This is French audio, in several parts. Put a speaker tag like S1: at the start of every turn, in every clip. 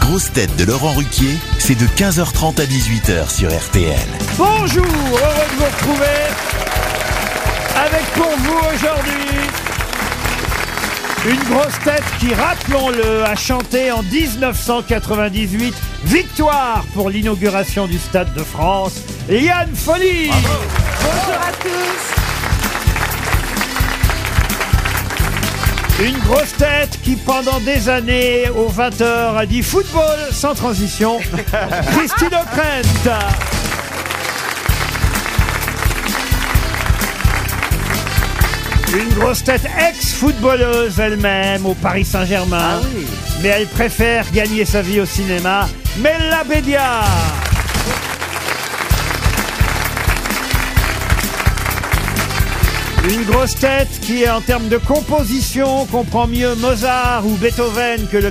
S1: grosses têtes de Laurent Ruquier, c'est de 15h30 à 18h sur RTL.
S2: Bonjour, heureux de vous retrouver avec pour vous aujourd'hui une grosse tête qui, rappelons-le, a chanté en 1998 victoire pour l'inauguration du Stade de France, Liane Folly.
S3: Bonjour à tous.
S2: Une grosse tête qui, pendant des années, aux 20h, a dit football sans transition, Christine O'Krent. Une grosse tête ex-footballeuse elle-même au Paris Saint-Germain. Mais elle préfère gagner sa vie au cinéma. Mella Bédia Une grosse tête qui, en termes de composition, comprend mieux Mozart ou Beethoven que le 4-4-2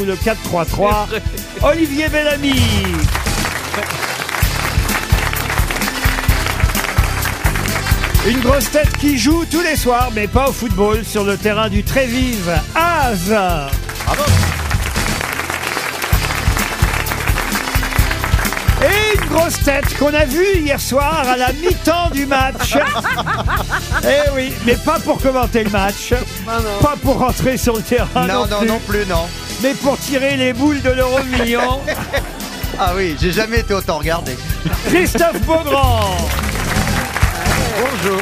S2: ou le 4-3-3. Olivier Bellamy. Une grosse tête qui joue tous les soirs, mais pas au football, sur le terrain du Trévive, Az. Et une grosse tête qu'on a vue hier soir à la mi-temps du match. Eh oui, mais pas pour commenter le match, pas pour rentrer sur le terrain,
S4: Non, non,
S2: non, plus,
S4: non plus, non.
S2: mais pour tirer les boules de l'euro million.
S4: Ah oui, j'ai jamais été autant regardé.
S2: Christophe Beaugrand.
S4: Bonjour.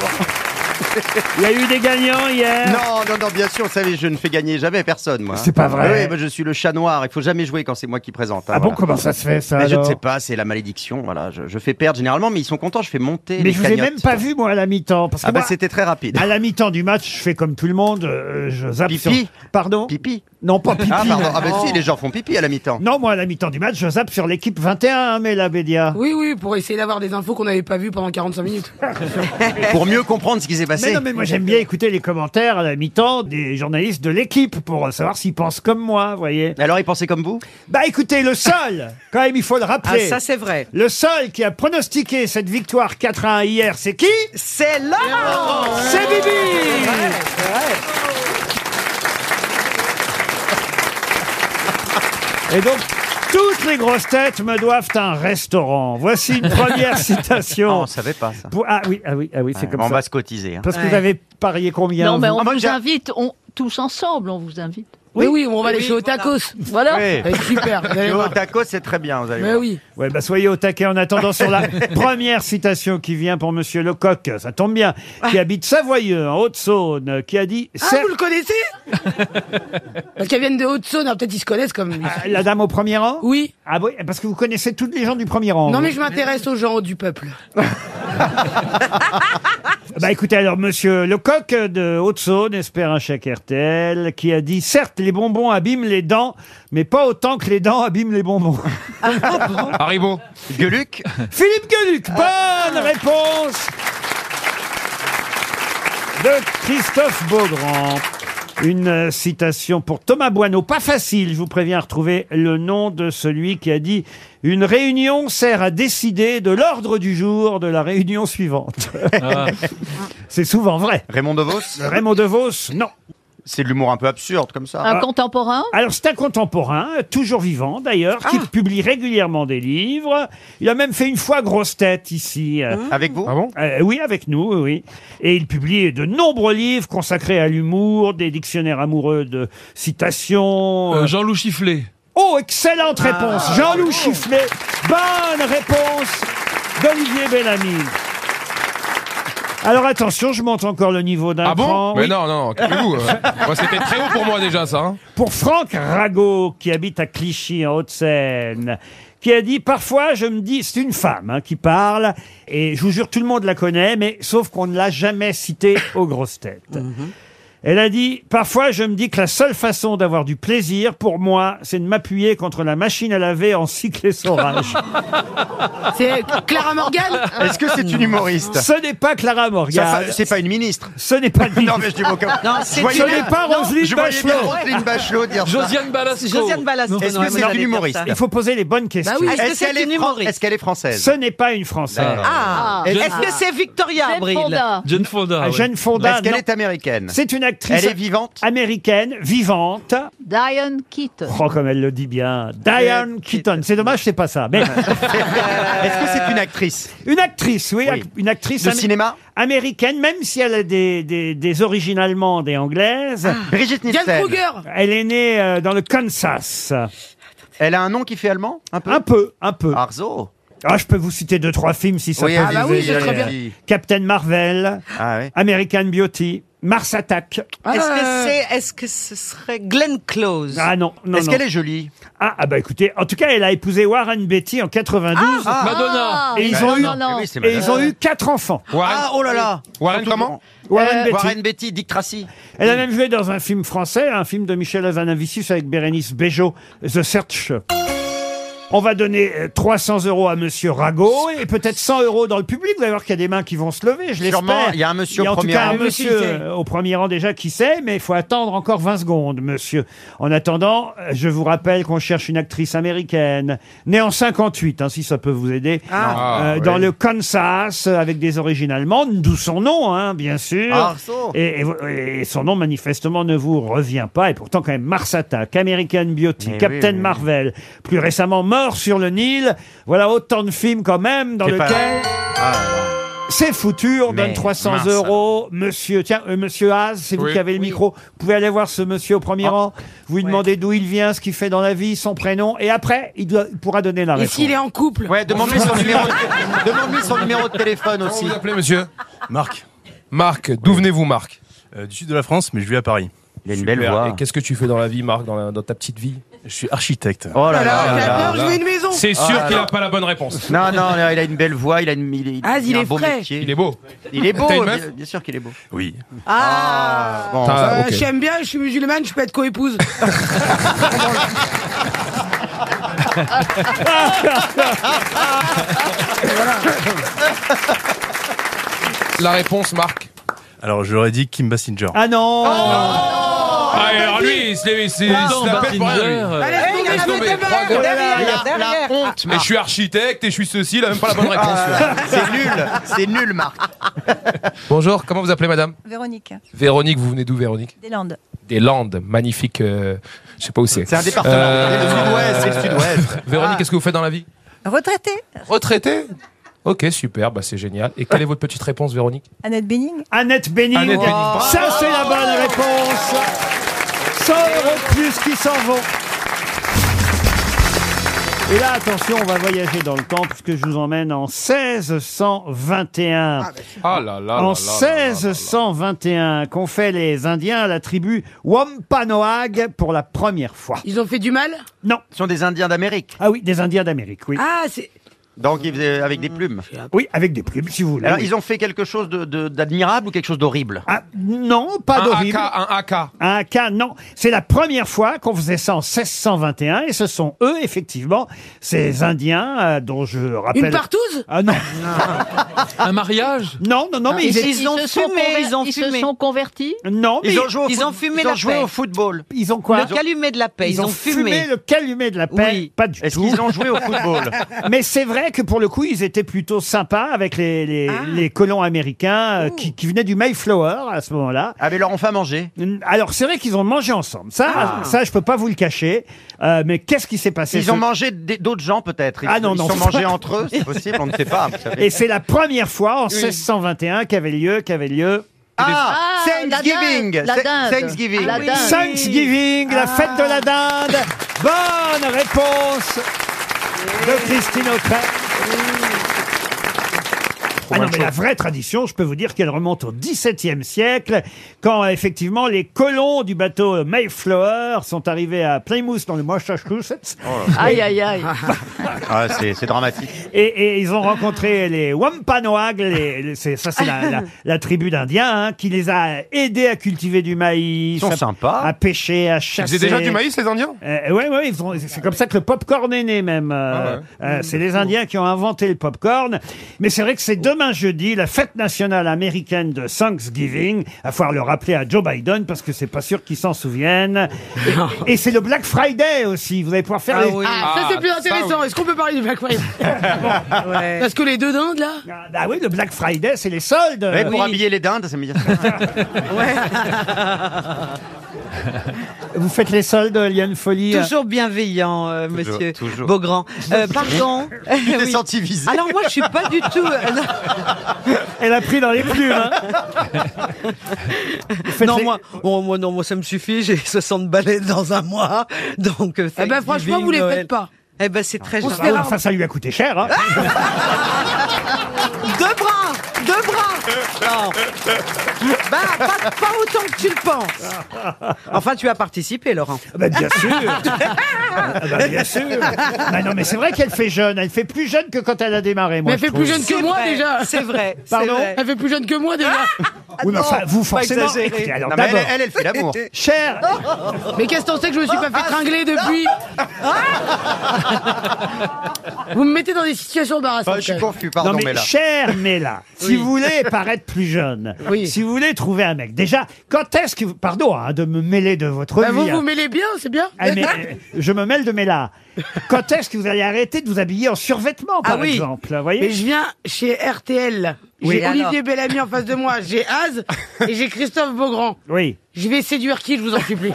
S2: Il y a eu des gagnants hier.
S4: Non, non, non, bien sûr, vous savez, je ne fais gagner jamais personne, moi.
S2: C'est pas vrai.
S4: Oui, moi, je suis le chat noir. Il faut jamais jouer quand c'est moi qui présente. hein,
S2: Ah bon,
S4: voilà.
S2: comment ça se fait ça
S4: Mais je ne
S2: alors
S4: sais pas, c'est la malédiction. Voilà, je, je fais perdre généralement, mais ils sont contents. Je fais monter.
S2: Mais
S4: les
S2: je vous ai
S4: cagnottes.
S2: même pas vu moi à la mi-temps parce que
S4: Ah bah
S2: moi,
S4: c'était très rapide.
S2: à la mi-temps du match, je fais comme tout le monde, euh, je zappe
S4: Pipi.
S2: sur Pardon
S4: Pipi.
S2: Non, pas pipi. Oh.
S4: Ah pardon. Ah bah
S2: non.
S4: si, les gens font pipi à la mi-temps.
S2: Non, moi à la mi-temps du match, je zappe sur l'équipe 21 hein, mais la Bédia.
S5: Oui, oui, pour essayer d'avoir des infos qu'on n'avait pas vues pendant 45 minutes. Ah,
S4: Pour mieux comprendre ce qui s'est
S2: Mais
S4: passé.
S2: non, mais moi j'aime bien écouter les commentaires à la mi-temps des journalistes de l'équipe pour savoir s'ils pensent comme moi, vous voyez.
S4: Alors ils pensaient comme vous Ah,
S2: Bah écoutez, le seul, quand même il faut le rappeler,
S5: c'est vrai.
S2: le seul qui a pronostiqué cette victoire 4-1 hier, c'est qui
S5: C'est là
S2: C'est Bibi Et donc, toutes les grosses têtes me doivent un restaurant. Voici une première
S4: Ah,
S2: citation.
S4: On savait pas ça.
S2: Pour- Ah oui, ah oui, ah oui, c'est comme
S4: on
S2: ça.
S4: va se cotiser. hein.
S2: Parce que
S5: Ouais.
S2: vous avez parié combien
S6: Non, mais
S2: vous
S6: on
S4: Ah, moi,
S6: vous
S4: j'ai-
S6: invite, on, tous ensemble, on vous invite.
S5: Oui, oui, on va aller chez Otakos.
S6: Voilà.
S4: Oui.
S5: Ça va être Eh, super, vous allez
S4: Le
S5: voir.
S4: taco, c'est très bien. Vous allez
S5: Mais
S4: voir.
S5: oui.
S2: Ouais, bah soyez au taquet en attendant sur la première citation qui vient pour Monsieur Lecoq. Ça tombe bien. Qui habite Savoyeux, en Haute-Saône, qui a dit.
S5: Ah,
S2: Certes-
S5: vous le connaissez Parce qu'elles viennent de Haute-Saône, alors peut-être ils se connaissent comme...
S2: Ah, La dame au premier rang
S5: Oui.
S2: Ah oui, parce que vous connaissez toutes les gens du premier rang.
S5: Non,
S2: vous.
S5: mais je m'intéresse aux gens du peuple.
S2: Bah écoutez, alors monsieur Lecoq de Haute-Saône espère un chèque RTL qui a dit certes les bonbons abîment les dents, mais pas autant que les dents abîment les bonbons.
S5: Ah.
S7: Haribo.
S4: Gueuluc,
S2: Philippe Gueluc, bonne réponse de Christophe Beaugrand. Une euh, citation pour Thomas Boineau. Pas facile, je vous préviens, à retrouver le nom de celui qui a dit Une réunion sert à décider de l'ordre du jour de la réunion suivante. C'est souvent vrai.
S4: Raymond Devos.
S2: Raymond DeVos, non.
S4: C'est de l'humour un peu absurde comme ça.
S6: Un contemporain
S2: Alors c'est un contemporain, toujours vivant d'ailleurs,
S4: Ah.
S2: qui publie régulièrement des livres. Il a même fait une fois grosse tête ici. euh,
S4: Ah. Avec
S7: Ah
S4: vous
S2: euh, oui, avec nous, oui, oui. Et il publie de nombreux livres consacrés à l'humour, des dictionnaires amoureux de citations.
S7: Euh, Ah. Oh. Jean-Loup Chifflet.
S2: Oh, excellente réponse, Jean-Louis Chifflet. Bonne réponse d'Olivier Bellamy. Alors attention, je monte encore le niveau d'un
S7: Ah bon
S2: cran.
S7: Mais
S2: Oui.
S7: non, non, calmez-vous.
S8: hein.
S7: euh. Moi, C'était très haut pour moi déjà, ça. hein.
S2: pour Franck Rago, qui habite à Clichy, en Haute-Seine, qui a dit Parfois, je me dis, c'est une femme hein, qui parle, et je vous jure, tout le monde la connaît, mais sauf qu'on ne l'a jamais citée aux grosses têtes. Elle a dit Parfois, je me dis que la seule façon d'avoir du plaisir, pour moi, c'est de m'appuyer contre la machine à laver en cycle orage.
S5: C'est Clara Morgan Ah.
S4: Est-ce que c'est une humoriste
S2: Ce n'est pas Clara
S4: Ça,
S2: Morgan.
S4: c'est pas une ministre.
S2: Ce n'est pas.
S4: Non, mais je dis beaucoup. Non,
S2: Ce n'est pas Roselyne
S4: Je voyais bien
S2: Bachelot.
S4: Roselyne Bachelot dire ça.
S7: Josiane Balasco.
S9: Josiane Balasco.
S4: Est-ce que c'est une humoriste
S2: Il faut poser les bonnes questions.
S5: oui.
S9: Bah Est-ce que
S4: Est-ce
S9: c'est
S4: qu'elle est,
S9: une
S4: fran-
S9: humoriste
S4: est-ce qu'elle est française
S2: Ce n'est pas une Française.
S4: D'accord.
S9: Ah,
S6: Ah.
S9: est-ce que c'est Victoria
S6: Jane
S9: Abril
S6: Fonda.
S7: Jane Fonda.
S2: Ah,
S7: ouais.
S2: Jeanne Fonda.
S4: Est-ce qu'elle
S2: non.
S4: est américaine
S2: C'est une actrice
S10: Elle est vivante
S2: américaine, vivante.
S6: Diane Keaton.
S2: Oh, comme elle le dit bien. Diane Keaton. C'est dommage, c'est pas ça. Mais
S10: Est-ce que c'est une actrice
S2: une actrice, oui,
S10: Oui.
S2: ac- une actrice
S10: de
S2: amé-
S10: cinéma
S2: américaine, même si elle a des, des, des origines allemandes et anglaises.
S10: Ah. Brigitte
S5: Diane
S10: Nielsen.
S5: Kruger
S2: Elle est née euh, dans le Kansas.
S10: Elle a un nom qui fait allemand Un peu
S2: Un peu, un peu.
S10: Arzo
S2: Ah, je peux vous citer deux, trois films si ça peut
S5: bah
S2: vous
S5: oui,
S2: aider.
S5: c'est très bien.
S2: Captain Marvel,
S10: Ah oui.
S2: American Beauty, Mars Attack.
S9: Est-ce
S4: Ah.
S9: que c'est, est-ce que ce serait Glenn Close
S2: Ah non, non,
S10: Est-ce
S2: non.
S10: qu'elle est jolie
S2: Ah, ah, bah écoutez, en tout cas, elle a épousé Warren Betty en 92
S8: Madonna.
S6: Ah,
S2: Et ils
S6: non,
S2: ont eu-
S6: non, non.
S10: Eh oui, c'est
S2: et
S10: madame.
S2: ils ont eu quatre enfants.
S8: Warren,
S10: Ah, oh là là
S8: Warren comment
S2: Warren Beatty.
S10: Euh, Warren Betty, Dick Tracy.
S2: Elle a même joué dans un film français, un film de Michel Hazanavicius avec Bérénice Bejo, The Search. On va donner euh, 300 euros à Monsieur Rago et peut-être 100 euros dans le public. Vous allez voir qu'il y a des mains qui vont se lever, je l'espère.
S10: Sûrement, il y a un monsieur
S2: Il y a
S10: au
S2: en tout
S10: premier
S2: cas
S10: rang.
S2: un
S10: Le
S2: monsieur euh, au premier rang déjà qui sait, mais il faut attendre encore 20 secondes, monsieur. En attendant, euh, je vous rappelle qu'on cherche une actrice américaine, née en 58, hein, si ça peut vous aider,
S8: Ah,
S2: euh, dans le Kansas, euh, avec des origines allemandes, d'où son nom, hein, bien sûr.
S10: Arzo
S2: Et, et- et son nom, manifestement, ne vous revient pas. Et pourtant, quand même, Mars Attack, American Beauty,
S10: Mais
S2: Captain
S10: oui, oui,
S2: Marvel, plus récemment Mort sur le Nil. Voilà autant de films, quand même, dans
S10: C'est
S2: lequel
S10: pas- Ah là là.
S2: c'est foutu. On
S10: Mais
S2: donne 300
S10: mince,
S2: euros. Monsieur, tiens, euh, monsieur Haas, c'est vous
S8: Oui.
S2: qui avez le micro. Vous pouvez aller voir ce monsieur au premier
S10: Ah.
S2: rang. Vous lui demandez d'où il vient, ce qu'il fait dans la vie, son prénom. Et après, il, doit- il pourra donner la
S5: Et
S2: réponse.
S5: s'il est en couple
S10: Ouais, demande-lui son, numéro... de- demande-lui son numéro de téléphone
S8: Comment
S10: aussi.
S8: vous appelez, monsieur
S11: Marc,
S8: Marc, d'où venez-vous, Marc
S11: euh, du sud de la France, mais je vis à Paris.
S10: Il a une belle
S8: Super.
S10: voix.
S8: Et qu'est-ce que tu fais dans la vie, Marc, dans, la- dans ta petite vie
S11: Je suis architecte.
S10: Oh là là. Oh
S5: Alors,
S8: là
S5: j'adore,
S8: là.
S5: je veux une maison
S8: C'est
S10: Ah,
S8: sûr qu'il n'a pas la bonne réponse.
S10: Non, non, non, il a une belle voix, il a, une, il,
S5: Ah, il
S10: a un
S5: est
S10: beau
S5: frais.
S10: métier.
S8: Il est beau.
S10: Il est beau,
S8: T'as une
S10: bien,
S8: meuf
S10: bien sûr qu'il est beau.
S11: Oui.
S5: Ah,
S10: Bon,
S8: T'as-
S5: Euh,
S8: ok.
S5: J'aime bien, je suis musulmane, je peux être co-épouse.
S2: Ah,
S8: La réponse, Marc.
S11: Alors j'aurais dit Kim Basinger.
S2: Ah non!
S3: Oh.
S8: Ah, alors lui, il se il se- il se la pète pour rien, lui.
S5: Allez,
S9: Eh, il y en
S5: laisse
S10: Ah,
S9: avait
S5: tomber,
S8: deux
S5: laisse tomber.
S8: balles.
S9: Derrière,
S10: la, la
S9: derrière.
S10: honte,
S8: Et je
S10: euh, Marc. Ah,
S8: suis architecte et je suis ceci, il a même pas la bonne réponse.
S10: C'est nul, c'est nul, Marc.
S8: Bonjour, comment vous appelez, madame
S12: Véronique,
S8: Véronique, vous venez d'où, Véronique
S12: des Landes.
S8: Des Landes, magnifique. euh, je sais pas où c'est.
S10: C'est un département.
S8: Euh,
S10: C'est le sud-ouest, c'est le sud-ouest.
S8: Véronique, qu'est-ce que vous faites dans la vie
S12: Retraitée,
S8: Retraité Ok, super, bah c'est génial. Et quelle est votre petite réponse, Véronique
S12: Annette Benning.
S2: Annette Béning.
S8: Annette Béning, bravo.
S2: Ça, c'est la bonne réponse. 100 euros de plus qui s'en vont. Et là, attention, on va voyager dans le temps puisque je vous emmène en 1621.
S8: Ah là là là
S2: en
S8: là là là là.
S2: 1621, qu'ont fait les Indiens à la tribu Wampanoag pour la première fois.
S5: Ils ont fait du mal
S2: Non.
S10: Ce sont des Indiens d'Amérique.
S2: Ah oui, des Indiens d'Amérique, oui.
S5: Ah, c'est.
S10: Donc, ils faisaient avec des plumes.
S2: Oui, avec des plumes, si vous voulez.
S10: Alors,
S2: oui.
S10: ils ont fait quelque chose de- de- d'admirable ou quelque chose d'horrible
S2: Ah, non, pas
S8: Un AK,
S2: d'horrible.
S8: un AK.
S2: Un cas, non. C'est la première fois qu'on faisait ça en 1621 et ce sont eux, effectivement, ces Indiens euh, dont je rappelle...
S5: Une partouze
S2: Ah non,
S13: Un mariage
S2: non, non, non, mais ils,
S9: Ils- ont
S6: Ah, se sont
S9: fumé,
S6: conver-
S9: ils ont
S6: ils se
S9: fumé.
S6: sont convertis.
S2: non, mais
S10: Ils ont joué au,
S9: ils
S10: foot-
S9: ont fumé
S10: ils ont
S9: la
S10: joué
S9: paix.
S10: au football.
S2: ils ont quoi
S9: le calumet de la paix, ils, ont, fumé.
S2: le calumet de la paix,
S9: Oui.
S2: pas du
S10: Est-ce
S2: tout.
S10: qu'ils ont joué au football
S2: Mais c'est vrai que pour le coup, ils étaient plutôt sympas avec les, les,
S10: Ah.
S2: les colons américains euh, qui, qui venaient du Mayflower à ce moment-là.
S10: Oh. Ah, mais leur enfant mangé.
S2: Alors c'est vrai qu'ils ont mangé ensemble. Ça, ça, je peux pas vous le cacher. Euh, mais qu'est-ce qui s'est passé
S10: Ah. Ils
S2: ce-
S10: ont mangé des- d'autres gens, peut-être. Ils,
S2: Ah non,
S10: ils
S2: non.
S10: sont mangés entre eux, c'est possible, on ne sait pas. vous savez.
S2: Et c'est la première fois en 1621 qu'avait lieu, qu'avait lieu
S10: Ah,
S6: Ah,
S10: Thanksgiving
S6: la dinde, la
S10: C'est-
S6: dinde. Ah,
S10: Thanksgiving
S3: Ah,
S6: La dinde. Ah.
S2: Thanksgiving, la fête de la dinde. Bonne réponse de Christine O'Crane. Ah non, mais la vraie tradition, je peux vous dire qu'elle remonte au XVIIe siècle, quand euh, effectivement les colons du bateau Mayflower sont arrivés à Plymouth dans le Massachusetts
S6: Aïe, aïe, aïe.
S10: Ah, c'est c'est dramatique.
S2: et, et ils ont rencontré les Wampanoag, les, les- c'est- ça c'est la, la- la tribu d'Indiens, hein, qui les a aidés à cultiver du maïs,
S10: Ils sont
S2: à,
S10: sympas.
S2: à pêcher, à
S8: Ils
S2: chasser.
S8: faisaient déjà du maïs, les Indiens
S2: Euh, ouais, ouais, ils font- c'est comme ça que le
S8: Ah bah
S2: popcorn est né même. euh, euh, c'est les Indiens qui ont inventé le popcorn. Mais c'est vrai que c'est demain jeudi la fête nationale américaine de Thanksgiving. À falloir le rappeler à Joe Biden parce que c'est pas sûr qu'ils s'en souviennent. Et, et c'est le Black Friday aussi. Vous allez pouvoir faire les...
S5: Ah, ça c'est plus intéressant. Est-ce qu'on peut parler du Black Friday Euh, Parce que les deux dindes là.
S2: Ah, bah oui, le Black Friday, c'est les soldes.
S4: Ouais, pour habiller les dindes, ça me dit
S2: Vous faites les soldes, Liane Folie euh
S9: Toujours bienveillant, euh, monsieur
S4: toujours.
S9: Beaugrand. Euh, pardon.
S4: Tu t'es
S9: Oui.
S4: senti visé.
S9: Alors moi, je suis pas du tout. euh, non.
S2: Elle a pris dans les plumes. hein. Vous faites
S9: non,
S2: les-
S9: moi, bon, moi, non, moi, ça me suffit. J'ai 60 baleines dans un mois, donc. euh,
S5: Eh ben franchement, vous les faites pas.
S9: Eh ben, c'est très
S5: On
S9: gentil. Ah,
S5: se fait
S2: Ah, Enfin, ça lui a coûté cher. hein.
S9: Deux bras, deux bras. Non. Bah, pas, pas autant que tu le penses. Enfin, tu as participé, Laurent.
S2: Ah bah, bien sûr. Ah bah, bien sûr. Bah, non, mais c'est vrai qu'elle fait jeune. Elle fait plus jeune que quand elle a démarré. Moi,
S5: Mais elle
S2: je
S5: fait plus
S2: trouve.
S5: jeune que
S9: C'est
S5: moi
S9: vrai,
S5: déjà.
S9: C'est vrai. c'est
S2: Pardon
S9: vrai. Ah,
S5: Elle fait plus jeune que moi déjà.
S2: Ah, Oui, mais
S9: non,
S2: enfin, vous
S9: faut pas
S2: forcément.
S9: exagérer.
S2: Écoutez, alors
S4: Non, mais elle,
S2: d'abord,
S4: elle, elle fait l'amour.
S2: cher.
S12: Euh,
S5: Mais qu'est-ce que t'en sais que je me suis pas fait tringler depuis
S14: Ah,
S5: Vous me mettez dans des situations
S4: Enfin,
S2: Ah,
S5: embarrassantes.
S4: Bah, je suis
S5: quand même. Bah,
S4: confus, pardon,
S2: non mais,
S4: mais là.
S2: cher Mela, si
S5: Oui.
S2: vous voulez paraître plus jeune,
S5: Oui.
S2: si vous voulez trouver un mec, déjà, quand est-ce que vous... Pardon hein, de me mêler de votre
S5: Bah,
S2: vie.
S5: vous
S2: hein.
S5: vous mêlez bien, c'est bien.
S2: Ah, mais, euh, je me mêle de Mela. Quand est-ce que vous allez arrêter de vous habiller en survêtement, par
S5: Ah oui.
S2: exemple vous voyez
S5: Mais je viens chez RTL.
S2: Oui.
S5: J'ai
S2: Et alors
S5: Olivier Bellamy en face de moi, j'ai Az et j'ai Christophe Beaugrand.
S2: Oui.
S5: Je vais séduire qui, je vous en supplie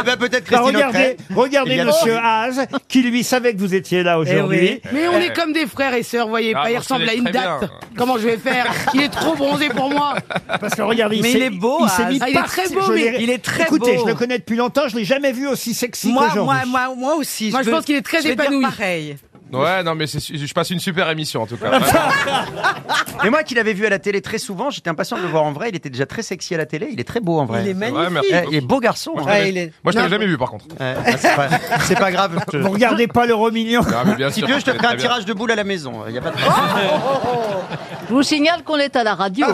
S4: Eh ben, peut-être
S2: Bah,
S4: Christine
S2: regardez,
S4: O'Crane. Il y
S2: regardez
S4: a-
S2: Monsieur Haas, qui lui savait que vous étiez là aujourd'hui. Euh,
S5: Mais on est comme des frères et sœurs, voyez
S14: Eh. Ah,
S5: pas, il
S14: moi, je
S5: ressemble
S14: connais
S5: à une
S14: très
S5: date.
S14: bien.
S5: Comment je vais faire Il est trop bronzé pour moi.
S2: Parce que regardez,
S9: Mais
S2: s'est-
S9: il est beau,
S2: s'est
S9: Haas.
S2: mis
S5: Ah, il est
S2: parti,
S5: très beau,
S2: je
S5: mais
S2: l'ai-
S9: il est très
S2: Écoutez,
S9: beau.
S2: je le connais depuis longtemps, je l'ai jamais vu aussi sexy
S9: Moi,
S2: qu'aujourd'hui.
S9: moi, moi, moi aussi.
S5: Moi, je
S9: veux-
S5: pense qu'il est très
S9: je veux dire
S5: épanoui.
S9: Pareil.
S7: Ouais, non, mais c'est su- je passe une super émission en tout cas. Ouais.
S4: Mais moi qui l'avais vu à la télé très souvent, j'étais impatient de le voir en vrai. Il était déjà très sexy à la télé. Il est très beau en vrai.
S9: Il est
S7: Ouais, merci.
S9: magnifique.
S4: Eh, il est beau garçon. hein.
S9: Ouais, il est-
S7: Moi, je
S5: Non.
S7: t'avais jamais vu par contre.
S4: Ouais, ah, c'est pas, c'est pas grave. je-
S2: Vous regardez pas l'euro mignon.
S7: Non, mais bien
S4: Si
S7: sûr,
S4: tu veux, je te
S7: connais
S4: ferai
S7: très
S4: un
S7: bien.
S4: tirage de boules à la maison. Il y a pas de
S6: Je vous signale qu'on est à la radio.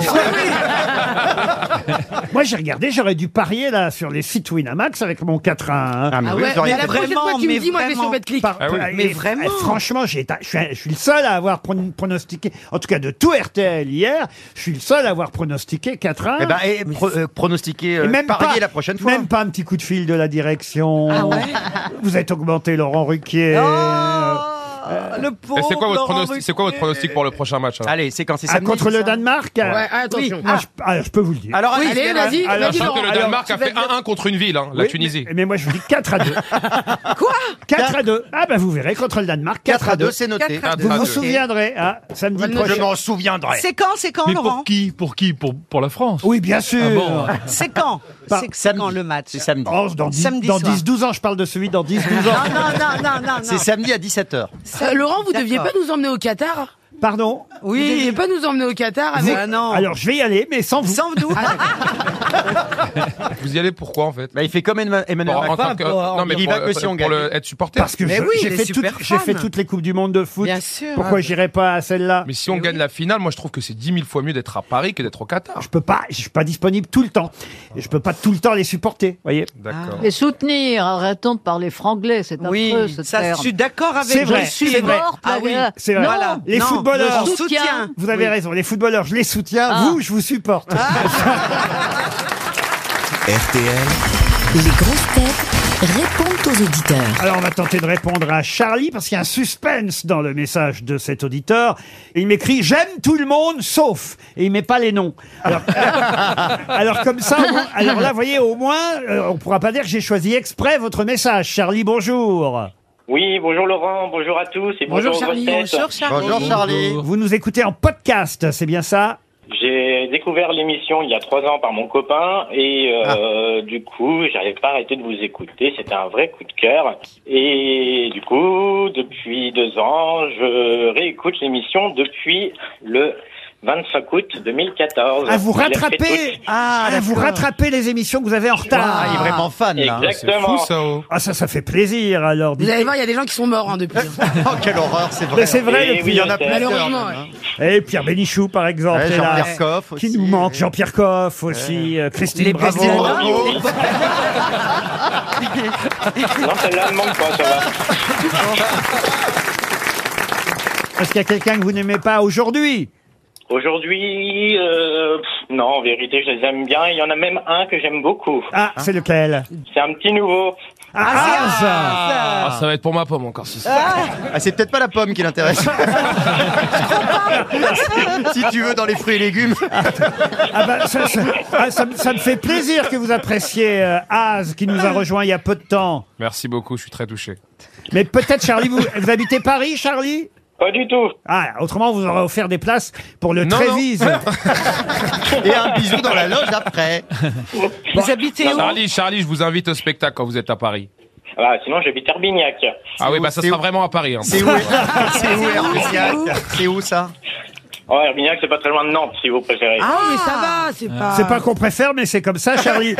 S2: Moi, j'ai regardé, j'aurais dû parier là sur les sites Winamax avec mon 4 1.
S4: Ah, mais oui,
S5: ouais,
S4: vous auriez-
S5: mais la prochaine
S9: Vraiment,
S5: fois que tu me
S9: mais
S5: dis, moi, je vais sur
S9: vraiment.
S5: BetClick.
S7: Ah oui.
S9: Mais vraiment.
S2: eh, franchement, j'ai été- je suis, je suis le seul à avoir pron- pronostiqué, en tout cas de tout RTL hier, je suis le seul à avoir pronostiqué 4 1.
S4: Eh ben, eh, pro- euh, pronostiquer,
S2: Et
S4: euh,
S2: même
S4: parier
S2: pas,
S4: la prochaine fois.
S2: Même pas un petit coup de fil de la direction.
S5: Ah
S2: Vous êtes augmenté, Laurent Ruquier.
S8: euh,
S9: Ah,
S7: Et
S9: le pauvre
S7: c'est quoi, votre
S9: Laurent
S7: pronostic- c'est quoi votre
S9: Ruquier.
S7: pronostic pour le prochain match alors
S4: Allez, c'est quand c'est
S2: Ah,
S4: samedi.
S2: contre le
S4: ça
S2: Danemark
S5: Ouais, attention.
S2: Ah, je, ah, je peux vous le dire.
S4: Alors,
S5: Oui,
S4: allez,
S5: allez,
S4: allez,
S5: vas-y,
S2: alors,
S5: vas-y,
S7: Je crois
S5: Laurent.
S7: que le
S2: alors,
S7: Danemark
S2: tu
S7: a fait 1-1 contre une ville, hein, la
S2: Oui,
S7: Tunisie.
S2: Mais, mais moi, je vous dis 4 à 2.
S5: Quoi
S2: 4 à 2. Ah, bah, vous verrez, contre le Danemark, 4,
S4: 4 à 2, c'est noté.
S9: 4 à
S2: Vous
S7: Ah,
S2: vous
S7: deux.
S2: souviendrez, hein, samedi
S5: Je
S2: prochain.
S4: Je m'en souviendrai.
S9: C'est quand, c'est quand,
S14: Mais
S9: Laurent
S14: pour qui Pour qui pour, pour la France
S2: Oui, bien sûr.
S14: Ah bon
S9: C'est quand
S2: Par-
S9: C'est c'est quand le match
S4: C'est samedi.
S2: Oh, dans
S9: Samedi
S2: 10-12
S9: soir.
S2: ans, je parle de celui dans 10-12
S9: Non,
S2: ans.
S9: non, non, non, non,
S4: C'est
S9: non.
S4: samedi à 17h.
S5: Euh, Laurent, vous deviez pas
S9: D'accord.
S5: nous emmener au Qatar
S2: Pardon
S5: Vous
S9: Oui,
S5: deviez pas nous emmener au Qatar
S9: Vous-
S5: avec...
S9: Ah non.
S2: Alors, je vais y aller, mais sans vous.
S9: sans nous.
S3: Ah.
S7: Vous y allez pourquoi en fait
S4: Bah, il fait comme Emma- Emmanuel
S7: Pour- en
S4: Macron.
S7: tant que-
S9: rapport,
S7: non, mais
S4: il y
S7: pour,
S4: va que
S7: pour-
S4: si on
S7: pour le-
S4: gagne.
S7: être supporter.
S2: Parce que
S9: Mais
S2: je-
S9: oui,
S2: j'ai
S9: les
S2: fait,
S9: super
S2: toutes- j'ai
S9: fans.
S2: fait toutes les Coupes du Monde de foot.
S9: Bien sûr.
S2: Pourquoi j'irai pas à celle-là
S7: Mais si on
S9: Mais
S7: gagne
S9: oui.
S7: la finale, moi je trouve que c'est 10 000 fois mieux d'être à Paris que d'être au Qatar.
S2: Je peux pas, je suis pas disponible tout le temps. Et je peux pas tout le temps les
S8: Ah,
S2: supporter, voyez.
S7: D'accord.
S6: Et soutenir, arrêtons de parler franglais, c'est
S9: Oui,
S6: affreux ce
S9: ça,
S6: terme.
S9: je suis d'accord avec
S2: C'est
S9: vous.
S2: vrai,
S9: Je suis
S2: c'est vrai.
S9: morte, là,
S6: Ah oui.
S9: voilà.
S2: C'est vrai.
S6: Non,
S9: Voilà.
S2: Les
S9: Non,
S2: footballeurs.
S9: je
S6: soutiens.
S9: soutiens.
S2: Vous avez raison, les footballeurs, je les soutiens.
S6: Ah.
S2: Vous, je vous supporte.
S1: RTL,
S15: Les grosses têtes répondent aux auditeurs.
S2: Alors, on va tenter de répondre à Charlie parce qu'il y a un suspense dans le message de cet auditeur. Il m'écrit J'aime tout le monde sauf. Et il met pas les noms. Alors, alors comme ça, au moins- alors là, vous voyez, au moins, euh, on pourra pas dire que j'ai choisi exprès votre message. Charlie, bonjour.
S16: Oui, bonjour Laurent, bonjour à tous et bonjour,
S5: Bonjour
S16: aux
S5: Charlie,
S16: grosses têtes.
S5: bonjour Charlie.
S4: Bonjour Charlie.
S2: Vous nous écoutez en podcast, c'est bien ça
S16: J'ai découvert l'émission il y a trois ans par mon copain et
S4: Ah.
S16: euh, du coup, j'avais pas arrêté de vous écouter. C'était un vrai coup de cœur. Et du coup, depuis deux ans, je réécoute l'émission depuis le 25 août 2014.
S5: Ah,
S2: À vous
S16: Je l'ai fait
S2: rattraper,
S16: toute-
S2: ah, à vous rattraper les émissions que vous avez en retard.
S4: Ah, il est vraiment fan, là.
S7: C'est
S16: Exactement.
S7: fou ça. oh.
S2: Ah ça, ça fait plaisir alors.
S5: Vous allez voir, il y a des gens qui sont morts hein, depuis.
S2: Ah.
S4: Oh, quelle horreur, c'est vrai. Eh
S2: Mais c'est vrai.
S16: Et
S2: le
S16: oui,
S2: pire.
S16: il y en a plein.
S5: Malheureusement. ouais.
S2: Et Pierre Bénichou par exemple.
S4: Ouais,
S2: est là.
S4: Jean-Pierre Coff aussi.
S2: qui nous manque, Jean-Pierre Coff aussi, euh, Christine
S9: Les
S2: Bravo.
S9: Bestiaires.
S4: Bravo.
S16: Non, celle-là ne manque pas, ça va.
S2: Parce qu'il y a quelqu'un que vous n'aimez pas aujourd'hui.
S4: Aujourd'hui, euh, pff, non, en vérité, je les aime bien. Il y en a même un que j'aime beaucoup.
S2: Ah, c'est lequel
S4: C'est un petit nouveau.
S8: Ah, ça va être pour ma pomme encore. si ça.
S10: Ah, c'est peut-être pas la pomme qui l'intéresse. si tu veux, dans les fruits et légumes.
S2: Ah bah, ça, ça- ah, ça me- ça me fait plaisir que vous appréciez euh, Az qui nous a rejoint il y a peu de temps.
S8: Merci beaucoup, je suis très touché.
S2: Mais peut-être, Charlie, vous, vous habitez Paris, Charlie
S4: Pas du tout.
S2: Ah, autrement, vous aurez offert des places pour le
S8: Non, non.
S2: Trévise.
S10: Et un bisou dans la loge après.
S4: Vous
S7: bah,
S4: habitez où
S8: Charlie, Charlie, je vous invite au spectacle quand vous êtes à Paris.
S4: Ah, sinon, j'habite Herbignac.
S8: Ah oui, bah ça sera vraiment à Paris. hein.
S10: C'est où C'est où, Herbignac C'est où ça
S4: Oh, Herbignac, c'est pas très loin de Nantes, si vous préférez.
S5: Ah, mais ça va, c'est pas.
S2: C'est pas qu'on préfère, mais c'est comme ça, Charlie.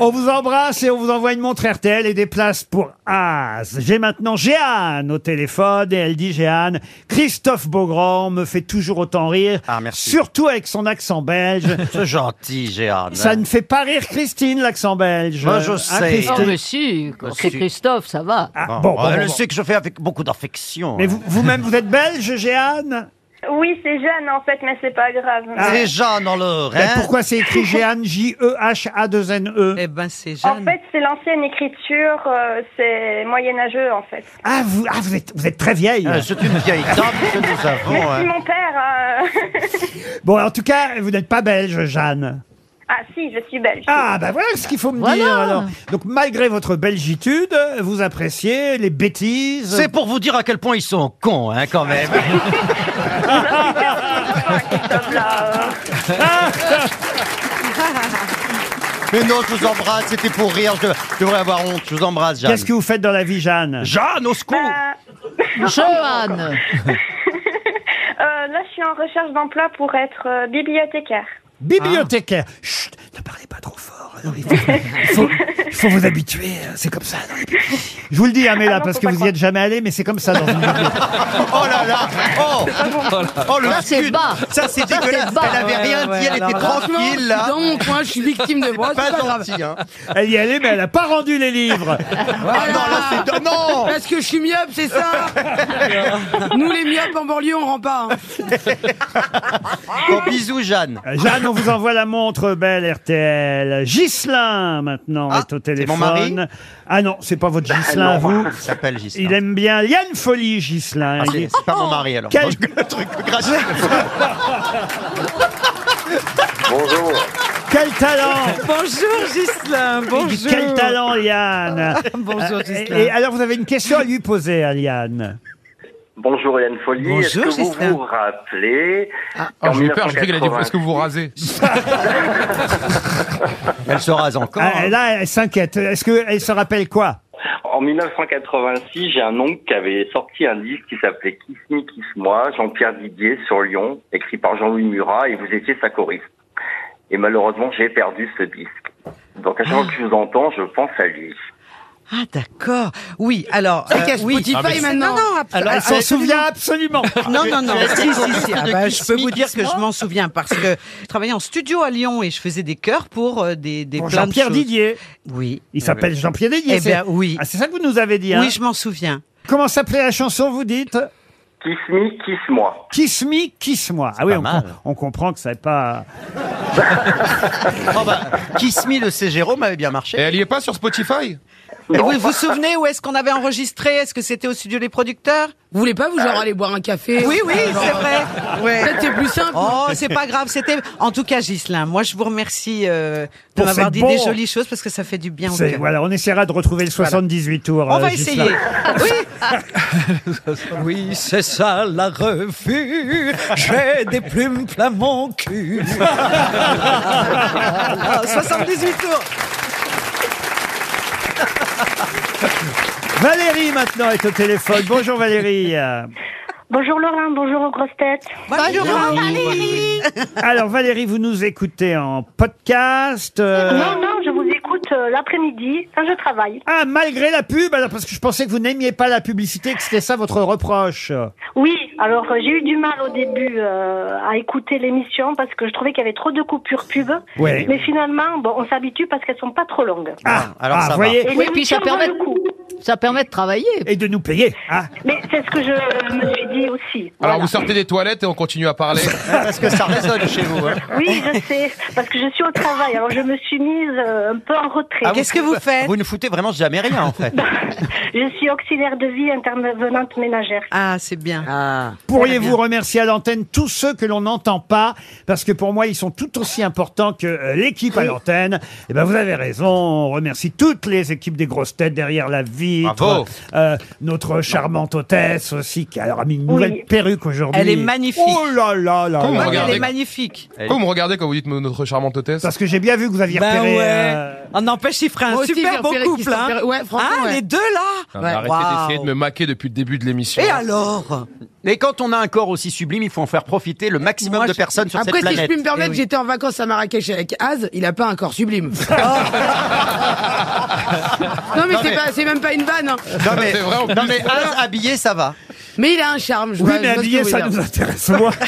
S2: on vous embrasse et on vous envoie une montre RTL et des places pour As. J'ai maintenant Jeanne au téléphone et elle dit Jeanne, Christophe Beaugrand me fait toujours autant rire, surtout avec son accent belge.
S10: Ah, C'est gentil, Gérard.
S2: ça ne fait pas rire Christine, l'accent belge.
S10: Moi, je
S2: Hein,
S10: sais. Bah,
S3: Non,
S2: Christine
S3: Oh, mais si, quand c'est Christophe, ça va.
S2: Ah, bon, bon,
S10: elle
S2: bon, bon.
S10: sait que je fais avec beaucoup d'affection. hein.
S2: Mais vous- vous-même, vous, êtes belge, Jeanne Ah.
S12: Oui, c'est jeune en fait, mais c'est pas grave.
S10: C'est Jean dans le
S2: Ben,
S10: Rhin.
S2: Pourquoi c'est écrit Jeanne J-E-H-A-2-N-E
S9: Eh ben, c'est
S12: En fait, c'est l'ancienne écriture, euh, c'est moyenâgeux en fait.
S2: ah, vous, ah, vous êtes, vous êtes très vieille.
S10: Ah, C'est une vieille dame que nous
S2: Oh,
S10: avons.
S12: Merci
S10: hein.
S12: mon père. euh,
S2: Bon, en tout cas, vous n'êtes pas belge, Jeanne.
S12: ah si, je suis belge.
S2: Ah, bah voilà ce qu'il faut me
S3: Voilà.
S2: dire. alors. Donc, malgré votre belgitude, vous appréciez les bêtises.
S10: C'est pour vous dire à quel point ils sont cons, hein, quand même.
S2: Ah,
S10: Mais non, je vous embrasse, c'était pour rire. Je, je devrais avoir honte. Je vous embrasse, Jeanne.
S2: Qu'est-ce que vous faites dans la vie, Jeanne Euh.
S10: Jeanne, au secours
S3: Johan
S12: Euh, là, je suis en recherche d'emploi pour être euh, bibliothécaire.
S2: Bibliothécaire. Chut, ne parlez pas trop fort. alors il, faut, il faut- il faut vous habituer. euh, C'est comme ça. dans les bibliothèques. Je vous le dis, Améla,
S12: Ah non,
S2: parce
S12: faut
S2: que
S12: pas
S2: vous n'y
S12: croire.
S2: êtes jamais allé, mais c'est comme ça dans une bibliothèque.
S10: Oh là là Oh, oh le
S3: Ça, c'est
S10: scud.
S3: bas.
S10: Ça, c'est
S3: Ça, c'est
S10: dégueulasse
S5: Ah,
S3: bas.
S10: Elle avait rien
S9: Ouais,
S10: dit, elle
S9: alors
S10: était
S9: là,
S10: tranquille, là
S5: Dans mon coin, je suis victime de moi, c'est
S10: Pas
S5: pas grave.
S10: gentil, hein
S2: Elle y est allée, mais elle n'a pas rendu les livres.
S10: Ah non, là, c'est... do- Non
S5: Parce que je suis myope, c'est ça Nous, les myopes en banlieue, on rend pas. hein.
S10: Bon, bisous, Jeanne
S2: Euh, Jeanne, on vous envoie la montre, belle RTL. Ghislain, maintenant,
S10: Ah,
S2: est au
S10: c'est
S2: téléphone.
S10: mon mari
S2: ah non, c'est pas votre Ghislain,
S10: Ah non,
S2: vous.
S10: Il s'appelle Ghislain.
S2: Il aime bien Yann Folie, Ghislain.
S10: Ah,
S2: Il
S10: c'est,
S2: est-
S10: c'est pas mon mari, alors.
S2: Quel-
S10: Le truc gracieux.
S4: Bonjour.
S2: Quel talent
S9: Bonjour Gislain,
S2: Il dit,
S9: bonjour.
S2: Quel talent, Yann Euh,
S9: Bonjour Gislain.
S2: et, et alors, vous avez une question à lui poser, à Yann.
S4: Bonjour Yann Folly. Est-ce
S9: Bonjour,
S4: que vous
S9: Gisela.
S4: vous rappelez
S8: Ah, j'ai eu peur, j'ai cru qu'elle a dit est-ce que vous vous rasez
S10: Elle se rase encore.
S2: Ah,
S10: hein.
S2: Là, elle s'inquiète. Est-ce qu'elle se rappelle quoi
S4: En 1986, j'ai un oncle qui avait sorti un livre qui s'appelait Kiss Me, Kiss Moi, Jean-Pierre Didier sur Lyon, écrit par Jean-Louis Murat, et vous étiez sa choriste. Et malheureusement, j'ai perdu ce disque. Donc à chaque fois que je vous entends, je pense à lui.
S9: Ah d'accord. Oui, alors
S5: C'est qu'à
S9: oui.
S5: Spotify,
S9: Ah, mais- Non
S5: maintenant.
S9: non, abso-
S2: Alors, Elle s'en
S9: absolument.
S2: souvient absolument.
S9: Non, non, non.
S10: Tu as
S9: Si,
S10: été
S9: si, si.
S10: convaincu
S9: Ah
S10: de
S9: bah, je peux
S10: Kiss
S9: vous
S10: Me,
S9: dire
S10: Kiss
S9: que je
S10: Moi
S9: m'en souviens parce que je travaillais en studio à Lyon et je faisais des chœurs pour euh, des, des
S2: Pour
S9: plein de
S2: Jean-Pierre
S9: choses.
S2: Didier.
S9: Oui.
S2: Il s'appelle Jean-Pierre Didier.
S9: Eh
S2: c'est-
S9: bien, oui.
S2: Ah, c'est ça que vous nous avez dit. hein.
S9: Oui, je m'en souviens.
S2: Comment s'appelait la chanson, vous dites
S4: Kiss Me, Kiss Moi.
S2: Kiss me, kiss moi. Ah oui,
S10: pas
S2: on,
S10: mal.
S2: com- on comprend que ça n'est pas.
S10: Oh, bah, Kiss Me de C. Jérôme avait bien
S8: Et
S10: marché. Ah,
S8: elle y est pas sur Spotify
S9: Et vous vous souvenez où est-ce qu'on avait enregistré Est-ce que c'était au studio des producteurs Euh,
S5: Vous voulez pas, vous, genre, aller boire un café
S9: Oui, oui, c'est vrai.
S5: Peut-être
S9: Ouais.
S5: c'est plus simple.
S9: Oh, c'est pas grave. C'était en tout cas Gislain. Moi, je vous remercie euh, de
S2: Pour
S9: m'avoir
S2: ces
S9: dit
S2: bons-
S9: des jolies choses parce que ça fait du bien au
S2: c'est-
S9: cœur.
S2: Voilà, on essaiera de retrouver le 78 tours.
S9: On
S2: euh,
S9: va
S2: Ghislain.
S9: essayer. Oui.
S10: Oui, c'est ça la revue. J'ai des plumes plein mon cul.
S9: 78 tours.
S2: Valérie maintenant est au téléphone. Bonjour Valérie. Euh,
S12: Bonjour Laurent, bonjour aux grosses têtes.
S9: Bonjour,
S2: Alors Valérie, vous nous écoutez en podcast. euh,
S12: Non, non, je vous écoute euh, l'après-midi quand je travaille.
S2: Ah, malgré la pub, alors parce que je pensais que vous n'aimiez pas la publicité, que c'était ça votre reproche.
S12: Oui, alors euh, j'ai eu du mal au début euh, à écouter l'émission parce que je trouvais qu'il y avait trop de coupures pub.
S2: Ouais.
S12: Mais finalement, bon, on s'habitue parce qu'elles sont pas trop longues.
S2: Ah,
S10: alors
S2: ah,
S10: ça
S2: vous
S10: va.
S2: voyez,
S12: Et
S3: Oui, puis ça
S12: l'émission vaut
S3: permet-
S12: le coup.
S6: Ça permet de travailler.
S2: Et de nous payer.
S17: Mais c'est ce que je me suis dit aussi.
S7: Alors
S17: Voilà.
S7: vous sortez des toilettes et on continue à parler. Parce que ça résonne chez
S2: hein.
S7: vous.
S17: Oui, je sais, parce que je suis au travail, alors je me suis mise euh, un peu en retrait.
S10: Ah, Vous ne foutez vraiment jamais rien en fait.
S17: Je suis auxiliaire de vie intervenante ménagère.
S9: Ah, c'est bien.
S2: Pourriez-vous remercier à l'antenne tous ceux que l'on n'entend pas Parce que pour moi, ils sont tout aussi importants que euh, l'équipe à l'antenne. Eh ben, vous avez raison. On remercie toutes les équipes des grosses têtes derrière la vitre.
S10: Bravo.
S2: Euh, notre charmante hôtesse aussi, qui alors, a mis une nouvelle perruque aujourd'hui.
S9: Elle est magnifique.
S2: Oh là là là
S7: Comment vous
S2: là là.
S7: regardez
S9: Elle est magnifique.
S7: Pourquoi vous me regardez quand vous dites notre charmante hôtesse
S2: Parce que j'ai bien vu que vous aviez
S9: Ben
S2: repéré,
S9: ouais.
S2: euh,
S9: On n'empêche, il ferait un
S5: Moi aussi, j'ai
S9: super beau
S5: repéré qu'ils
S9: couple.
S5: sont
S9: Hein.
S5: repérés. Ouais, franchement,
S9: Ah,
S5: ouais.
S9: les deux là.
S7: Arrêtez
S9: Waouh.
S7: d'essayer de me maquer depuis le début de l'émission.
S9: Et alors
S10: Et quand on a un corps aussi sublime, il faut en faire profiter le maximum de personnes sur
S5: Après,
S10: cette
S5: si
S10: planète.
S5: je puis me permettre,
S10: Eh oui.
S5: j'étais en vacances à Marrakech avec Az, il a pas un corps sublime. non, mais
S10: Non,
S5: c'est
S10: mais-
S5: pas- c'est même pas une vanne. hein.
S10: Non mais, non, mais as habillé, ça va.
S5: Mais il a un charme, je
S10: Oui,
S5: vois-
S10: mais
S5: je vois ce
S10: habillé,
S5: que vous
S10: ça
S5: voulez dire.
S10: nous
S2: intéresse moins.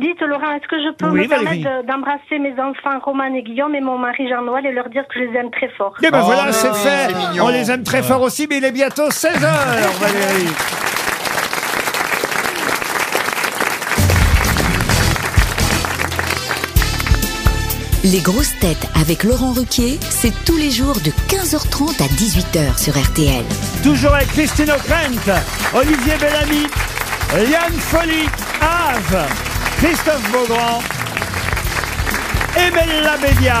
S17: Dites, Laurent, est-ce que je peux
S2: Oui,
S17: me
S2: Valérie.
S17: permettre de- d'embrasser mes enfants Roman et Guillaume et mon mari Jean-Noël et leur dire que je les aime très fort
S2: Eh ben voilà, c'est fait. On les aime très fort aussi, mais il est bientôt 16h, Valérie.
S15: Les grosses têtes avec Laurent Ruquier, c'est tous les jours de 15h30 à 18h sur RTL.
S2: Toujours avec Christine O'Krent, Olivier Bellamy, Yann Folly, Ave, Christophe Beaugrand et Bella Bédia.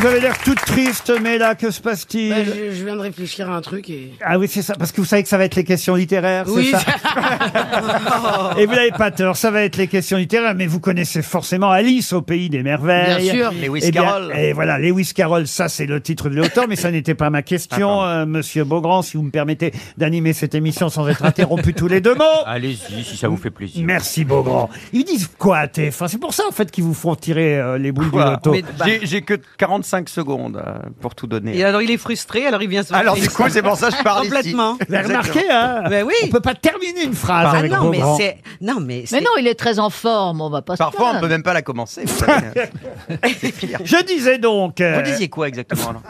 S2: Vous avez l'air toute triste, mais là, que se passe-t-il
S5: Bah, je, je viens de réfléchir à un truc et.
S2: Ah oui, c'est ça, parce que vous savez que ça va être les questions littéraires,
S5: Oui.
S2: c'est ça Et vous n'avez pas tort, ça va être les questions littéraires, mais vous connaissez forcément Alice au pays des merveilles.
S10: Bien sûr. Lewis
S2: Eh bien,
S10: Carroll.
S2: Et voilà, Lewis Carroll, ça c'est le titre de l'auteur, mais ça n'était pas ma
S10: Ah,
S2: question, euh, Monsieur Beaugrand, si vous me permettez d'animer cette émission sans être interrompu tous les deux mots.
S10: Allez-y, si ça vous fait plaisir.
S2: Merci Beaugrand. Ils disent quoi à TF1 C'est pour ça en fait qu'ils vous font tirer euh, les boules
S10: Voilà.
S2: du loto.
S10: Mais bah- j'ai- J'ai que 45 secondes euh, pour tout donner.
S9: Et alors, il est frustré, alors il vient se
S10: Alors, du coup, c'est pour ça que je parle ici.
S9: Complètement.
S10: Vous avez remarqué,
S2: hein
S9: Ben oui. On
S2: peut pas terminer une phrase
S9: ah,
S10: avec
S9: non,
S10: Beaugrand.
S9: Mais c'est... non, mais
S6: Mais
S9: c'est...
S6: non, il est très en forme, on va pas se
S10: Parfois, on
S6: plaindre.
S10: peut même pas la commencer. vous savez.
S2: Je disais donc. euh,
S10: Vous disiez quoi exactement alors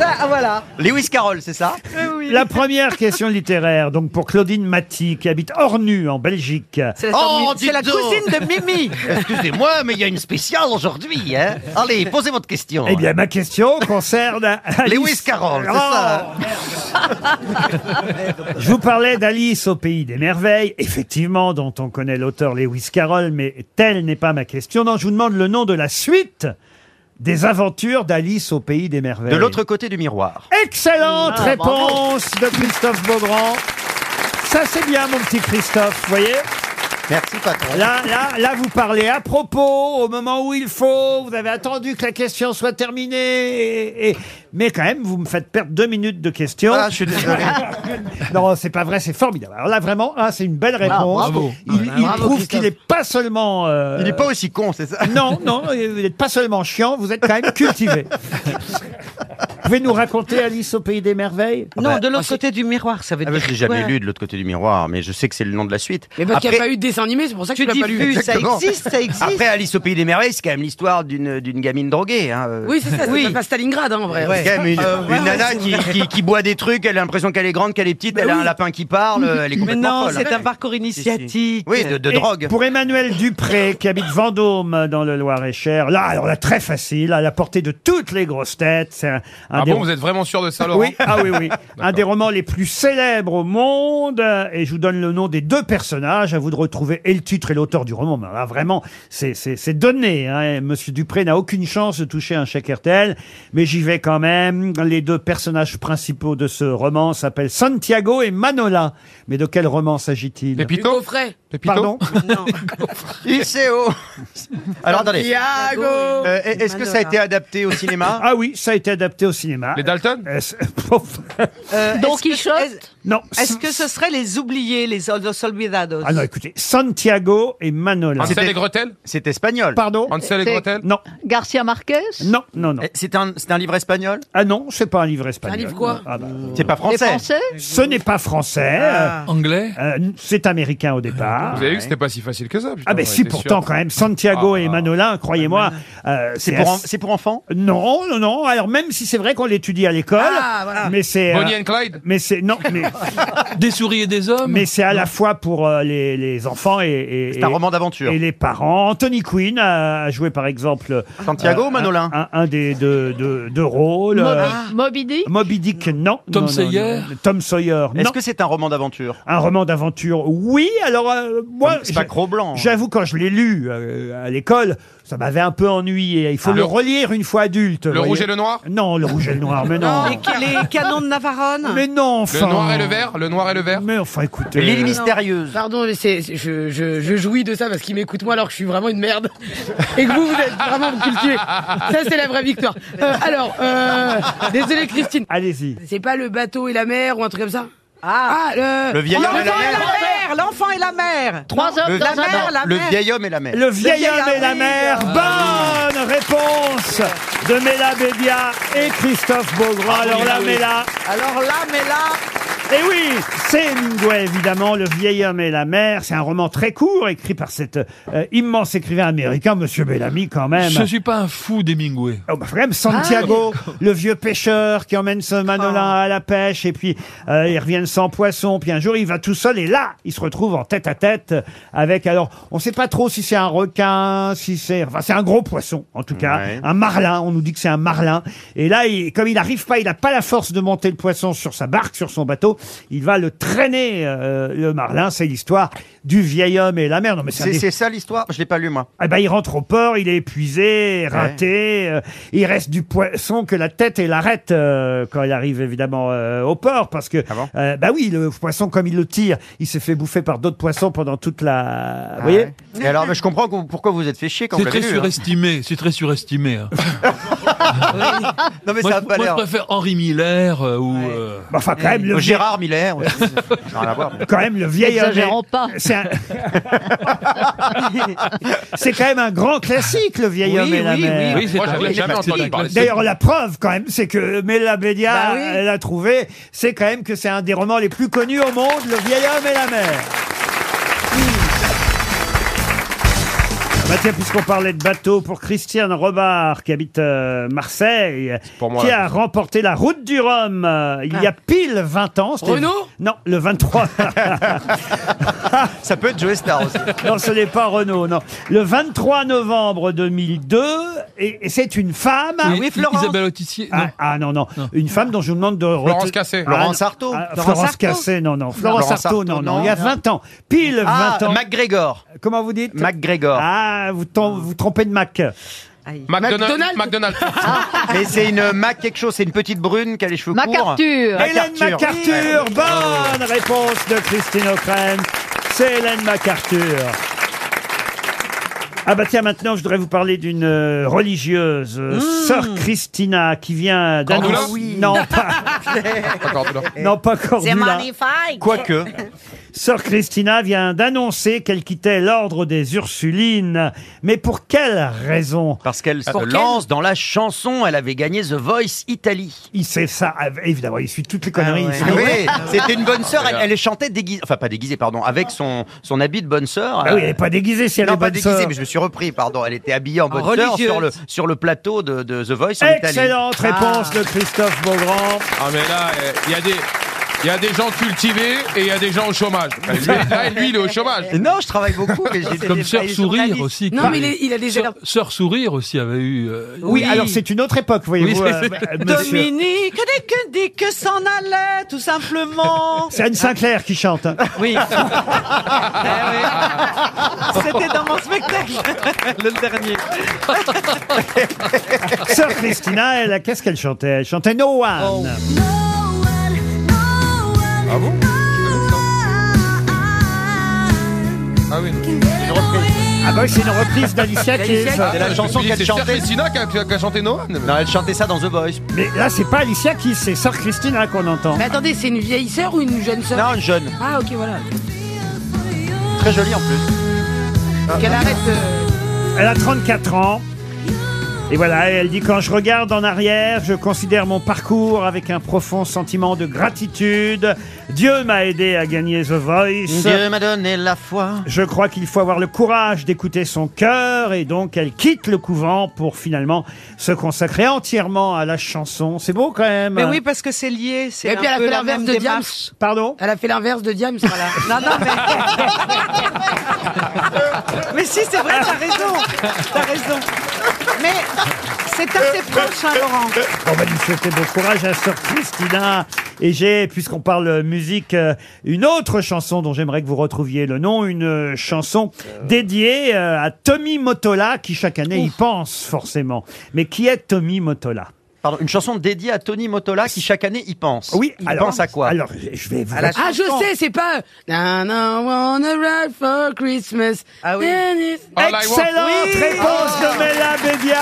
S9: Ça, ah, voilà.
S10: Lewis Carroll, c'est ça
S2: La première question littéraire, donc pour Claudine Maty, qui habite Ornu, en Belgique.
S9: C'est la, famille- c'est la cousine de Mimi.
S10: Oh, Excusez-moi, mais il y a une spéciale aujourd'hui. Hein Allez, posez votre question.
S2: Eh bien, ma question concerne Alice.
S10: Lewis Carroll, c'est
S2: Oh,
S10: ça hein.
S9: Oh.
S2: Je vous parlais d'Alice au pays des merveilles, effectivement, dont on connaît l'auteur Lewis Carroll, mais telle n'est pas ma question. Non, je vous demande le nom de la suite des aventures d'Alice au pays des merveilles.
S10: De l'autre côté du miroir.
S2: Excellente
S10: Ah, bravo.
S2: réponse de Christophe Beaugrand. Ça, c'est bien, mon petit Christophe, vous voyez
S10: Merci, patron.
S2: Là, là, là, vous parlez à propos, au moment où il faut, vous avez attendu que la question soit terminée, et, et- mais quand même, vous me faites perdre deux minutes de questions.
S10: Ah, je suis désolé.
S2: non, c'est pas vrai, c'est formidable. Alors là, vraiment, ah, c'est une belle réponse.
S10: bravo.
S2: Il,
S10: Ah,
S2: il
S10: bravo,
S2: prouve
S10: Christophe.
S2: qu'il est pas seulement... euh,
S10: Il n'est pas aussi con, c'est ça
S2: Non, non, vous n'êtes pas seulement chiant, vous êtes quand même cultivé. vous pouvez nous raconter Alice au Pays des Merveilles
S10: bah,
S9: Non, de l'autre côté du miroir, ça veut
S10: ben, Ah
S9: dire.
S10: bah, je l'ai jamais
S9: quoi
S10: lu de l'autre côté du miroir, mais je sais que c'est le nom de la suite.
S5: Mais parce qu'il n'y a
S10: Après-
S5: pas eu de dessin animé, c'est pour ça que tu,
S9: Tu
S5: l'as pas lu.
S9: diffuses, ça
S10: Exactement.
S9: existe, ça existe.
S10: Après, Alice au Pays des Merveilles, c'est quand même l'histoire d'une d'une gamine droguée. hein. Euh,
S5: Oui, c'est ça, c'est
S9: Oui.
S5: pas Stalingrad hein, en vrai.
S10: C'est quand même une,
S9: Euh,
S10: une nana qui, qui- qui boit des trucs, elle a l'impression qu'elle est grande, qu'elle est petite, elle a un lapin qui parle, euh, elle
S9: Bah
S10: est
S9: Mais
S10: complètement
S9: non,
S10: folle.
S9: c'est un parcours initiatique.
S10: Oui, de, de
S2: Et
S10: drogue.
S2: Pour Emmanuel Dupré, qui habite Vendôme, dans le Loir-et-Cher, là, alors là, très facile, à la portée de toutes les grosses têtes. C'est un, un
S7: Ah
S2: des
S7: bon, vous êtes vraiment sûr de ça, Laurent
S2: Oui, ah oui, oui. un des romans les plus célèbres au monde. euh, Et je vous donne le nom des deux personnages. À vous de retrouver et le titre et l'auteur du roman. Mais là, vraiment, c'est- c'est c'est donné. Hein. Et Monsieur Dupré n'a aucune chance de toucher un chèque RTL. Mais j'y vais quand même. Les deux personnages principaux de ce roman s'appellent Santiago et Manola. Mais de quel roman s'agit-il
S7: Pépito
S5: Frais.
S7: Pépito
S2: Pardon
S10: ICO. Alors, attendez.
S5: Santiago.
S10: Euh, Est-ce que ça a été adapté au cinéma
S2: Ah oui, ça a été adapté au cinéma.
S7: Les Dalton
S2: Euh, c'est- Pauvre.
S6: Don Quichotte
S2: Non.
S9: Est-ce que ce serait les oubliés, les los olvidados
S2: Ah non, écoutez, Santiago et Manola.
S7: Hansel et Ah, Gretel
S10: C'est espagnol.
S2: Pardon
S7: Hansel et Gretel
S2: Non.
S6: Garcia Marquez
S2: Non, non, non.
S10: Eh, C'est un, c'est un livre espagnol
S2: Ah non, c'est pas un livre espagnol.
S10: Un livre quoi
S2: Ah bah, euh,
S10: C'est pas français.
S6: Les Français
S2: Ce n'est pas français.
S7: Ah.
S2: Anglais C'est américain au départ.
S7: Vous avez vu que c'était pas si facile que ça. putain,
S2: Ah ben
S7: on
S2: si
S7: était sûr.
S2: pourtant
S7: Ah.
S2: quand même Santiago
S10: Ah,
S2: et Manola, croyez-moi, euh,
S10: C'est pour en-
S2: assez-
S10: c'est pour enfants
S2: Non, non, non. Alors même si c'est vrai qu'on l'étudie à l'école,
S10: Ah, voilà.
S2: mais c'est euh,
S7: Bonnie and Clyde
S2: Mais c'est non, mais
S4: Des souris et des hommes
S2: mais c'est à la fois pour euh, les, les enfants et, et-
S10: C'est un
S2: et-
S10: roman d'aventure.
S2: et les parents. Anthony Quinn a, a joué par exemple euh,
S10: Santiago ou
S2: un-
S10: Manolin
S2: un, un des deux, deux- deux rôles.
S6: Moby,
S2: Euh,
S6: Moby Dick
S2: Moby Dick, non. Non, non,
S10: Tom
S2: non,
S10: Sawyer
S2: non. Tom Sawyer,
S10: Est-ce
S2: non.
S10: que c'est un roman d'aventure
S2: Un roman d'aventure, oui. Alors, euh, moi.
S10: C'est pas
S2: je-
S7: hein.
S10: Gros-Blanc.
S2: J'avoue, quand je l'ai lu euh, à l'école, ça m'avait un peu ennuyé. Il faut
S7: Ah.
S2: le relire une fois adulte.
S7: Le rouge et le noir
S2: Non, le rouge et le noir, mais non.
S9: les, ca- les canons de Navarone
S2: mais non, enfin.
S7: Le noir et le vert Le noir et le vert
S2: Mais enfin, écoutez.
S10: L'île mystérieuse.
S5: Pardon, mais c'est, c'est- je, je, je jouis de ça parce qu'il m'écoute moi alors que je suis vraiment une merde et que vous, vous êtes vraiment cultivé. Ça, c'est la vraie victoire. Euh, alors, euh, désolé Christine,
S2: Allez-y.
S5: c'est pas le bateau et la mer ou un truc comme ça Ah, le...
S10: Le vieil homme et la
S9: L'enfant et la mère L'enfant
S10: mère.
S9: et la mère
S6: Trois hommes
S10: Le-
S6: dans
S9: La
S6: un
S9: mère,
S6: an.
S9: la
S10: Le
S9: mère
S10: vieil homme et la mère.
S2: Le vieil
S9: vieil
S2: homme et la
S9: homme.
S2: mer.
S7: Ah.
S2: Bonne réponse de Mela Bédia et Christophe Beaugrand.
S7: Ah
S2: Alors là, Mela.
S9: Alors là, mais là...
S2: Et oui, c'est Hemingway, évidemment, Le vieil homme et la mer. C'est un roman très court, écrit par cet euh, immense écrivain américain, Monsieur Bellamy, quand même.
S14: Je suis pas un fou Ah, d'Hemingway.
S2: Oh, bah, quand même, Santiago,
S10: Ah,
S2: le vieux pêcheur qui emmène ce Manolin à la pêche, et puis euh, ils reviennent sans poisson, puis un jour il va tout seul, et là, il se retrouve en tête à tête avec, alors, on sait pas trop si c'est un requin, si c'est, enfin, c'est un gros poisson, en tout cas,
S10: Ouais.
S2: un marlin, on nous dit que c'est un marlin, et là, il- comme il n'arrive pas, il n'a pas la force de monter le poisson sur sa barque, sur son bateau, il va le traîner, euh, le marlin, c'est l'histoire du vieil homme et la mer. Non, mais c'est un
S10: C'est
S2: des-
S10: c'est ça l'histoire Je l'ai pas lu moi.
S2: ah ben, il rentre au port, il est épuisé, raté. euh, il reste du poisson que la tête et l'arrête euh, quand il arrive évidemment euh, au port parce que
S10: Ah bon
S2: euh, bah oui le poisson comme il le tire, il s'est fait bouffer par d'autres poissons pendant toute la. Ah,
S10: Ah
S2: Vous voyez
S10: Et alors, mais je comprends que vous- pourquoi vous vous êtes fait chier quand
S14: C'est
S10: vous l'avez
S14: très
S10: lu. hein. Ah
S14: surestimé, c'est très surestimé. hein.
S10: Non mais
S14: moi,
S10: ça a
S14: je, moi,
S10: pas
S14: je
S10: l'air.
S14: préfère Henri Miller euh, ou... euh,
S2: Bah, Enfin quand même le vieil-
S10: Gérard Miller. aussi. Rien à voir. mais-
S2: quand même le vieil homme.
S6: N'exagérons
S2: et-
S6: pas.
S2: C'est un- C'est quand même un grand classique le vieil
S9: Oui,
S2: homme et la
S9: oui,
S2: mer.
S14: Oui, c'est
S7: Moi, j'avais
S14: oui,
S7: jamais
S14: c'est
S7: entendu
S14: un
S7: parler.
S14: classique.
S2: D'ailleurs, la preuve, quand même, c'est que Mela Bédia
S9: Bah oui.
S2: elle a trouvé, c'est quand même que c'est un des romans les plus connus au monde, Le vieil homme et la mer. Bah tiens, puisqu'on parlait de bateau, pour Christiane Robard, qui habite euh, Marseille,
S7: pour moi,
S2: qui
S7: là.
S2: a remporté la route du Rhum euh, il y a pile 20 ans. c'était-
S5: Renaud
S2: Non, le 23.
S10: Ça peut être Joe Star aussi.
S2: non, ce n'est pas Renaud, non. Le 23 novembre 2002, et, et c'est une femme.
S14: I-
S9: oui, Florence.
S14: Isabelle Autissier. non.
S2: Bah Ah, ah, non, non, Une femme dont je vous demande de...
S7: Florence
S2: rete-
S7: Cassé.
S2: Ah,
S10: Laurence
S2: non.
S10: Artaud.
S2: Ah,
S9: Laurence
S2: Florence
S9: Artaud.
S2: Cassé, non, non. Florence
S10: Laurence
S2: Artaud, non,
S10: Artaud,
S2: non.
S10: non.
S2: Il y a 20 ans. Pile 20
S10: Ah,
S2: ans.
S10: MacGregor.
S2: Comment vous dites
S10: MacGregor.
S2: Ah, vous, tom- vous trompez de Mac.
S7: McDonald's.
S5: McDonald's.
S7: McDonald's.
S10: Mais c'est une Mac quelque chose. C'est une petite brune qui a les cheveux courts.
S6: MacArthur.
S2: Hélène
S10: MacArthur.
S2: MacArthur. Bonne réponse de Christine O'Krent. C'est Hélène MacArthur. Ah bah tiens, maintenant, je voudrais vous parler d'une euh, religieuse, euh, Sœur Christina, qui vient
S7: Cordula
S3: Ah
S2: d'annoncer... Non, pas,
S7: Pas Cordula.
S2: non, pas Cordula.
S10: Quoique.
S2: Sœur Christina vient d'annoncer qu'elle quittait l'ordre des Ursulines. Mais pour quelle raison
S10: Parce qu'elle se lance dans la chanson. Elle avait gagné The Voice Italie. Ah
S2: Il sait ça, av- évidemment, il suit toutes les conneries. il suit-
S10: Oui, c'était une bonne sœur. Elle, elle chantait déguisée, enfin pas déguisée, pardon, avec son, son habit de bonne sœur.
S2: Ah oui, elle n'est pas déguisée si elle
S10: non,
S2: est
S10: pas
S2: bonne
S10: déguisée,
S2: sœur.
S10: mais je me suis repris, pardon. Elle était habillée en bonne sœur
S9: religieuse.
S10: sur le, sur le plateau de, de The Voice en Italie. Ah.
S2: Excellente réponse de Christophe Beaugrand.
S7: Ah, mais là,
S8: euh,
S7: il y a des... Il y a des gens cultivés et il y a des gens au chômage.
S8: Ben,
S7: Lui, là, lui, il est au chômage.
S10: Non, je travaille beaucoup, mais j'ai
S14: Comme
S10: des-
S14: Sœur
S10: des
S14: Sourire
S10: journalistes.
S14: aussi.
S5: Non,
S14: quoi.
S5: mais il, est- il a déjà...
S14: Sœur, Sœur Sourire aussi avait eu... euh,
S2: Oui, alors c'est une autre époque, voyez-vous,
S14: Oui,
S2: euh,
S14: c'est-
S2: monsieur.
S9: Dominique, dès que dit que s'en allait, tout simplement.
S2: C'est Anne Sinclair qui chante. hein.
S9: Oui. Eh Ah oui. C'était dans mon spectacle, le dernier.
S2: Sœur Christina, elle, qu'est-ce qu'elle chantait Elle chantait No One.
S7: Ah bon Ah oui, non.
S2: Ah Ah bah oui, c'est une reprise d'Alicia Keys.
S10: C'est la chanson qu'elle chantait.
S7: chanté Noan
S10: Non, elle chantait ça dans The Voice.
S2: Mais là, c'est pas Alicia Keys, c'est Sœur Christina qu'on entend.
S5: Mais attendez, c'est une vieille sœur ou une jeune sœur
S10: Non, une jeune.
S5: Ah, ok, voilà.
S10: Très jolie en plus.
S5: Qu'elle arrête.
S2: Ah.
S5: euh,
S2: Elle a 34 ans. Et voilà, elle dit quand je regarde en arrière, je considère mon parcours avec un profond sentiment de gratitude. Dieu m'a aidé à gagner The Voice.
S10: Dieu m'a donné la foi.
S2: Je crois qu'il faut avoir le courage d'écouter son cœur et donc elle quitte le couvent pour finalement se consacrer entièrement à la chanson. C'est beau quand même.
S9: Mais oui, parce que c'est lié. c'est
S5: Et puis
S9: un
S5: elle a
S9: peu
S5: fait
S9: la
S5: l'inverse
S9: même
S5: de Diams.
S9: démarche.
S2: Pardon
S5: Elle a fait l'inverse de Diams, voilà. Non, non, mais.
S9: mais si, c'est vrai, t'as raison. T'as raison. Mais c'est assez proche, hein, Laurent.
S2: Bon, bah, lui souhaiter bon courage à Sœur Christina. Et j'ai, puisqu'on parle musique, euh, une autre chanson dont j'aimerais que vous retrouviez le nom, une euh, chanson dédiée euh, à Tommy Motola, qui chaque année y pense forcément. Mais qui est Tommy Motola
S10: Pardon, une chanson dédiée à Tony Motola qui chaque année y pense.
S2: Oui,
S10: il
S2: alors-
S10: pense à quoi
S2: Alors, je vais vous
S10: à la
S5: Ah, je
S10: chanson.
S5: sais, c'est pas. I don't wanna ride for Christmas. Ah oui. Ah.
S2: Excellente réponse de Mella Bédia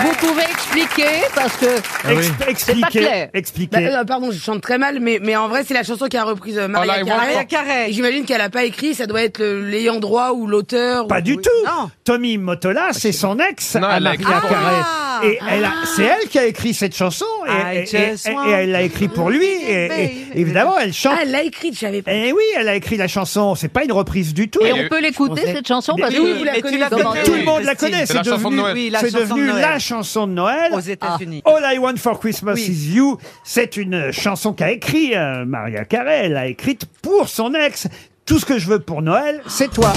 S6: Vous pouvez expliquer parce que
S9: Ah
S2: Ex-
S5: C'est pas clair.
S2: expliquez.
S5: Bah, euh, pardon, je chante très mal, mais, mais en vrai, c'est la chanson qu'a reprise euh, Mariah
S9: All I
S5: Carey.
S9: want for-
S5: Et J'imagine qu'elle a pas écrit, ça doit être le- l'ayant droit ou l'auteur.
S2: Pas
S5: ou-
S2: du
S5: ou-
S2: tout.
S5: Non.
S2: Tommy Motola, c'est son ex,
S7: Non,
S2: à
S7: elle l'a
S2: Maria
S7: écrit pour
S2: Carré.
S5: lui.
S2: Et elle a- c'est elle qui a écrit cette chanson. Et,
S5: I
S2: et- et-
S5: just
S2: et- et
S5: want
S2: elle l'a écrit pour lui. Et, et- évidemment, elle chante.
S5: Ah, elle l'a écrite, j'avais pas.
S2: Et oui, elle a écrit la chanson. C'est pas une reprise du tout.
S6: Et on peut l'écouter cette chanson
S2: Mais
S6: parce
S2: oui,
S6: que
S2: vous la
S5: Mais tu connaissez.
S6: Demandez-
S2: Tout le monde la
S9: Christine.
S2: connaît.
S7: C'est
S2: C'est
S7: la chanson de
S2: devenu,
S7: Noël.
S9: Oui, la
S2: c'est
S9: chanson de
S2: devenu
S9: Noël.
S2: la chanson de Noël. Ah.
S9: Aux États-Unis.
S2: All I Want for Christmas
S9: Oui.
S2: is You. C'est une chanson qu'a écrit euh, Maria Carey. Elle l'a écrite pour son ex. Tout ce que je veux pour Noël, c'est toi.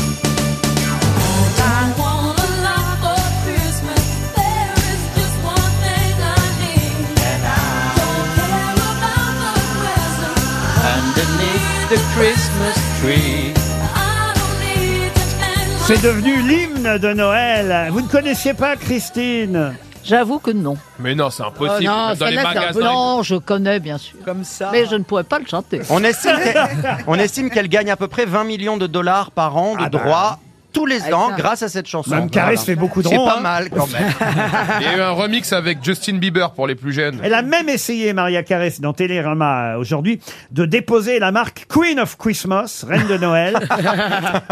S2: C'est devenu l'hymne de Noël. Vous ne connaissiez pas Christine
S6: J'avoue que non.
S7: Mais non, c'est
S6: Ah
S7: impossible.
S6: non,
S7: dans les
S6: celle-là, c'est un peu-
S7: magasins.
S6: Non, je connais bien sûr.
S9: Comme ça.
S6: Mais Ah, je ne pourrais pas le chanter.
S10: On estime qu'elle- on estime qu'elle gagne à peu près 20 millions de dollars par an de
S2: Ah bah.
S10: droits tous les
S6: Ah,
S10: ans
S6: ça.
S10: grâce à cette chanson.
S2: Mme Carré se fait beaucoup de
S10: C'est
S2: ronds,
S10: pas
S2: hein.
S10: mal quand même.
S7: Il y a eu un remix avec Justin Bieber pour les plus jeunes.
S2: Elle a même essayé, Maria Carey, c'est dans Télérama euh, aujourd'hui, de déposer la marque Queen of Christmas, Reine de Noël,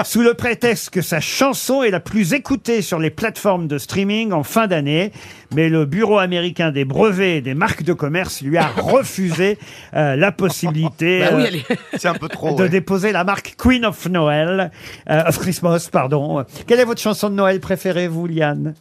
S2: sous le prétexte que sa chanson est la plus écoutée sur les plateformes de streaming en fin d'année. Mais le Bureau américain des brevets et des marques de commerce lui a refusé euh, la possibilité
S5: Bah oui,
S2: euh,
S5: elle est-
S10: C'est un peu trop.
S2: de
S10: ouais.
S2: déposer la marque Queen of Noël, euh, of Christmas, pardon. Quelle est votre chanson de Noël préférée, vous, Liane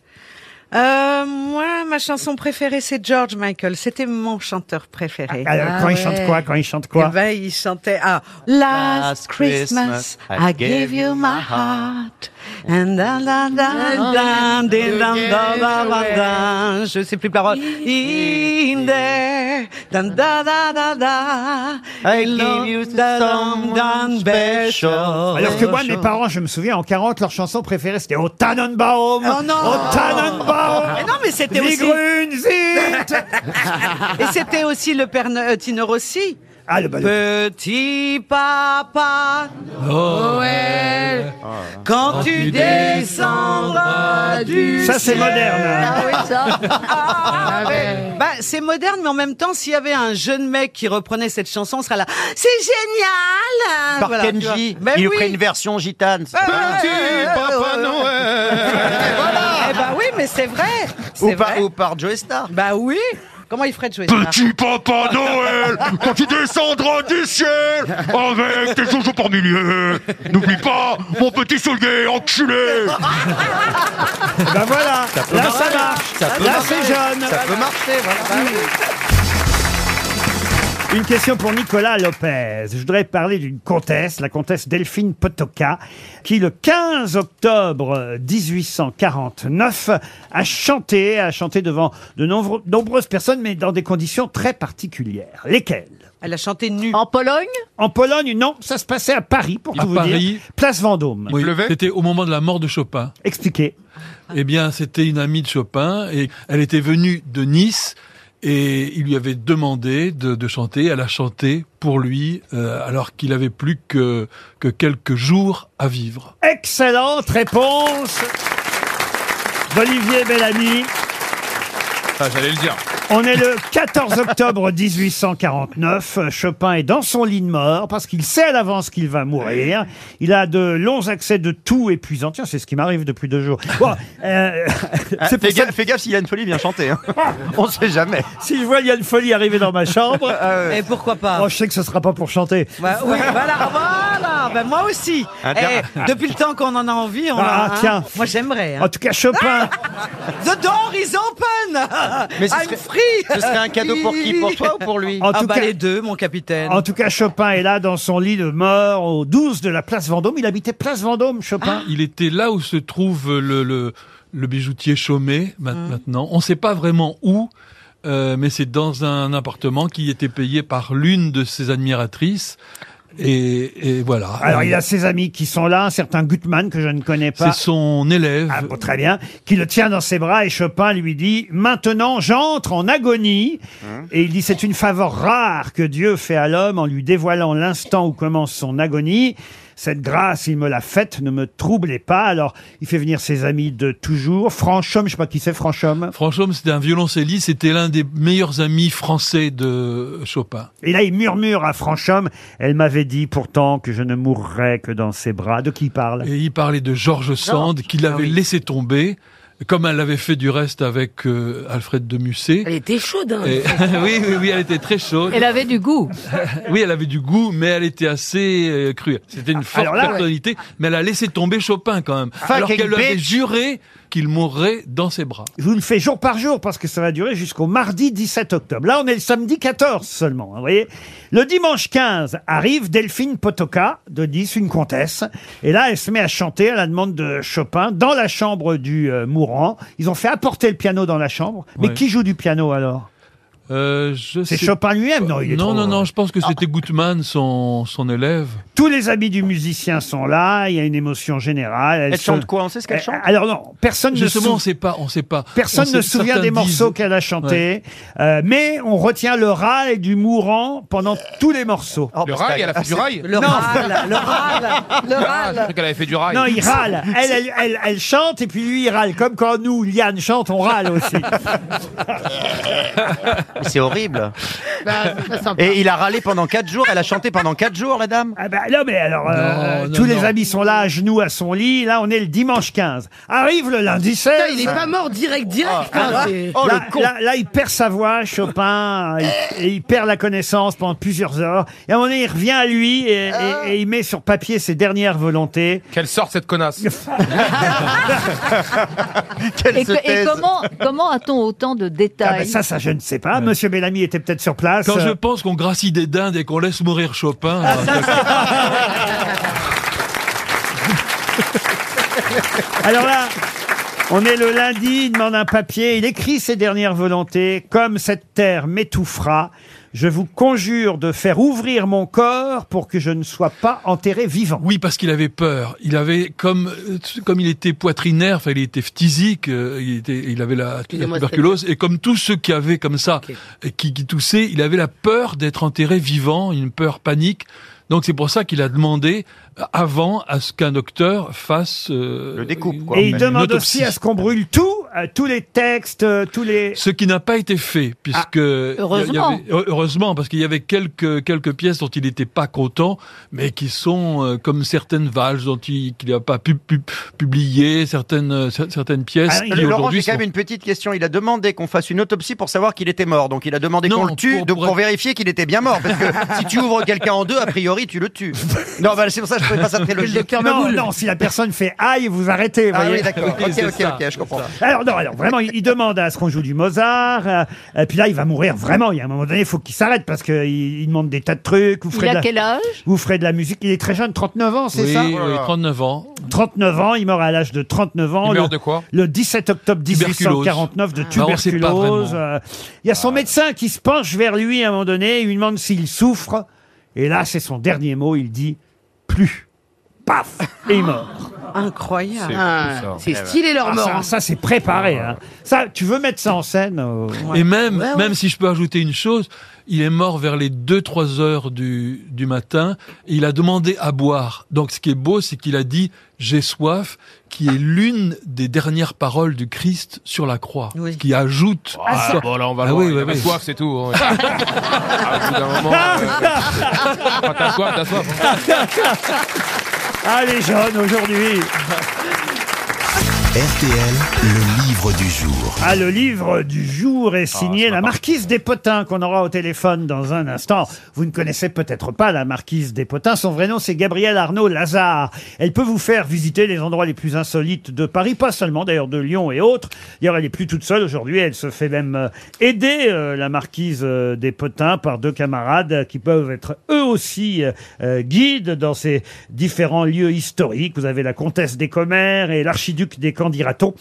S9: Euh, moi, ma chanson préférée, c'est George Michael. C'était mon chanteur préféré.
S2: Ah, Alors, Quand
S9: Ah
S2: il chante quoi Quand il chante quoi
S9: Eh ben, il chantait ah, Last
S10: Last
S9: Christmas, I gave you my heart, and da da da da ding, dong, da da da da. Je sais plus la parole. In there, da da da da da.
S10: I give you someone special.
S2: Alors que moi, mes parents, je me souviens, en 40, leur chanson préférée, c'était Au Tannenbaum
S9: Oh non
S2: Au Tannenbaum
S9: Mais non, mais c'était
S2: Die
S9: aussi-
S2: Grünen sind
S9: Et c'était aussi le père Neu- euh, Tino Rossi.
S2: Ah, le bal-
S9: Petit papa, Noël, quand tu descendras du
S2: Ça, c'est
S9: ciel.
S2: moderne.
S6: Ah oui, ça.
S9: Ah, ouais. Bah, c'est moderne, mais en même temps, s'il y avait un jeune mec qui reprenait cette chanson, on serait là. C'est génial! hein,
S10: Par
S9: Voilà, tu vois.
S10: Kenji,
S9: Ben
S10: il
S9: oui.
S10: ferait une version gitane.
S2: Ben
S10: c'est pas mal.
S7: Petit Papa Noël.
S9: Eh bah oui, mais c'est vrai. C'est
S10: Ou par,
S9: vrai.
S10: ou par Joe Star.
S9: Bah oui. Comment il ferait de jouer ça
S7: Petit Papa Noël, quand tu descendras du ciel, avec tes joujoux par milieu, n'oublie pas mon petit soulier enculé.
S2: Ben voilà Là, ça marche Là, c'est jeune Ben
S10: Ça peut marcher, voilà.
S2: Une question pour Nicolas Lopez. Je voudrais parler d'une comtesse, la comtesse Delphine Potoka, qui le 15 octobre 1849 a chanté, a chanté devant de nombre- nombreuses personnes, mais dans des conditions très particulières. Lesquelles
S9: Elle a chanté nu.
S6: En Pologne
S2: En Pologne, non, ça se passait à Paris, pour
S14: À
S2: tout vous dire.
S14: Paris.
S2: Place Vendôme.
S14: Oui,
S7: pleuvait
S14: C'était au moment de la mort de Chopin.
S2: Expliquez.
S14: Eh bien, c'était une amie de Chopin et elle était venue de Nice. et il lui avait demandé de, de chanter. Elle a chanté pour lui euh, alors qu'il avait plus que, que quelques jours à vivre.
S2: Excellente réponse d'Olivier Bellamy.
S8: Ah, j'allais le dire.
S2: On est le 14 octobre 1849. Chopin est dans son lit de mort parce qu'il sait à l'avance qu'il va mourir. Il a de longs accès de tout épuisant. Tiens, c'est ce qui m'arrive depuis deux jours. Bon, euh,
S10: Ah,
S2: c'est pour
S10: fais,
S2: ça-
S10: gaffe, fais gaffe s'il y a une folie, bien chanter. hein. On sait jamais. Ah
S2: Si je vois il y a une folie arriver dans ma chambre.
S9: Et pourquoi pas
S2: Oh, je sais que ce sera pas pour chanter.
S9: Bah, oui, voilà, voilà, bah, moi aussi.
S2: Inter-
S9: Eh, depuis le temps qu'on en a envie, on
S2: Ah,
S9: a- hein.
S2: tiens.
S9: Moi j'aimerais. hein.
S2: En tout cas, Chopin.
S9: The door is open.
S10: Mais ce
S9: I'm
S10: serait-
S9: free.
S10: ce serait un cadeau pour qui, pour toi ou pour lui
S2: En
S9: Ah
S2: tout
S9: bah,
S2: cas-
S9: les deux, mon capitaine.
S2: En tout cas, Chopin est là dans son lit de mort au 12 de la place Vendôme. Il habitait place Vendôme, Chopin.
S14: Il était là où se trouve le, le, le bijoutier Chaumet ma-
S6: Mmh.
S14: maintenant. On ne sait pas vraiment où, euh, mais c'est dans un appartement qui était payé par l'une de ses admiratrices. Et, et voilà.
S2: Alors, il a ses amis qui sont là, un certain Gutmann que je ne connais pas.
S14: C'est son élève.
S2: Ah, bon, très bien. Qui le tient dans ses bras et Chopin lui dit Maintenant, j'entre en agonie. Et il dit C'est une faveur rare que Dieu fait à l'homme en lui dévoilant l'instant où commence son agonie. Cette grâce, il me l'a faite, ne me troublez pas. Alors, il fait venir ses amis de toujours. Franchomme, je sais pas qui c'est, Franchomme.
S14: Franchomme, c'était un violoncelliste, c'était l'un des meilleurs amis français de Chopin.
S2: Et là, il murmure à Franchomme Elle m'avait dit pourtant que je ne mourrais que dans ses bras. De qui il parle
S14: Et il parlait de Georges Sand, qu'il
S6: Ah
S14: avait laissé tomber, comme elle l'avait fait du reste avec euh, Alfred de Musset.
S6: Elle était chaude, hein.
S14: Et- oui, oui, oui, elle était très chaude.
S6: Elle avait du goût.
S14: Oui, elle avait du goût, mais elle était assez euh, cruelle. C'était
S2: Ah,
S14: une forte
S6: alors là,
S14: personnalité, mais elle a laissé tomber Chopin quand même.
S2: Fucking
S14: Alors qu'elle lui avait
S2: bitch.
S14: juré qu'il mourrait dans ses bras.
S2: Je vous le fais jour par jour parce que ça va durer jusqu'au mardi 17 octobre. Là, on est le samedi 14 seulement, hein, vous voyez. Le dimanche 15 arrive Delphine Potoka, de 10, une comtesse. Et là, elle se met à chanter à la demande de Chopin dans la chambre du euh, mourant. Ils ont fait apporter le piano dans la chambre. Mais
S14: Ouais.
S2: qui joue du piano alors
S14: Euh, je
S2: C'est
S14: sais-
S2: Chopin lui-même Non, il est
S14: Non,
S2: trop-
S14: non,
S2: Ah.
S14: non, je pense que c'était Gutmann, son, son élève.
S2: Tous les amis du musicien sont là, il y a une émotion générale.
S14: Elle chante
S2: quoi
S10: On sait ce
S2: qu'elle chante Alors non, personne ne
S14: Justement, on
S2: sou-
S14: ne sait pas, on sait pas.
S2: Personne
S14: On sait-
S2: ne se souvient
S14: certains
S2: des morceaux
S14: disent-
S2: qu'elle a
S14: Ouais.
S2: chantés, euh, mais on retient le râle du mourant pendant tous les morceaux.
S8: Le râle, elle a fait du rail
S2: Le Non. râle,
S9: le râle,
S8: Ah,
S9: le
S8: râle. Je crois qu'elle avait fait du rail.
S2: Non, il râle. Elle, elle, elle, elle chante et puis lui, il râle. Comme quand nous, Liane chante, on râle aussi.
S10: Mais C'est horrible.
S2: Ben,
S5: Bah, c'est pas sympa.
S10: Et il a râlé pendant 4 jours, elle a chanté pendant 4 jours, la dame.
S2: Ah bah, non, mais alors, euh, tous les amis sont là, à genoux à son lit. Là, on est le dimanche 15. Arrive le lundi 16.
S5: Putain, il est pas mort direct,
S6: Ah,
S9: Ah.
S5: direct. hein, c'est-
S6: oh,
S2: là, là- là, il perd sa voix, Chopin, il, et il perd la connaissance pendant plusieurs heures. Et à un moment donné, il revient à lui et, et- et il met sur papier ses dernières volontés.
S8: Qu'elle sorte cette connasse.
S6: Et, que- et comment, euh, comment a-t-on autant de
S2: Ah
S6: détails
S2: ben ça, ça, je ne sais pas. Monsieur Bellamy était peut-être sur place.
S14: Quand je
S2: Euh,
S14: pense qu'on gracie des dindes et qu'on laisse mourir Chopin. euh,
S2: Alors là, on est le lundi, il demande un papier, il écrit ses dernières volontés. Comme cette terre m'étouffera, je vous conjure de faire ouvrir mon corps pour que je ne sois pas enterré vivant.
S14: Oui, parce qu'il avait peur. Il avait, comme, euh, comme il était poitrinaire, enfin, il était phtisique, euh, il, était, il avait la, la
S5: Excusez-moi,
S14: tuberculose, et comme tous ceux qui avaient comme ça, et qui, qui toussaient, il avait la peur d'être enterré vivant, une peur panique. Donc c'est pour ça qu'il a demandé euh, avant à ce qu'un docteur fasse euh, le découpe.
S2: Et il demande aussi à ce qu'on brûle tout, euh, tous les textes, euh, tous les...
S14: Ce qui n'a pas été
S10: Ah,
S14: fait, puisque il y a- il y
S2: heureusement.
S14: avait- heu- heureusement, parce qu'il y avait quelques quelques pièces dont il n'était pas content, mais qui sont euh, comme certaines valses dont il qu'il n'a pas pu, pu- publier, certaines euh, cer- certaines pièces
S10: Ah,
S14: qui
S10: Laurent,
S14: aujourd'hui
S10: j'ai
S14: sont
S10: quand même une petite question. Il a demandé qu'on fasse une autopsie pour savoir qu'il était mort. Donc il a demandé qu'on le tue donc, pour, vérifier qu'il était bien mort. Parce que si tu ouvres quelqu'un en deux, a priori, tu le tues. Non, bah, c'est pour ça que je trouvais pas ça très logique.
S2: non, non, si la personne fait aïe, vous arrêtez. vous
S10: Ah
S2: voyez.
S10: oui, d'accord. Ok, ok, ok, je comprends.
S2: Alors non, alors vraiment, il, il demande à ce qu'on joue du Mozart. euh, et puis là, il va mourir vraiment. Il y a un moment donné, il faut qu'il s'arrête parce qu'il il demande des tas de trucs. Vous
S6: Il
S2: ferez
S6: a
S2: de la,
S6: quel âge
S2: Vous ferez de la musique. Il est très jeune, 39 ans, c'est
S14: oui,
S2: ça
S14: oui,
S10: Oh
S14: 39 ans.
S2: 39 ans, il meurt à l'âge de 39 ans.
S14: Il
S2: le,
S14: meurt de quoi
S2: Le 17 octobre
S14: Tuberculose.
S2: 1849 de
S14: Ah, on sait pas
S2: tuberculose.
S14: vraiment. Ah.
S2: Euh, Il y a son médecin qui se penche vers lui à un moment donné, il lui demande s'il souffre. Et là, c'est son dernier mot, il dit « plus ». paf, et il est mort.
S9: Incroyable.
S2: Ah,
S9: C'est stylé leur
S2: Ah,
S9: mort.
S2: Ça, ça, c'est préparé. hein. Ça, tu veux mettre ça en scène euh,
S14: Et même, même si je peux ajouter une chose, il est mort vers les 2-3 heures du, du matin. Et il a demandé à boire. Donc, ce qui est beau, c'est qu'il a dit J'ai soif, qui est l'une des dernières paroles du Christ sur la croix.
S9: Oui.
S14: Qui ajoute.
S8: Ah, bon, là, on va
S14: Ah
S8: loin.
S14: oui,
S8: Il
S14: oui,
S8: avait
S14: oui.
S8: soif, c'est tout. hein. Ah, au bout d'un moment, euh, quand t'as soif, t'as soif.
S2: Ah, les jeunes, aujourd'hui
S1: RTL, le livre du jour.
S2: Ah, le livre du jour est signé La Marquise des Potins, qu'on aura au téléphone dans un instant. Vous ne connaissez peut-être pas la Marquise des Potins. Son vrai nom, c'est Gabrielle Arnaud Lazare. Elle peut vous faire visiter les endroits les plus insolites de Paris, pas seulement d'ailleurs de Lyon et autres. D'ailleurs, elle est plus toute seule aujourd'hui. Elle se fait même euh, aider, euh, la Marquise euh, des Potins, par deux camarades euh, qui peuvent être eux aussi euh, euh, guides dans ces différents lieux historiques. Vous avez la comtesse des Commères et l'archiduc des Candiratons.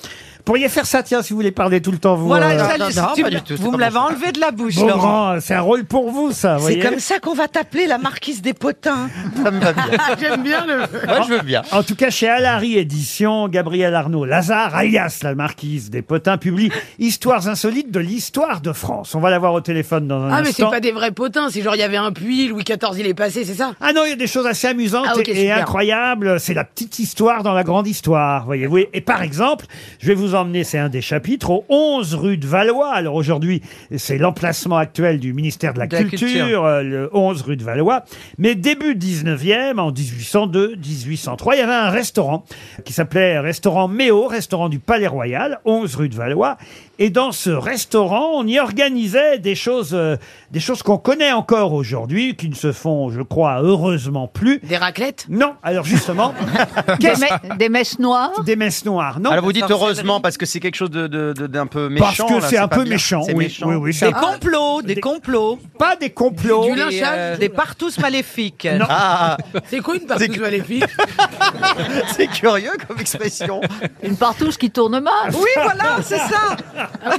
S2: Pourriez faire ça, tiens, si vous voulez parler tout le temps, vous.
S9: Voilà,
S2: euh,
S9: ça, les- tu- vous me l'avez enlevé de la bouche,
S2: Beaugrand,
S9: Laurent.
S2: euh, c'est un rôle pour vous, ça. vous
S9: C'est
S2: voyez.
S9: comme ça qu'on va t'appeler la marquise des potins.
S10: Ça me va
S2: bien.
S9: J'aime bien le.
S10: Moi, je veux bien.
S2: En tout cas, chez Alary Édition, Gabriel Arnaud Lazare, alias la marquise des potins, publie Histoires insolites de l'histoire de France. On va l'avoir au téléphone dans un
S5: Ah, mais c'est
S2: instant.
S5: pas des vrais potins, c'est genre il y avait un puits, Louis XIV il est passé, c'est ça
S2: Ah non, il y a des choses assez amusantes
S5: Ah, ok,
S2: et- et
S5: super.
S2: incroyables. C'est la petite histoire dans la grande histoire, voyez-vous. Et par exemple, je vais vous emmener, c'est un des chapitres, au 11 rue de Valois. Alors aujourd'hui, c'est l'emplacement actuel du ministère de la,
S4: De la
S2: culture,
S4: culture.
S2: euh, le 11 rue de Valois. Mais début 19e, en 1802, 1803, il y avait un restaurant qui s'appelait Restaurant Méo, restaurant du Palais Royal, 11 rue de Valois. Et dans ce restaurant, on y organisait des choses, euh, des choses qu'on connaît encore aujourd'hui, qui ne se font, je crois, heureusement plus.
S5: Des raclettes
S2: Non. Alors justement,
S6: Des, me- des messes noires
S2: des messes noires. Non.
S10: Alors vous dites heureusement parce que c'est quelque chose de- de- de- d'un peu méchant.
S2: Parce que
S10: là,
S2: c'est un
S10: pas
S2: peu
S10: bien.
S2: méchant,
S10: C'est
S2: oui,
S10: méchant.
S2: oui, oui, ça-
S9: Des complots, des complots.
S2: Pas des complots.
S9: Des,
S10: lynchage.
S9: euh, des partous maléfiques.
S10: Non. Ah.
S5: C'est quoi une partouze maléfique
S10: C'est curieux comme expression.
S6: Une partouche qui tourne mal.
S9: Oui, voilà, c'est ça.
S2: Ah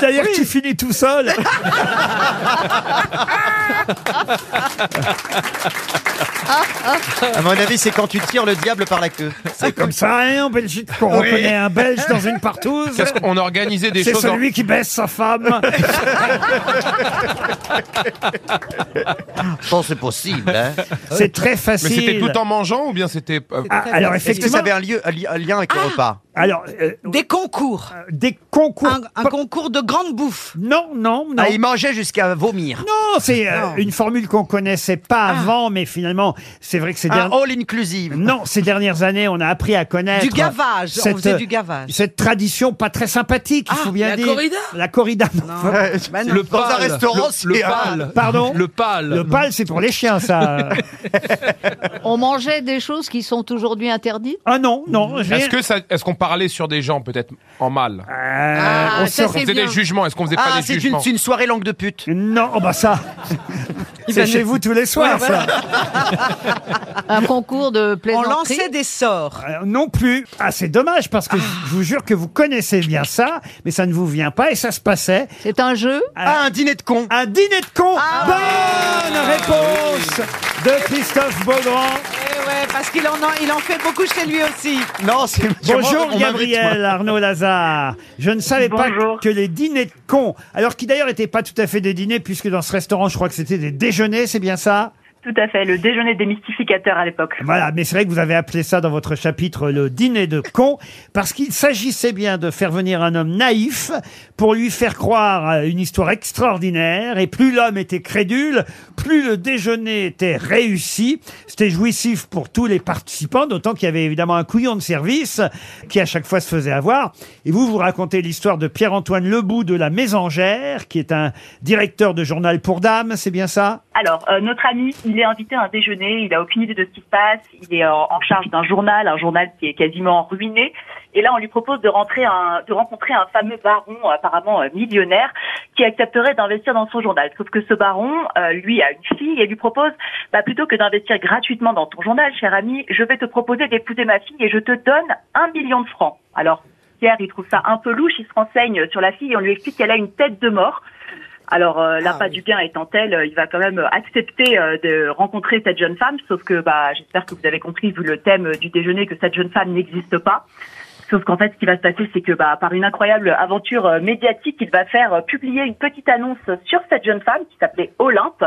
S2: C'est-à-dire que tu finis tout seul.
S10: À mon avis, c'est quand tu tires le diable par la queue.
S2: C'est comme ça, hein, en Belgique, qu'on
S10: Oui.
S2: reconnaît un Belge dans une partouze.
S8: Qu'est-ce qu'on organisait des
S2: C'est
S8: choses en-
S2: celui qui baisse sa femme.
S10: Je pense que c'est possible. hein.
S2: C'est très facile.
S8: Mais c'était tout en mangeant ou bien c'était. euh,
S2: Ah, alors,
S10: Est-ce que
S2: effectivement- Ah
S10: ça avait un, lieu- un li- un lien avec le repas
S2: Alors, euh,
S9: Des concours.
S2: des concours.
S9: Un, un concours de grande bouffe.
S2: Non, non, non.
S10: Ah, il mangeait jusqu'à vomir.
S2: Non, c'est euh, une formule qu'on connaissait pas avant, mais finalement, c'est vrai que ces
S10: Un
S2: dernières...
S10: all inclusive.
S2: Non, ces dernières années, on a appris à connaître
S9: Du gavage, on
S2: Cette,
S9: faisait
S2: euh,
S9: du gavage.
S2: Cette tradition pas très sympathique, il faut bien
S9: la
S2: dire.
S9: corrida
S2: La corrida. non.
S9: Bah non.
S14: Le
S10: Dans un
S14: pal,
S10: restaurant,
S14: le, le
S10: c'est un-
S14: pal.
S2: Pardon
S14: Le pal.
S2: Le bal, c'est pour les chiens, ça.
S6: On mangeait des choses qui sont aujourd'hui interdites
S2: ah non, non. je vais-
S8: Est-ce que ça, est-ce qu'on parlait sur des gens peut-être en mal
S2: Euh,
S5: Ah,
S2: on
S5: ça,
S2: se
S8: On
S5: c'est
S8: faisait
S5: bien.
S8: des jugements. Est-ce qu'on faisait
S10: Ah,
S8: pas des
S10: c'est une,
S8: jugements
S10: c'est une soirée langue de pute.
S2: Non, oh bah ça.
S9: va
S2: C'est chez
S9: nous-
S2: vous tous les soirs, ça.
S6: Un concours de
S9: On
S6: plaisanterie
S9: lançait des sorts.
S2: Euh, non plus. Ah, c'est dommage parce que je vous jure que vous connaissez bien ça, mais ça ne vous vient pas et ça se passait.
S6: C'est un jeu
S10: Ah, un dîner de Ah. con.
S2: Un dîner de cons. Bonne réponse de Christophe Beaugrand.
S9: Eh ouais, parce qu'il en, en- il en fait beaucoup chez lui aussi.
S10: Non, c'est
S2: Bonjour
S10: on m'invite,
S2: Gabriel Arnaud Lazare. Je ne savais
S17: Bonjour.
S2: pas que les dîners de cons, alors qui d'ailleurs n'étaient pas tout à fait des dîners puisque dans ce restaurant, je crois que c'était des déjeuners, c'est bien ça
S17: Tout à fait, le déjeuner des mystificateurs à l'époque.
S2: Voilà, mais c'est vrai que vous avez appelé ça dans votre chapitre le dîner de cons, parce qu'il s'agissait bien de faire venir un homme naïf pour lui faire croire à euh, une histoire extraordinaire, et plus l'homme était crédule, plus le déjeuner était réussi. C'était jouissif pour tous les participants, d'autant qu'il y avait évidemment un couillon de service qui à chaque fois se faisait avoir. Et vous, vous racontez l'histoire de Pierre-Antoine Lebout de la Mésangère, qui est un directeur de journal pour dames, c'est bien ça
S17: Alors, euh, notre ami, il est invité à un déjeuner, il a aucune idée de ce qui se passe, il est euh, en, en charge d'un journal, un journal qui est quasiment ruiné. Et là, on lui propose de, rentrer un, de rencontrer un fameux baron, apparemment euh, millionnaire, qui accepterait d'investir dans son journal. Sauf que ce baron, euh, lui, a une fille et lui propose, bah, plutôt que d'investir gratuitement dans ton journal, cher ami, je vais te proposer d'épouser ma fille et je te donne un million de francs. Alors, Pierre, il trouve ça un peu louche, il se renseigne sur la fille et on lui explique qu'elle a une tête de mort. Alors euh, l'appât du gain étant tel, euh, il va quand même accepter euh, de rencontrer cette jeune femme, sauf que bah, j'espère que vous avez compris, vu le thème euh, du déjeuner, que cette jeune femme n'existe pas. Sauf qu'en fait, ce qui va se passer, c'est que bah, par une incroyable aventure euh, médiatique, il va faire euh, publier une petite annonce sur cette jeune femme qui s'appelait Olympe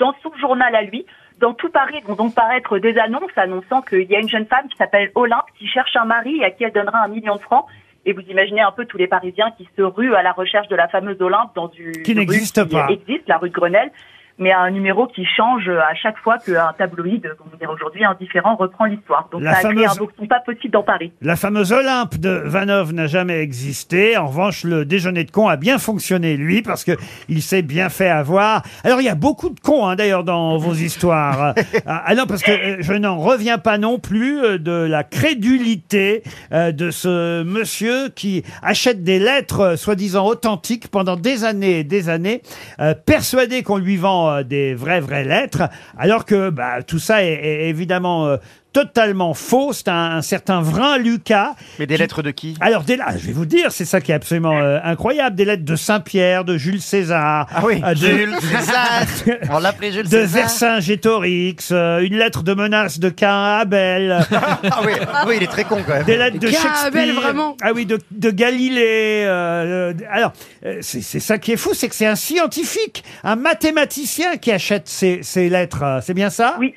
S17: dans son journal à lui. Dans tout Paris vont donc paraître des annonces annonçant qu'il y a une jeune femme qui s'appelle Olympe qui cherche un mari et à qui elle donnera un million de francs. Et vous imaginez un peu tous les Parisiens qui se ruent à la recherche de la fameuse Olympe dans du
S2: Qui
S17: une rue
S2: n'existe pas.
S17: existe, la rue de Grenelle, mais un numéro qui change à chaque fois qu'un tabloïd, comme on dirait aujourd'hui, indifférent, reprend l'histoire. Donc
S2: La
S17: ça a créé un
S2: fameuse-
S17: boxon pas possible dans Paris.
S2: La fameuse Olympe de Vanov n'a jamais existé. En revanche, le déjeuner de con a bien fonctionné, lui, parce que il s'est bien fait avoir. Alors, il y a beaucoup de cons, hein, d'ailleurs, dans vos histoires. ah, ah non, parce que euh, je n'en reviens pas non plus euh, de la crédulité euh, de ce monsieur qui achète des lettres euh, soi-disant authentiques pendant des années et des années, euh, persuadé qu'on lui vend euh, des vraies, vraies lettres, alors que bah, tout ça est, est évidemment... euh, totalement faux. C'est un, un certain Vrin Lucas. Mais des lettres de qui Alors, des, ah, je vais vous dire, c'est ça qui est absolument euh, incroyable. Des lettres de Saint-Pierre, de Jules César. Ah oui,
S10: Jules César. On l'appelait Jules
S2: de
S10: César.
S2: Vercingétorix, euh, une lettre de menace de Cain à Abel.
S10: Ah oui, oui, il est très con quand même.
S2: Des lettres de
S10: Cain à
S2: Shakespeare.
S10: Abel, vraiment
S2: Ah oui, de, de Galilée. euh, euh, alors, euh, c'est c'est ça qui est fou, c'est que c'est un scientifique, un mathématicien qui achète ces, ces lettres. euh, C'est bien ça
S17: Oui.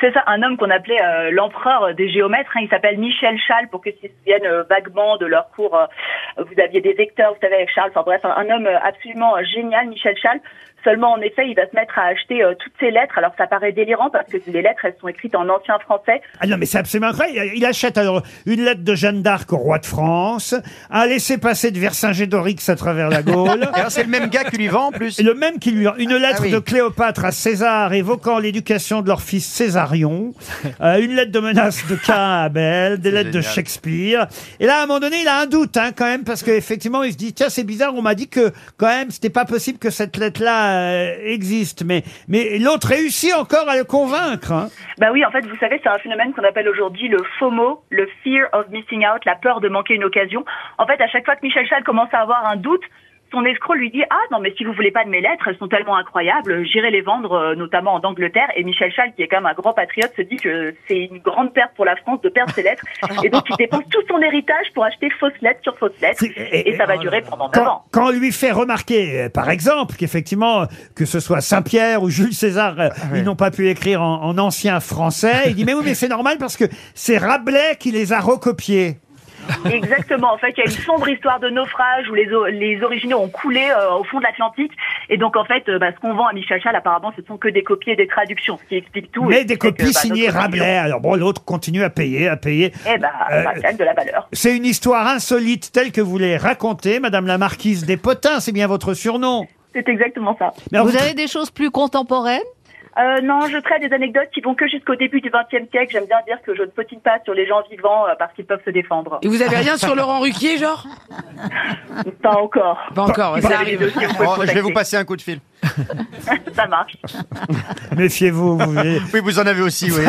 S17: C'est ça, un homme qu'on appelait euh, l'empereur des géomètres. hein, il s'appelle Michel Schall, pour que s'ils se souviennent euh, vaguement de leur cours. euh, vous aviez des vecteurs, vous savez, avec Charles. Enfin bref, un, un homme euh, absolument euh, génial, Michel Schall. Seulement, en effet, il va se mettre à acheter euh, toutes ces lettres. Alors, ça paraît délirant parce que les lettres, elles sont écrites en ancien français.
S2: Ah non, mais c'est absolument incroyable. Il achète alors une lettre de Jeanne d'Arc au roi de France, un laissez-passer de Vercingétorix à travers la Gaule.
S10: Et alors, c'est le même Ah gars qui lui vend en plus.
S2: Le même qui lui vend. Une lettre de Cléopâtre à César évoquant l'éducation de leur fils Césarion, Euh, une lettre de menace de Cain à Abel, des lettres de
S12: génial.
S2: Shakespeare. Et là, à un moment donné, il a un doute hein, quand même parce qu'effectivement, il se dit tiens, c'est bizarre, on m'a dit que quand même, c'était pas possible que cette lettre-là euh, existe. Mais, mais l'autre réussit encore à le convaincre. hein.
S17: Bah oui, en fait, vous savez, c'est un phénomène qu'on appelle aujourd'hui le FOMO, le fear of missing out, la peur de manquer une occasion. En fait, à chaque fois que Michel Schall commence à avoir un doute, son escroc lui dit ah non mais si vous voulez pas de mes lettres elles sont tellement incroyables j'irai les vendre euh, notamment en Angleterre et Michel Schall qui est quand même un grand patriote se dit que c'est une grande perte pour la France de perdre ses lettres et donc il dépense tout son héritage pour acheter fausses lettres sur fausses lettres et ça va durer pendant 9 ans
S2: quand, quand on lui fait remarquer, euh, par exemple, qu'effectivement, euh, que ce soit Saint-Pierre ou Jules César,
S17: Ah
S2: euh, ils n'ont pas pu écrire en, en ancien français, il dit mais oui, mais c'est normal parce que c'est Rabelais qui les a recopiés.
S17: Exactement. En fait, il y a une sombre histoire de naufrage où les, o- les originaux ont coulé euh, au fond de l'Atlantique. Et donc, en fait, euh, bah, ce qu'on vend à Michel Schall, apparemment, ce sont que des copies et des traductions, ce qui explique tout.
S2: mais
S17: Et
S2: des
S17: ce qui fait que,
S2: copies
S17: bah,
S2: signées
S17: notre
S2: Rabelais.
S17: religion-
S2: Alors bon, l'autre continue à payer, à payer.
S17: Eh ben,
S2: Euh,
S17: bah, ça a de la valeur.
S2: c'est une histoire insolite telle que vous l'avez racontée, Madame la Marquise des Potins, c'est bien votre surnom.
S17: C'est exactement ça.
S2: Mais alors,
S6: Vous avez des choses plus contemporaines
S17: Euh, non, je traite des anecdotes qui vont que jusqu'au début du XXe siècle. J'aime bien dire que je ne potine pas sur les gens vivants euh, parce qu'ils peuvent se défendre.
S5: Et vous avez rien sur Laurent Ruquier, genre
S17: Pas encore.
S5: Pas encore,
S17: Vous
S5: ça
S17: avez des
S5: arrive.
S17: dossiers, vous pouvez
S10: Oh, je vais
S17: contacter.
S10: vous passer un coup de fil.
S17: Ça marche.
S2: Méfiez-vous. Vous oui,
S10: vous en avez aussi, oui.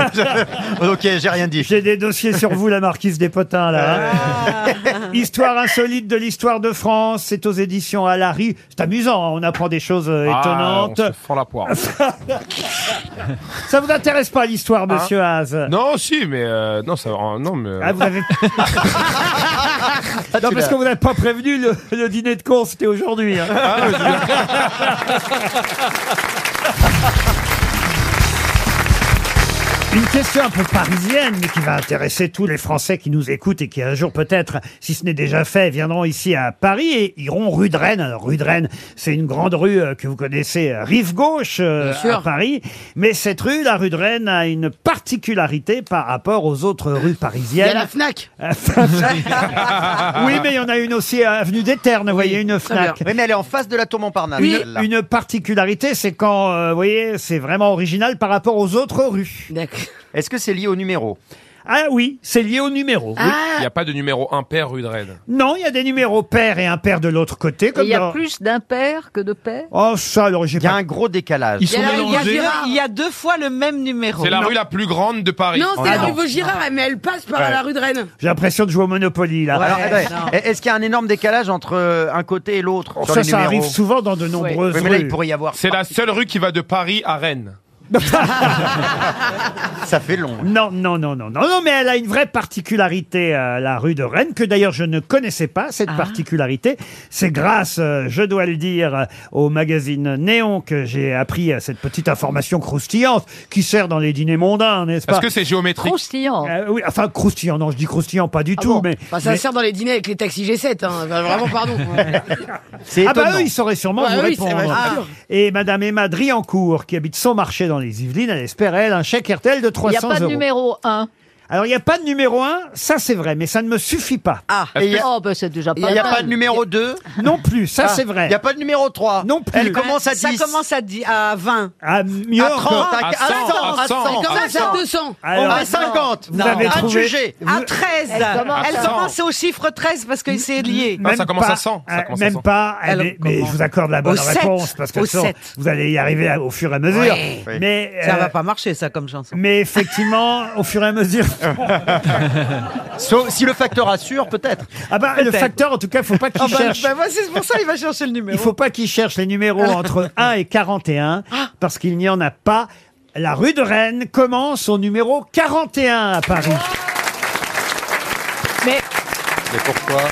S10: ok, j'ai rien dit.
S2: J'ai des dossiers sur vous, la marquise des potins, là. hein. histoire insolite de l'histoire de France, c'est aux éditions Alary. C'est amusant, hein, on apprend des choses euh, étonnantes.
S8: Ah, on se fend la poire.
S2: Ça vous intéresse pas, l'histoire, Oh, monsieur
S8: Hein
S2: Haas
S8: Non, si, mais euh, non, ça, euh, non, mais.
S2: Ah, vous avez-
S8: Ah,
S2: Non, parce que vous n'avez pas prévenu, le, le dîner de con, c'était aujourd'hui. hein. Une question un peu parisienne, mais qui va intéresser tous les Français qui nous écoutent et qui un jour peut-être, si ce n'est déjà fait, viendront ici à Paris et iront rue de Rennes. Alors rue de Rennes, c'est une grande rue euh, que vous connaissez, euh, rive gauche euh,
S5: Bien sûr.
S2: à Paris. Mais cette rue, la rue de Rennes, a une particularité par rapport aux autres rues
S5: Il y
S2: parisiennes.
S5: a la FNAC
S2: Ah, oui, mais il y en a une aussi à Avenue des Ternes, vous voyez, une FNAC.
S10: Oui, mais elle est en face de la tour Montparnasse.
S2: Une, une particularité, c'est quand, euh, vous voyez, c'est vraiment original par rapport aux autres rues.
S5: D'accord.
S10: Est-ce que c'est lié au numéro
S2: Ah oui, c'est lié au numéro.
S6: Ah.
S2: oui.
S8: Il n'y a pas de numéro impair rue de Rennes.
S2: Non, il y a des numéros pairs et impairs de l'autre côté.
S6: Et
S2: Comme
S6: Il y a
S2: dans-
S6: plus d'impair que de pair
S2: Oh, ça, alors j'ai Il y a un
S10: gros décalage.
S6: Ils sont
S5: Il y a- il y a
S6: mélangés.
S5: Gérard.
S9: Il y a deux fois le même numéro.
S8: C'est la rue la plus grande de Paris.
S5: Non, c'est la
S2: Ah,
S5: rue
S10: non.
S5: Vaugirard, mais elle passe par
S10: Ouais.
S5: la rue de Rennes.
S2: J'ai l'impression de jouer au Monopoly, là.
S10: Alors, attendez,
S5: non.
S10: Est-ce qu'il y a un énorme décalage entre euh, un côté et l'autre sur
S2: Oh, ça,
S10: les
S2: ça
S10: numéros
S2: arrive souvent dans de nombreuses
S10: Oui, mais là, il
S2: rues.
S10: pourrait y avoir.
S8: C'est la seule rue qui va de Paris à Rennes.
S10: Ça fait long.
S2: Non, non, non, non, non, non, mais elle a une vraie particularité, euh, la rue de Rennes, que d'ailleurs je ne connaissais pas, cette
S5: Ah.
S2: particularité. C'est grâce, euh, je dois le dire, euh, au magazine Néon que j'ai appris euh, cette petite information croustillante qui sert dans les dîners mondains, n'est-ce pas
S8: Parce que c'est géométrique.
S6: Croustillant.
S2: Euh, oui, enfin croustillant, non, je dis croustillant, pas du tout, mais...
S5: Ah Enfin, ça
S2: mais-
S5: sert dans les dîners avec les taxis G7. Hein. Enfin, vraiment, pardon.
S2: Ah bah eux, ils sauraient sûrement
S5: Ouais,
S2: vous
S5: oui, c'est
S2: répondre.
S5: vrai, c'est sûr.
S2: Et Madame Emma Driancourt, qui habite son marché dans les Yvelines, elle espère, elle, un chèque RTL
S6: Il
S2: de
S6: n'y
S2: 300
S6: a pas de
S2: euros.
S6: numéro 1.
S2: Alors, il n'y a pas de numéro 1, ça c'est vrai, mais ça ne me suffit pas.
S10: Ah, et il y a-
S6: Oh, bah c'est déjà
S10: il
S6: pas
S10: n'y a
S6: mal.
S10: pas de numéro 2.
S2: Non plus, ça
S10: Ah,
S2: c'est vrai.
S10: Il n'y a pas de numéro 3.
S2: Non plus.
S10: Elle commence à 10.
S9: Ça commence à, dix- à 20.
S2: Ah, mieux
S10: à
S2: encore.
S10: 30, à,
S8: À
S10: 100, à 100,
S5: Et comme
S10: à
S5: ça, c'est à
S10: 100.
S5: 200.
S2: Alors,
S10: à 50.
S2: Vous avez
S10: à
S2: trouvé-
S10: juger.
S9: À 13.
S6: Elle commence
S9: Elle
S8: à-
S9: commence au chiffre 13 parce que c'est lié.
S8: Non, ça commence
S2: pas-
S8: à 100. ça
S2: euh,
S8: commence à
S2: même
S8: 100.
S2: pas, eh,
S9: Elle
S2: mais, mais je
S9: commence.
S2: vous accorde la bonne
S9: Au sept,
S2: réponse parce que
S9: au
S2: sinon,
S9: sept.
S2: vous allez y arriver à- au fur et à mesure.
S9: Oui.
S10: Oui.
S2: Mais,
S9: Ça
S2: euh,
S9: va pas marcher, ça, comme chanson.
S2: mais effectivement, au fur et à mesure.
S10: Sauf si le facteur assure, peut-être.
S2: Ah bah, le
S9: Peut-être.
S2: facteur, en tout cas, faut pas qu'il
S9: Ah bah,
S2: cherche.
S9: bah, bah, c'est pour ça il va chercher le
S2: Il
S9: numéro.
S2: faut pas qu'il cherche les numéros entre 1 et 41
S9: Ah.
S2: parce qu'il n'y en a pas. La rue de Rennes commence au numéro 41 à Paris.
S8: Mais pourquoi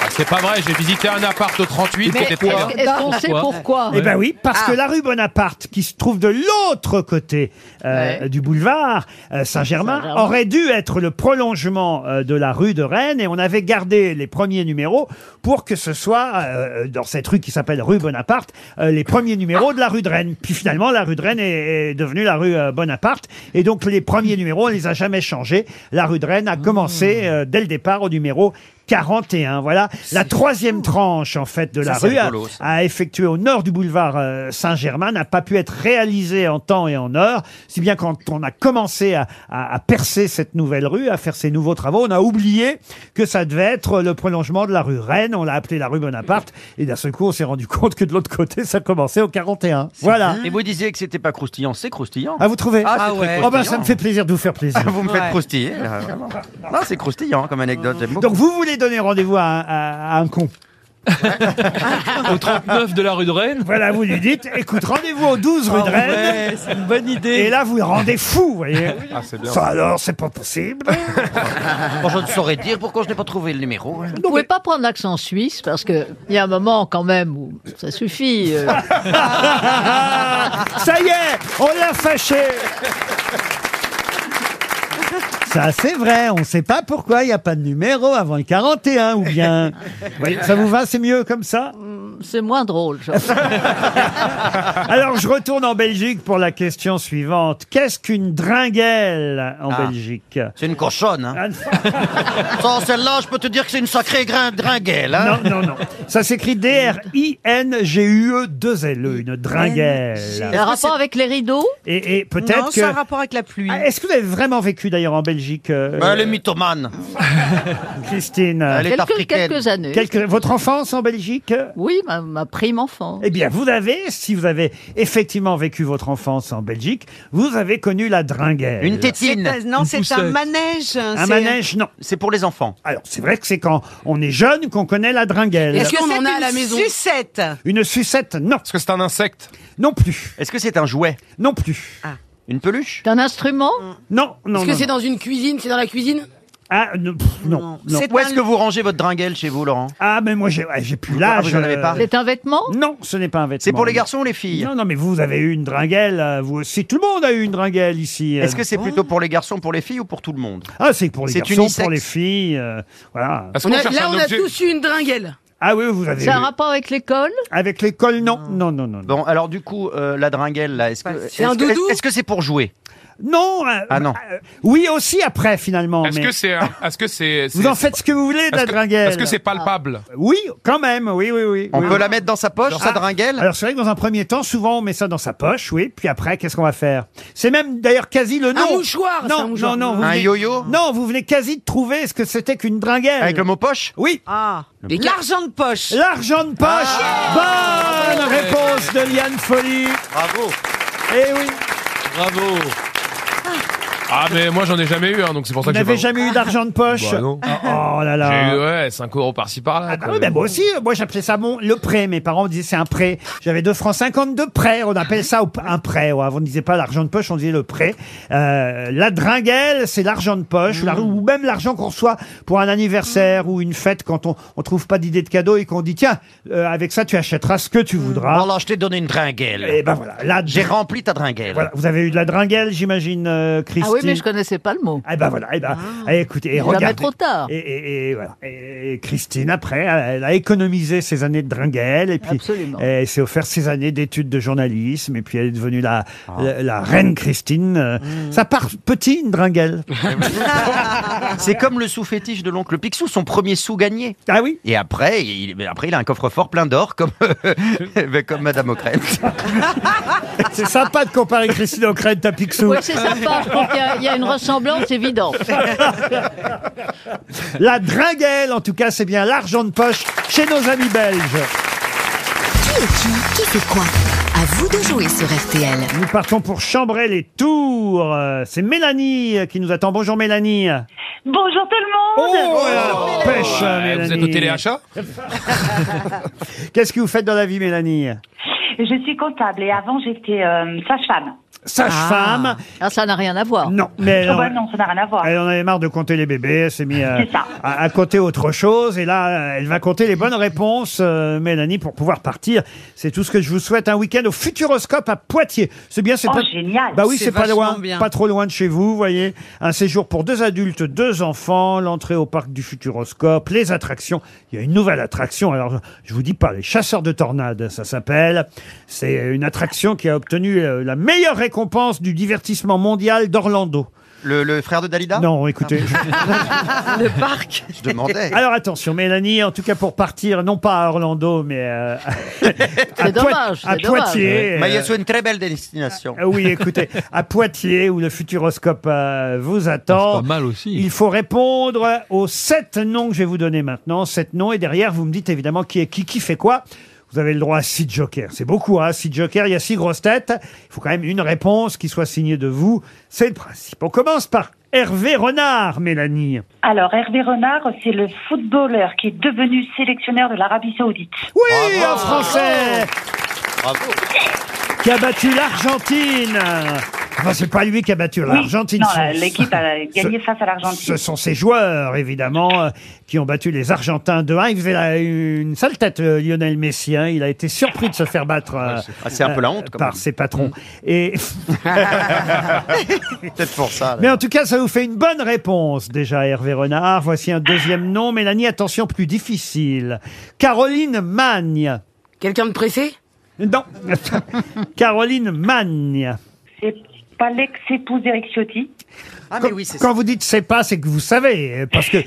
S8: Ah, C'est pas vrai, j'ai visité un appart au 38 qui
S6: Mais
S8: était très bien.
S6: est-ce est-ce qu'on sait pourquoi Ah.
S2: Eh ben oui, parce que la rue Bonaparte, qui se trouve de l'autre côté euh, du boulevard euh, Saint-Germain,
S6: Saint-Germain.
S2: aurait dû être le prolongement euh, de la rue de Rennes et on avait gardé les premiers numéros pour que ce soit euh, dans cette rue qui s'appelle rue Bonaparte euh, les premiers numéros de la rue de Rennes. Puis finalement, la rue de Rennes est, est devenue la rue euh, Bonaparte et donc les premiers numéros, on les a jamais changés. La rue de Rennes a
S6: Mmh.
S2: commencé euh, dès le départ au numéro 41. Voilà la troisième tranche en fait de la
S10: c'est
S2: rue a-
S10: rigolo, ça.
S2: à effectuer au nord du boulevard euh, Saint-Germain n'a pas pu être réalisé en temps et en heure, si bien quand on a commencé à, à- à percer cette nouvelle rue, à faire ces nouveaux travaux, on a oublié que ça devait être le prolongement de la rue Rennes, on l'a appelée la rue Bonaparte, et d'un seul coup on s'est rendu compte que de l'autre côté ça commençait au 41. Voilà.
S10: Et vous disiez que c'était pas croustillant, c'est croustillant.
S2: Ah vous trouvez
S10: Ah, c'est
S9: Ah
S10: très
S9: ouais.
S2: Oh ben ça
S10: croustillant. Ah,
S2: me fait plaisir de vous faire plaisir.
S10: Vous me
S9: Ouais.
S10: faites croustiller. là, vraiment. Non, c'est croustillant comme anecdote, j'aime beaucoup.
S2: Donc vous voulez donner rendez-vous à, un- à- à un con.
S14: Au 39 de la rue de Rennes.
S2: Voilà, vous lui dites, écoute, rendez-vous au 12
S10: Ah,
S2: rue de Rennes.
S9: Ouais, c'est une bonne idée.
S2: Et là, vous le rendez fou, vous voyez.
S8: Ah, c'est bien.
S2: Ça alors, c'est pas possible.
S10: Bon, je ne saurais dire pourquoi je n'ai pas trouvé le numéro. hein.
S6: Vous pouvez pas prendre l'accent suisse parce que il y a un moment quand même où ça suffit. euh.
S2: Ça y est, on l'a fâché. Ça, c'est vrai. On ne sait pas pourquoi il n'y a pas de numéro avant le 41 ou bien. Vous voyez, Ça vous va, c'est mieux comme ça
S6: Mm, C'est moins drôle. genre.
S2: Alors, je retourne en Belgique pour la question suivante. Qu'est-ce qu'une dringuelle en
S10: Ah.
S2: Belgique
S10: C'est une cochonne. Hein.
S2: Ah,
S10: Sans celle-là, je peux te dire que c'est une sacrée grin- dringuelle. Hein.
S2: Non, non, non. Ça s'écrit E D-R-I-N-G-U-E-2-L-E, une
S6: Il y
S2: dringuelle.
S6: a Un rapport avec les rideaux
S2: Et, et
S9: Non,
S2: peut-être que...
S9: ça a un rapport avec la pluie.
S2: Ah, Est-ce que vous avez vraiment vécu d'ailleurs en Belgique, euh,
S10: Ben, elle est mythomane.
S2: Christine
S10: Elle est
S6: quelques,
S10: africaine.
S6: quelques années.
S2: Quelque- Votre enfance en Belgique euh,
S6: Oui, ma, ma prime enfant.
S2: Eh bien, vous avez, si vous avez effectivement vécu votre enfance en Belgique, vous avez connu la dringuelle.
S10: Une
S9: C'est
S10: tétine.
S9: un- non,
S14: Une
S9: c'est un
S14: poussette.
S9: manège.
S2: euh,
S9: hein,
S2: Un manège, non.
S10: C'est pour les enfants.
S2: Alors, c'est vrai que c'est quand on est jeune qu'on connaît la dringuelle.
S9: Est-ce qu'on en a à la maison Sucette.
S2: Une sucette, non.
S8: Est-ce que c'est un insecte
S2: Non plus.
S10: Est-ce que c'est un jouet
S2: Non plus.
S10: Ah. Une peluche
S6: C'est un instrument
S9: Mm.
S2: Non, non,
S5: Est-ce que
S2: non.
S5: c'est
S9: Ah
S2: non.
S5: dans une cuisine C'est dans la cuisine
S2: Ah, ne- pff, non, non.
S9: C'est
S10: Où est-ce
S9: un-
S10: que vous rangez votre dringuelle chez vous, Laurent
S2: Ah, mais moi, j'ai ouais, j'ai plus
S10: Ah,
S2: l'âge. euh,
S10: vous en avez pas
S6: C'est un vêtement
S2: Non, ce n'est pas un vêtement.
S10: C'est pour les garçons ou les filles
S2: Non, non, mais vous avez eu une dringuelle, euh, vous aussi. Tout le monde a eu une dringuelle ici. euh.
S10: Est-ce que c'est plutôt pour les garçons, pour les filles ou pour tout le monde
S2: Ah, c'est pour les
S10: C'est
S2: garçons,
S10: unisexe.
S2: pour les filles. euh, voilà.
S8: Est-ce
S5: On
S8: qu'on
S5: a-
S8: cherche
S5: Là,
S8: un
S5: on a
S8: objet
S5: tous eu une dringuelle.
S2: Ah oui, vous avez
S6: C'est un
S2: eu.
S6: rapport avec l'école
S2: Avec l'école, non. Non, non, non. non.
S10: Bon, alors du coup, euh, la dringuelle, là, est-ce que
S9: Bah, C'est
S10: est-ce
S5: un
S10: que-
S5: doudou
S10: est-ce que c'est pour jouer
S2: Non. euh,
S10: Ah non.
S2: euh, oui aussi après finalement.
S8: Est-ce
S2: mais-
S8: que c'est. un- Est-ce que c'est.
S2: Vous
S8: c'est-
S2: en faites Ah. ce que vous voulez de la
S8: Est-ce que-
S2: dringuelle.
S8: Est-ce que c'est palpable
S2: Oui, quand même, oui, oui, oui.
S10: On
S2: Oui,
S10: peut
S2: oui.
S10: la mettre dans sa poche, sa dringuelle
S2: Alors c'est vrai que dans un premier temps, souvent on met ça dans sa poche, oui. Puis après, qu'est-ce qu'on va faire C'est même d'ailleurs quasi le nom.
S5: mouchoir, c'est
S2: Non,
S5: un mouchoir.
S2: non, non. vous
S10: Un
S2: venez-
S10: yo-yo
S2: Non, vous venez quasi de trouver ce que c'était qu'une dringuelle.
S10: Avec le mot poche
S2: Oui.
S9: Ah. L'argent de poche.
S2: L'argent de poche.
S10: Ah.
S2: Bonne réponse de Liane Folly.
S8: Bravo
S2: Eh oui.
S8: Bravo Ah, mais moi, j'en ai jamais eu, hein, donc c'est pour
S2: Vous
S8: ça que j'ai
S2: n'avez
S8: pas-
S2: jamais eu d'argent de poche
S8: Bah, non.
S2: Oh là là.
S8: J'ai eu, ouais, 5 euros par-ci par-là.
S2: Ah
S8: quoi.
S2: oui, ben moi aussi, euh, moi j'appelais ça mon, le prêt. Mes parents me disaient c'est un prêt. J'avais 2 francs 50 de prêt. On appelle ça au- un prêt. ouais. Avant, on ne disait pas l'argent de poche, on disait le prêt. Euh, la dringuelle, c'est l'argent de
S10: Mhm.
S2: poche, ou la- ou même l'argent qu'on reçoit pour un anniversaire ou une fête quand on ne trouve pas d'idée de cadeau et qu'on dit tiens, euh, avec ça tu achèteras ce que tu voudras.
S10: Alors, je t'ai donné une dringuelle.
S2: Et ben voilà, là,
S10: Mhm. J'ai rempli ta dringuelle.
S2: Voilà, vous avez eu de la dringuelle, j'imagine, euh, Christine.
S6: Ah oui, mais je connaissais pas le mot. Ah.
S2: Eh ben voilà, eh ben, eh, écoutez, et
S6: Jamais
S2: regardez.
S6: trop tard.
S2: Et, et- et voilà. Et- et Christine, après, elle a économisé ses années de dringuelle, et puis
S6: Absolument.
S2: elle s'est offert ses années d'études de journalisme, et puis elle est devenue la,
S6: Ah.
S2: la, la reine Christine. Euh,
S6: Mm.
S2: Ça part petit, une dringuelle.
S10: C'est comme le sou fétiche de l'oncle Picsou, son premier sou gagné.
S2: Ah oui
S10: Et après, il, mais après, il a un coffre-fort plein d'or, comme, mais comme Madame O'Krent.
S2: c'est sympa de comparer Christine O'Krent à Picsou.
S6: Oui, c'est sympa. Je trouve qu'il y a- il y, a une ressemblance évidente.
S2: La dringuelle, en tout cas, c'est bien l'argent de poche chez nos amis belges.
S15: Qui est qui Qui fait quoi À vous de jouer sur RTL.
S2: Nous partons pour chambrer les tours. Euh, C'est Mélanie euh, qui nous attend. Bonjour Mélanie.
S12: Bonjour tout le
S2: Oh,
S12: monde
S2: la pêche, hein,
S8: Ouais, vous
S2: Mélanie.
S8: êtes au téléachat
S2: Qu'est-ce que vous faites dans la vie, Mélanie
S12: Je suis comptable et avant j'étais euh, sage-femme.
S2: Sage-femme.
S6: Ah, ça n'a rien à voir.
S2: Non, mais elle,
S12: Oh
S2: en-
S12: bah non, ça n'a rien à voir.
S2: elle en avait marre de compter les bébés. Elle s'est mise euh, à, à compter autre chose. Et là, euh, elle va compter les bonnes réponses, euh, Mélanie, pour pouvoir partir. C'est tout ce que je vous souhaite. Un week-end au Futuroscope à Poitiers. C'est bien, c'est
S12: Oh,
S2: pas.
S12: génial.
S2: Bah oui,
S12: C'est
S2: c'est pas
S12: vachement
S2: loin,
S12: bien.
S2: pas trop loin de chez vous, vous voyez. Un séjour pour deux adultes, deux enfants, l'entrée au parc du Futuroscope, les attractions. Il y a une nouvelle attraction. Alors, je vous dis pas, les chasseurs de tornades, ça s'appelle. C'est une attraction qui a obtenu euh, la meilleure récompense du divertissement mondial d'Orlando.
S10: Le, le frère de Dalida
S2: Non, écoutez.
S10: Le parc Je demandais.
S2: Alors attention, Mélanie, en tout cas pour partir, non pas à Orlando, mais euh, à, Poi- à Poitiers.
S10: Mais il y
S2: euh,
S10: a une très belle destination.
S2: Ah Oui, écoutez, à Poitiers, où le futuroscope euh, vous
S14: Ah,
S2: attend.
S14: C'est pas mal aussi.
S2: Il faut répondre aux sept noms que je vais vous donner maintenant. Sept noms, et derrière, vous me dites évidemment qui est qui, qui fait quoi. Vous avez le droit à six jokers. C'est beaucoup, hein, six jokers. Il y a six grosses têtes. Il faut quand même une réponse qui soit signée de vous. C'est le principe. On commence par Hervé Renard, Mélanie.
S12: Alors Hervé Renard, c'est le footballeur qui est devenu sélectionneur de l'Arabie Saoudite.
S2: Oui, un Français qui a battu l'Argentine. Enfin, c'est pas lui qui a battu
S12: Oui.
S2: l'Argentine.
S12: Non,
S2: ce-
S12: la- l'équipe a gagné
S2: ce-
S12: face à l'Argentine.
S2: Ce sont ces joueurs, évidemment, euh, qui ont battu les Argentins de 1. Il faisait la- une sale tête, euh, Lionel Messi. hein. Il a été surpris de se faire battre euh,
S10: Ah, c'est un peu la
S2: euh,
S10: honte, quand
S2: par
S10: même.
S2: ses patrons.
S12: Mm.
S2: Et... Ah,
S10: Peut-être pour ça. là.
S2: Mais en tout cas, ça vous fait une bonne réponse déjà, Hervé Renard. Voici un deuxième nom. Mélanie, attention, plus difficile. Caroline Magne.
S5: Quelqu'un de pressé
S2: Non. Caroline Magne.
S12: C'est pas l'ex-épouse d'Eric Ciotti. Ah mais oui, c'est
S2: Quand vous dites c'est pas, c'est que vous savez. euh, Parce que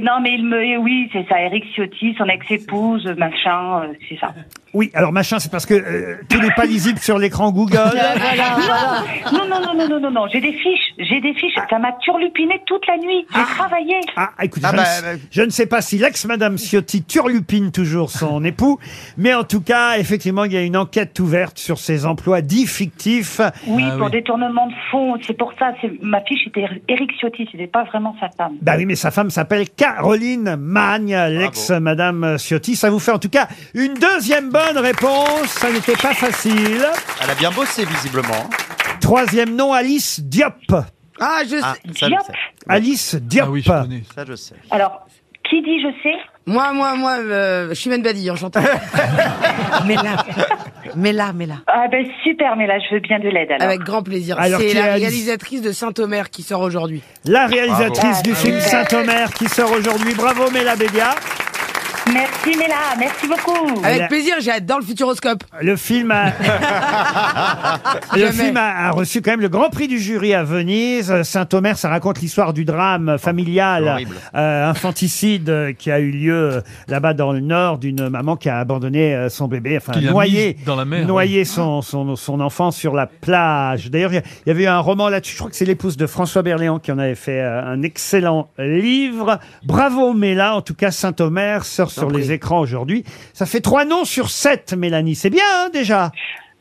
S12: non, mais il me, eh oui, c'est ça, Eric Ciotti, son ex-épouse, machin, euh, c'est ça.
S2: Oui, alors machin, c'est parce que euh, tout n'est pas lisible sur l'écran Google.
S12: Non, non, non, non, non, non, non, j'ai des fiches, j'ai des fiches, ça m'a turlupiné toute la nuit, j'ai travaillé.
S2: Ah, écoutez,
S12: Ah,
S2: je,
S12: bah,
S2: ne, sais-
S12: bah.
S2: je ne sais pas si l'ex-madame Ciotti turlupine toujours son époux, mais en tout cas, effectivement, il y a une enquête ouverte sur ses emplois dits fictifs. Ah
S12: Ah Oui, pour détournement de fonds, c'est pour ça, c'est- ma fiche était Eric Ciotti, c'était pas vraiment sa femme.
S2: Bah oui, mais sa femme s'appelle Caroline Magne, l'ex-madame Ciotti. Ça vous fait en tout cas une deuxième bonne réponse. Ça n'était pas facile.
S10: Elle a bien bossé, visiblement.
S2: Troisième nom, Alice Diop.
S5: Ah, je
S10: Ah,
S5: sais.
S10: ça, je sais.
S2: Alice Diop.
S10: Ça, je sais.
S12: Alors, qui dit je sais
S5: Moi, moi, moi, euh, Chimène Badi, enchanté. mais là, mais là, mais là.
S12: Ah ben super, mais là je veux bien de l'aide alors.
S5: Avec grand plaisir.
S2: Alors,
S5: C'est
S2: qui est
S5: la
S2: Alice
S5: réalisatrice de Saint-Omer qui sort aujourd'hui.
S2: La réalisatrice
S5: Bravo.
S2: du
S5: Ah,
S2: film
S5: oui.
S2: Saint-Omer qui sort aujourd'hui. Bravo Mélabédia.
S12: Merci Mela, merci beaucoup.
S5: Avec plaisir, j'adore le futuroscope.
S2: Le film a... Le film a, a reçu quand même le grand prix du jury à Venise. Saint-Omer, ça raconte l'histoire du drame familial
S18: Horrible.
S2: euh, infanticide euh, qui a eu lieu euh, là-bas dans le nord d'une maman qui a abandonné euh, son bébé, enfin
S14: Qui l'a
S2: noyé,
S14: mise dans la mer,
S2: noyé son, son, son enfant sur la plage. D'ailleurs, il y a- il y avait eu un roman là-dessus, je crois que c'est l'épouse de François Berléand qui en avait fait euh, un excellent livre. Bravo Méla, en tout cas Saint-Omer sort sur les écrans aujourd'hui. Ça fait trois noms sur sept, Mélanie, c'est bien hein, déjà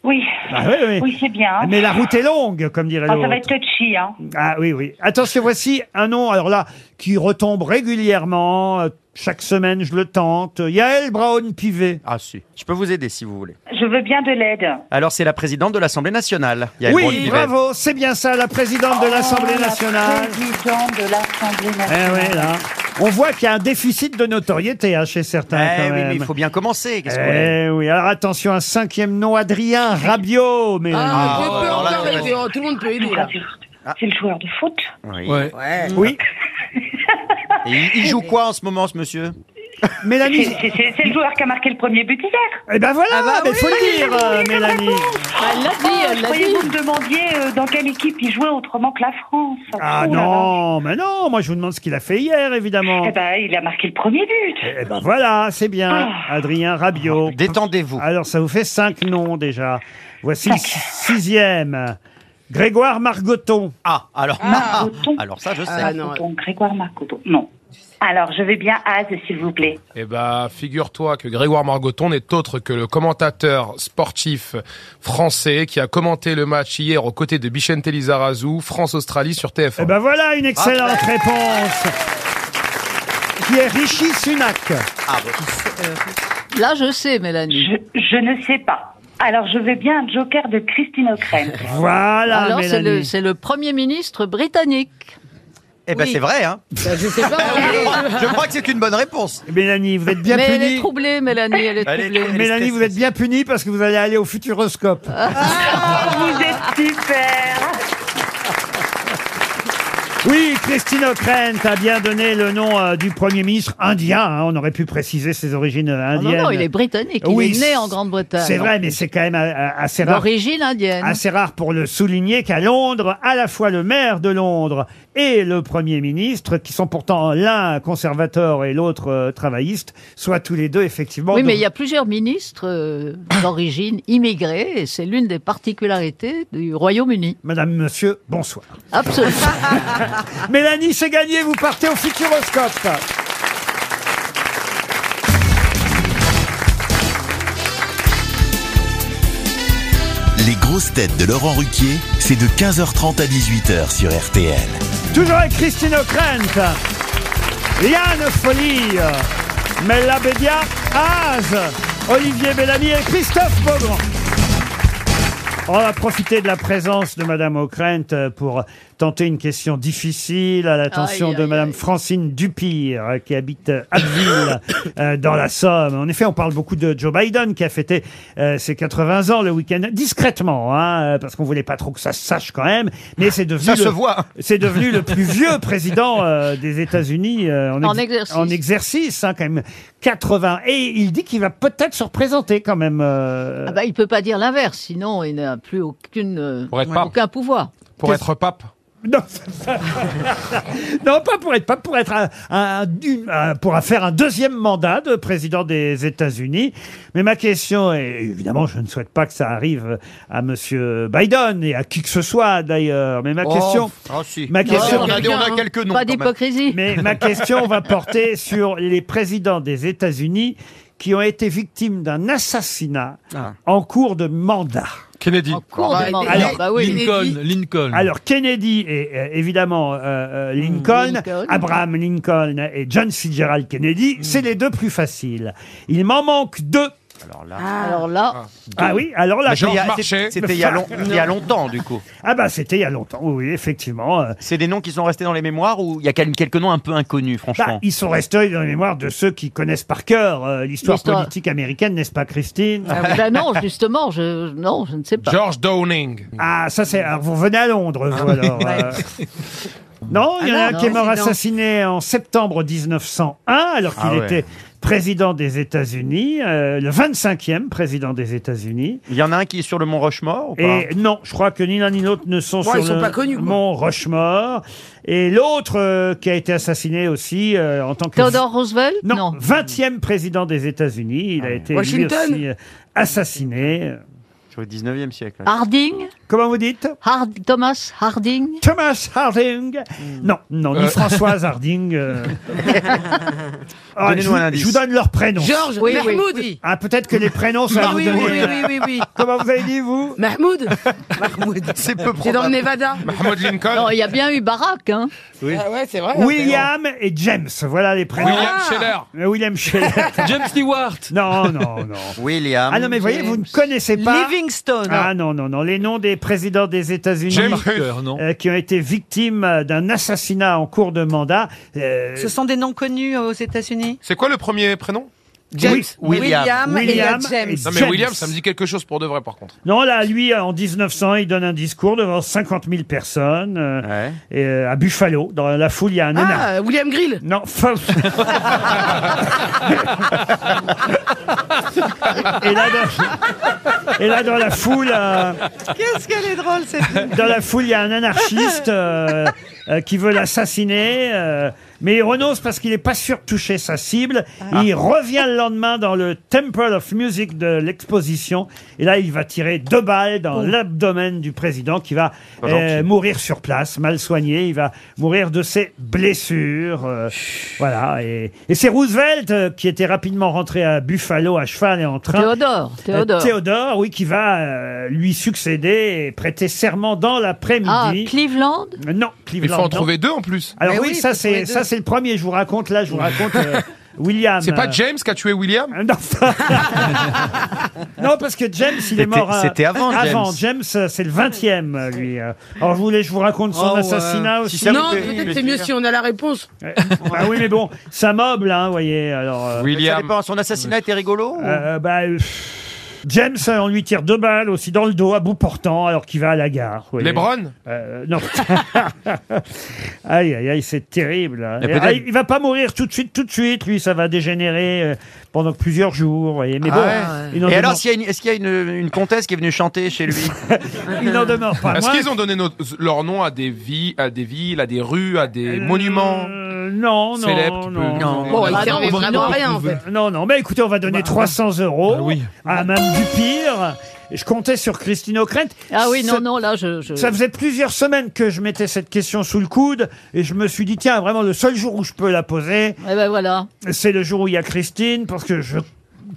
S12: Oui.
S2: Ah oui, oui.
S12: c'est bien.
S2: Mais la route est longue, comme dirait
S12: Ah,
S2: l'autre.
S12: ça va être touchy, hein.
S2: Ah oui, oui. Attention, voici un nom, alors là, qui retombe régulièrement. euh, Chaque semaine, je le tente. Yael Braun-Pivet.
S10: Ah si. Je peux vous aider si vous voulez.
S12: Je veux bien de l'aide.
S10: Alors c'est la présidente de l'Assemblée nationale. Yael
S2: Oui,
S10: Braun-Pivet.
S2: bravo, c'est bien ça, la présidente de l'Assemblée nationale.
S12: Président Oh, de l'Assemblée
S2: Eh
S12: nationale.
S2: ouais, là. On voit qu'il y a un déficit de notoriété hein, chez certains.
S10: Eh
S2: quand
S10: oui, mais
S2: même.
S10: il faut bien commencer. Qu'est-ce qu'on est
S2: Eh oui, alors attention, un cinquième nom, Adrien Rabiot. Mais...
S5: Ah, je peux
S10: alors là,
S5: encore
S10: c'est
S5: aider. Oh, Tout le monde peut aider, là.
S12: Ah. C'est le joueur de foot.
S10: Oui.
S5: Ouais.
S2: Oui.
S10: Et il- il joue quoi en ce moment, ce monsieur
S2: Mélanie.
S12: C'est- C'est c'est le joueur qui a marqué le premier but hier.
S2: Eh ben voilà,
S10: Ah bah
S2: mais faut le dire, euh, Mélanie.
S12: Ah, Elle l'a dit, elle l'a dit. Vous me demandiez euh, dans quelle équipe il jouait autrement que la France.
S2: Ah
S12: Oh là
S2: non, mais non, moi je vous demande ce qu'il a fait hier, évidemment.
S12: Eh ben, il a marqué le premier but. Ah.
S2: Eh ben voilà, c'est bien, Adrien Rabiot. Détendez-vous. Alors ça vous fait cinq noms déjà. Voici le sixième. Grégoire Margoton.
S10: Ah, alors.
S12: Marcoton.
S10: Alors ça, je sais.
S2: Ah,
S12: Marcoton, Grégoire Marcoton. Non. Alors, je vais bien Az, s'il vous plaît.
S8: Eh bah, figure-toi que Grégoire Margoton n'est autre que le commentateur sportif français qui a commenté le match hier aux côtés de Bichente Lizarazu, France-Australie sur TF1.
S2: Eh ben voilà une excellente réponse. Qui est Richie Sunak.
S10: Ah,
S12: Là, je sais, Mélanie. Je, ne sais pas. Alors, je veux bien un joker de Christine O'Crane.
S2: Voilà,
S6: Alors, c'est
S2: Mélanie.
S6: le, c'est le Premier ministre britannique.
S10: Eh ben
S6: Oui.
S10: c'est vrai, hein
S12: Bah,
S10: Je
S6: sais pas.
S10: je crois que c'est une bonne réponse.
S2: Eh, Mélanie, vous êtes bien
S6: Mais elle est
S2: punie.
S6: troublée, Mélanie, elle est
S10: Elle est
S6: troublée.
S10: troublée.
S2: Mélanie, vous êtes bien punie parce que vous allez aller au
S6: Ah.
S2: Futuroscope.
S12: vous êtes super.
S2: Oui, Christine O'Krent a bien donné le nom euh, du Premier ministre indien. hein. on aurait pu préciser ses origines euh,
S6: Ah
S2: indiennes.
S6: non, non, il est britannique,
S2: Oui,
S6: il est né en
S2: c'est-
S6: Grande-Bretagne.
S2: C'est vrai, mais c'est quand même euh, assez rare.
S6: D'origine indienne.
S2: Assez rare pour le souligner qu'à Londres, à la fois le maire de Londres et le Premier ministre, qui sont pourtant l'un conservateur et l'autre euh, travailliste, soient tous les deux effectivement.
S6: oui, mais
S2: de-
S6: il y a plusieurs ministres euh, d'origine immigrée, et c'est l'une des particularités du Royaume-Uni.
S2: Madame, monsieur, bonsoir.
S6: Absolument.
S2: Mélanie, c'est gagné, vous partez au Futuroscope.
S1: Les grosses têtes de Laurent Ruquier, c'est de 15h30 à 18h sur RTL.
S2: Toujours avec Christine O'Krent, Liane Folie, Mella Bédia, Az, Olivier Bellamy et Christophe Beaugrand. On va profiter de la présence de Madame O'Krent euh, pour tenter une question difficile à l'attention
S18: Aïe,
S2: de
S18: aïe,
S2: Madame Francine Dupire euh, qui habite euh, Abbeville euh, dans la Somme. En effet, on parle beaucoup de Joe Biden qui a fêté euh, ses 80 ans le week-end discrètement, hein, euh, parce qu'on voulait pas trop que ça se sache quand même. Mais c'est devenu
S10: Ça se
S2: le-
S10: voit.
S2: C'est devenu le plus vieux président euh, des États-Unis euh,
S6: En
S2: ex-
S6: exercice.
S2: En exercice, hein, quand même 80. Et il dit qu'il va peut-être se représenter quand même. euh,
S6: Ah bah, il peut pas dire l'inverse, sinon il n'a plus aucune, euh,
S2: Pour être pape.
S6: aucun pouvoir.
S2: Pour être
S8: pape
S2: non. non, pas pour être, pas pour être un, un- une- un- pour faire un deuxième mandat de président des États-Unis. Mais ma question est, évidemment, je ne souhaite pas que ça arrive à Monsieur Biden et à qui que ce soit d'ailleurs. Mais ma
S10: Oh,
S2: question,
S10: ah, si.
S2: ma
S10: Non,
S2: question,
S10: on a des- on a quelques noms,
S6: Pas
S10: quand même.
S6: d'hypocrisie.
S2: mais ma question va porter sur les présidents des États-Unis qui ont été victimes d'un assassinat en cours de mandat.
S14: Kennedy. En
S6: cours de mandat, bah oui.
S14: Lincoln, Lincoln.
S2: Alors Kennedy et euh, évidemment euh, euh, Lincoln,
S14: Lincoln.
S2: Abraham Lincoln et John Fitzgerald Kennedy,
S6: Hmm.
S2: c'est les deux plus faciles. Il m'en manque deux. Alors là.
S6: Alors là,
S2: Ah oui, alors là,
S10: Mais c'était il y a-
S2: Georges
S10: c'était-
S2: Marchais.
S10: C'était il, y a long- il y a longtemps, du coup.
S2: Ah bah c'était il y a longtemps, oui,
S8: Oh.
S2: effectivement.
S10: C'est des noms qui sont restés dans les mémoires ou il y a quel- quelques noms un peu inconnus, franchement
S2: Bah, ils sont restés dans les mémoires de ceux qui connaissent par cœur euh, l'histoire
S6: L'histoire.
S2: politique américaine, n'est-ce pas, Christine
S6: Ah oui, bah non, justement, je, non, je ne sais pas.
S8: George Downing.
S2: Ah, ça c'est. Alors vous venez à Londres, vous alors. euh. Non, il y en a
S6: Ah
S2: un
S6: non,
S2: qui est mort
S6: président.
S2: assassiné en septembre 1901, alors qu'il
S6: Ah ouais.
S2: était président des États-Unis, euh, le 25e président des États-Unis.
S10: Il y en a un qui est sur le mont Rushmore ou pas
S2: Et non, je crois que ni l'un ni l'autre ne sont
S10: Ouais,
S2: sur
S10: ils sont
S2: le
S10: pas connus, quoi.
S2: mont Rushmore. Et l'autre euh, qui a été assassiné aussi euh, en tant que...
S6: Theodore Roosevelt
S2: Non, 20e président des États-Unis.
S10: Ah
S2: Il a été lui
S6: Washington
S2: aussi, euh, assassiné.
S10: Au 19e siècle. hein.
S6: Harding
S2: Comment vous dites
S6: Thomas Harding
S2: Thomas Harding Non, non, ni
S6: Euh.
S2: Françoise Harding. euh. Ah,
S10: Donnez-nous
S2: je, vous-
S10: un indice.
S2: je vous donne leur prénom.
S5: Georges, Oui, oui, Mahmoud. oui. Ah
S2: Ah, peut-être que les prénoms, ça va
S5: oui,
S2: vous
S5: oui,
S2: donner...
S5: oui, oui, oui, oui.
S2: Comment vous avez dit, vous
S5: Mahmoud Mahmoud.
S10: C'est
S2: peu
S5: C'est dans le
S2: probable.
S5: Nevada.
S8: Bah,
S2: Mahmoud Lincoln.
S6: Non, il y a bien eu Barack, hein
S2: Oui.
S5: Ah ouais, c'est vrai.
S2: William et James, voilà les prénoms.
S5: William Ah. Scheller.
S2: Euh, William Scheller.
S10: James
S2: Stewart. Non, non, non.
S10: William.
S2: Ah non, mais voyez, vous ne connaissez pas.
S9: Livingstone.
S2: Ah non, non, non. Les noms des présidents des États-Unis.
S14: James Marker, non.
S2: euh, qui ont été victimes euh, d'un assassinat en cours de mandat. Euh,
S9: Ce sont des noms connus aux États-Unis
S8: C'est quoi le premier prénom
S2: James. Oui, William. William et William James. et
S8: Non, mais
S2: James.
S8: William, ça me dit quelque chose pour de vrai, par contre.
S2: Non, là, lui, en 1900, il donne un discours devant 50 000 personnes euh, et, euh, à Buffalo. Dans la foule, il y a un
S5: Ah,
S2: énorme-
S5: euh, William Grill.
S2: Non, enfin, et, là, dans... et là, dans la foule, euh,
S9: Qu'est-ce qu'elle est drôle cette fille.
S2: dans la foule, il y a un anarchiste euh, euh, qui veut l'assassiner, euh, mais il renonce parce qu'il n'est pas sûr de toucher sa cible. Il revient le lendemain dans le Temple of Music de l'exposition, et là, il va tirer deux balles dans l'abdomen du président qui va
S10: Pas gentil.
S2: euh, mourir sur place, mal soigné. Il va mourir de ses blessures. euh, voilà. Et, et c'est Roosevelt euh, qui était rapidement rentré à Buffalo à cheval et en train.
S6: Théodore,
S2: Euh,
S6: Théodore.
S2: Théodore, oui, qui va euh, lui succéder et prêter serment dans l'après-midi.
S6: Ah, Cleveland
S2: Euh, Non, Cleveland.
S8: Il faut en
S2: non.
S8: trouver deux en plus.
S2: Alors
S8: Mais
S2: oui,
S8: oui,
S2: ça
S8: faut trouver
S2: c'est
S8: deux.
S2: ça c'est le premier. Je vous raconte là, je vous raconte euh, William.
S8: C'est
S2: euh,
S8: pas James qui a tué William
S2: Non. Non, parce que James, il
S8: C'était-
S2: est mort. euh,
S8: c'était avant James.
S2: Avant James, euh, c'est le 20e, euh, lui. euh. Alors, vous voulez que je vous raconte son
S5: Oh, ouais.
S2: assassinat
S5: Si
S2: aussi
S5: ça vous Non, fait- peut-être mais c'est mieux dire. si
S2: on a la réponse. Ah oui, mais bon, ça meuble, hein, vous voyez. Alors, euh,
S10: William. Ça dépend, son assassinat était rigolo ou-
S2: euh, bah, euh, James, euh, on lui tire deux balles aussi dans le dos, à bout portant, alors qu'il va à la gare. vous voyez.
S8: Lebron
S2: Euh, Non. aïe, aïe, aïe, c'est terrible. hein.
S8: Et
S2: Et,
S8: peut-être-
S2: ah, il va pas mourir tout de suite, tout de suite. Lui, ça va dégénérer euh, pendant plusieurs jours. vous voyez. Mais
S10: Ah
S2: bon,
S10: ouais.
S2: il n'en
S10: Et alors,
S2: demeure-
S10: s'il y a une- est-ce qu'il y a une, une comtesse qui est venue chanter chez lui
S2: Il n'en demeure pas
S8: Est-ce
S2: moins.
S8: qu'ils ont donné notre- leur nom à des, vies, à des villes, à des rues, à
S2: Euh,
S8: des monuments
S2: Oh Non, non,
S8: Célèbres,
S2: non,
S8: peu-
S6: Oh,
S2: non.
S8: Bon, ils Ah, servaient non, vraiment
S5: à rien, en fait.
S2: Non, non, mais écoutez, on va donner 300 euros à Mme Dupire. Je comptais sur Christine O'Krent.
S6: Ah oui, non,
S2: Ça-
S6: non, là, je... je-
S2: Ça faisait plusieurs semaines que je mettais cette question sous le coude et je me suis dit, tiens, vraiment, le seul jour où je peux la poser,
S6: Eh ben voilà.
S2: c'est le jour où il y a Christine, parce que je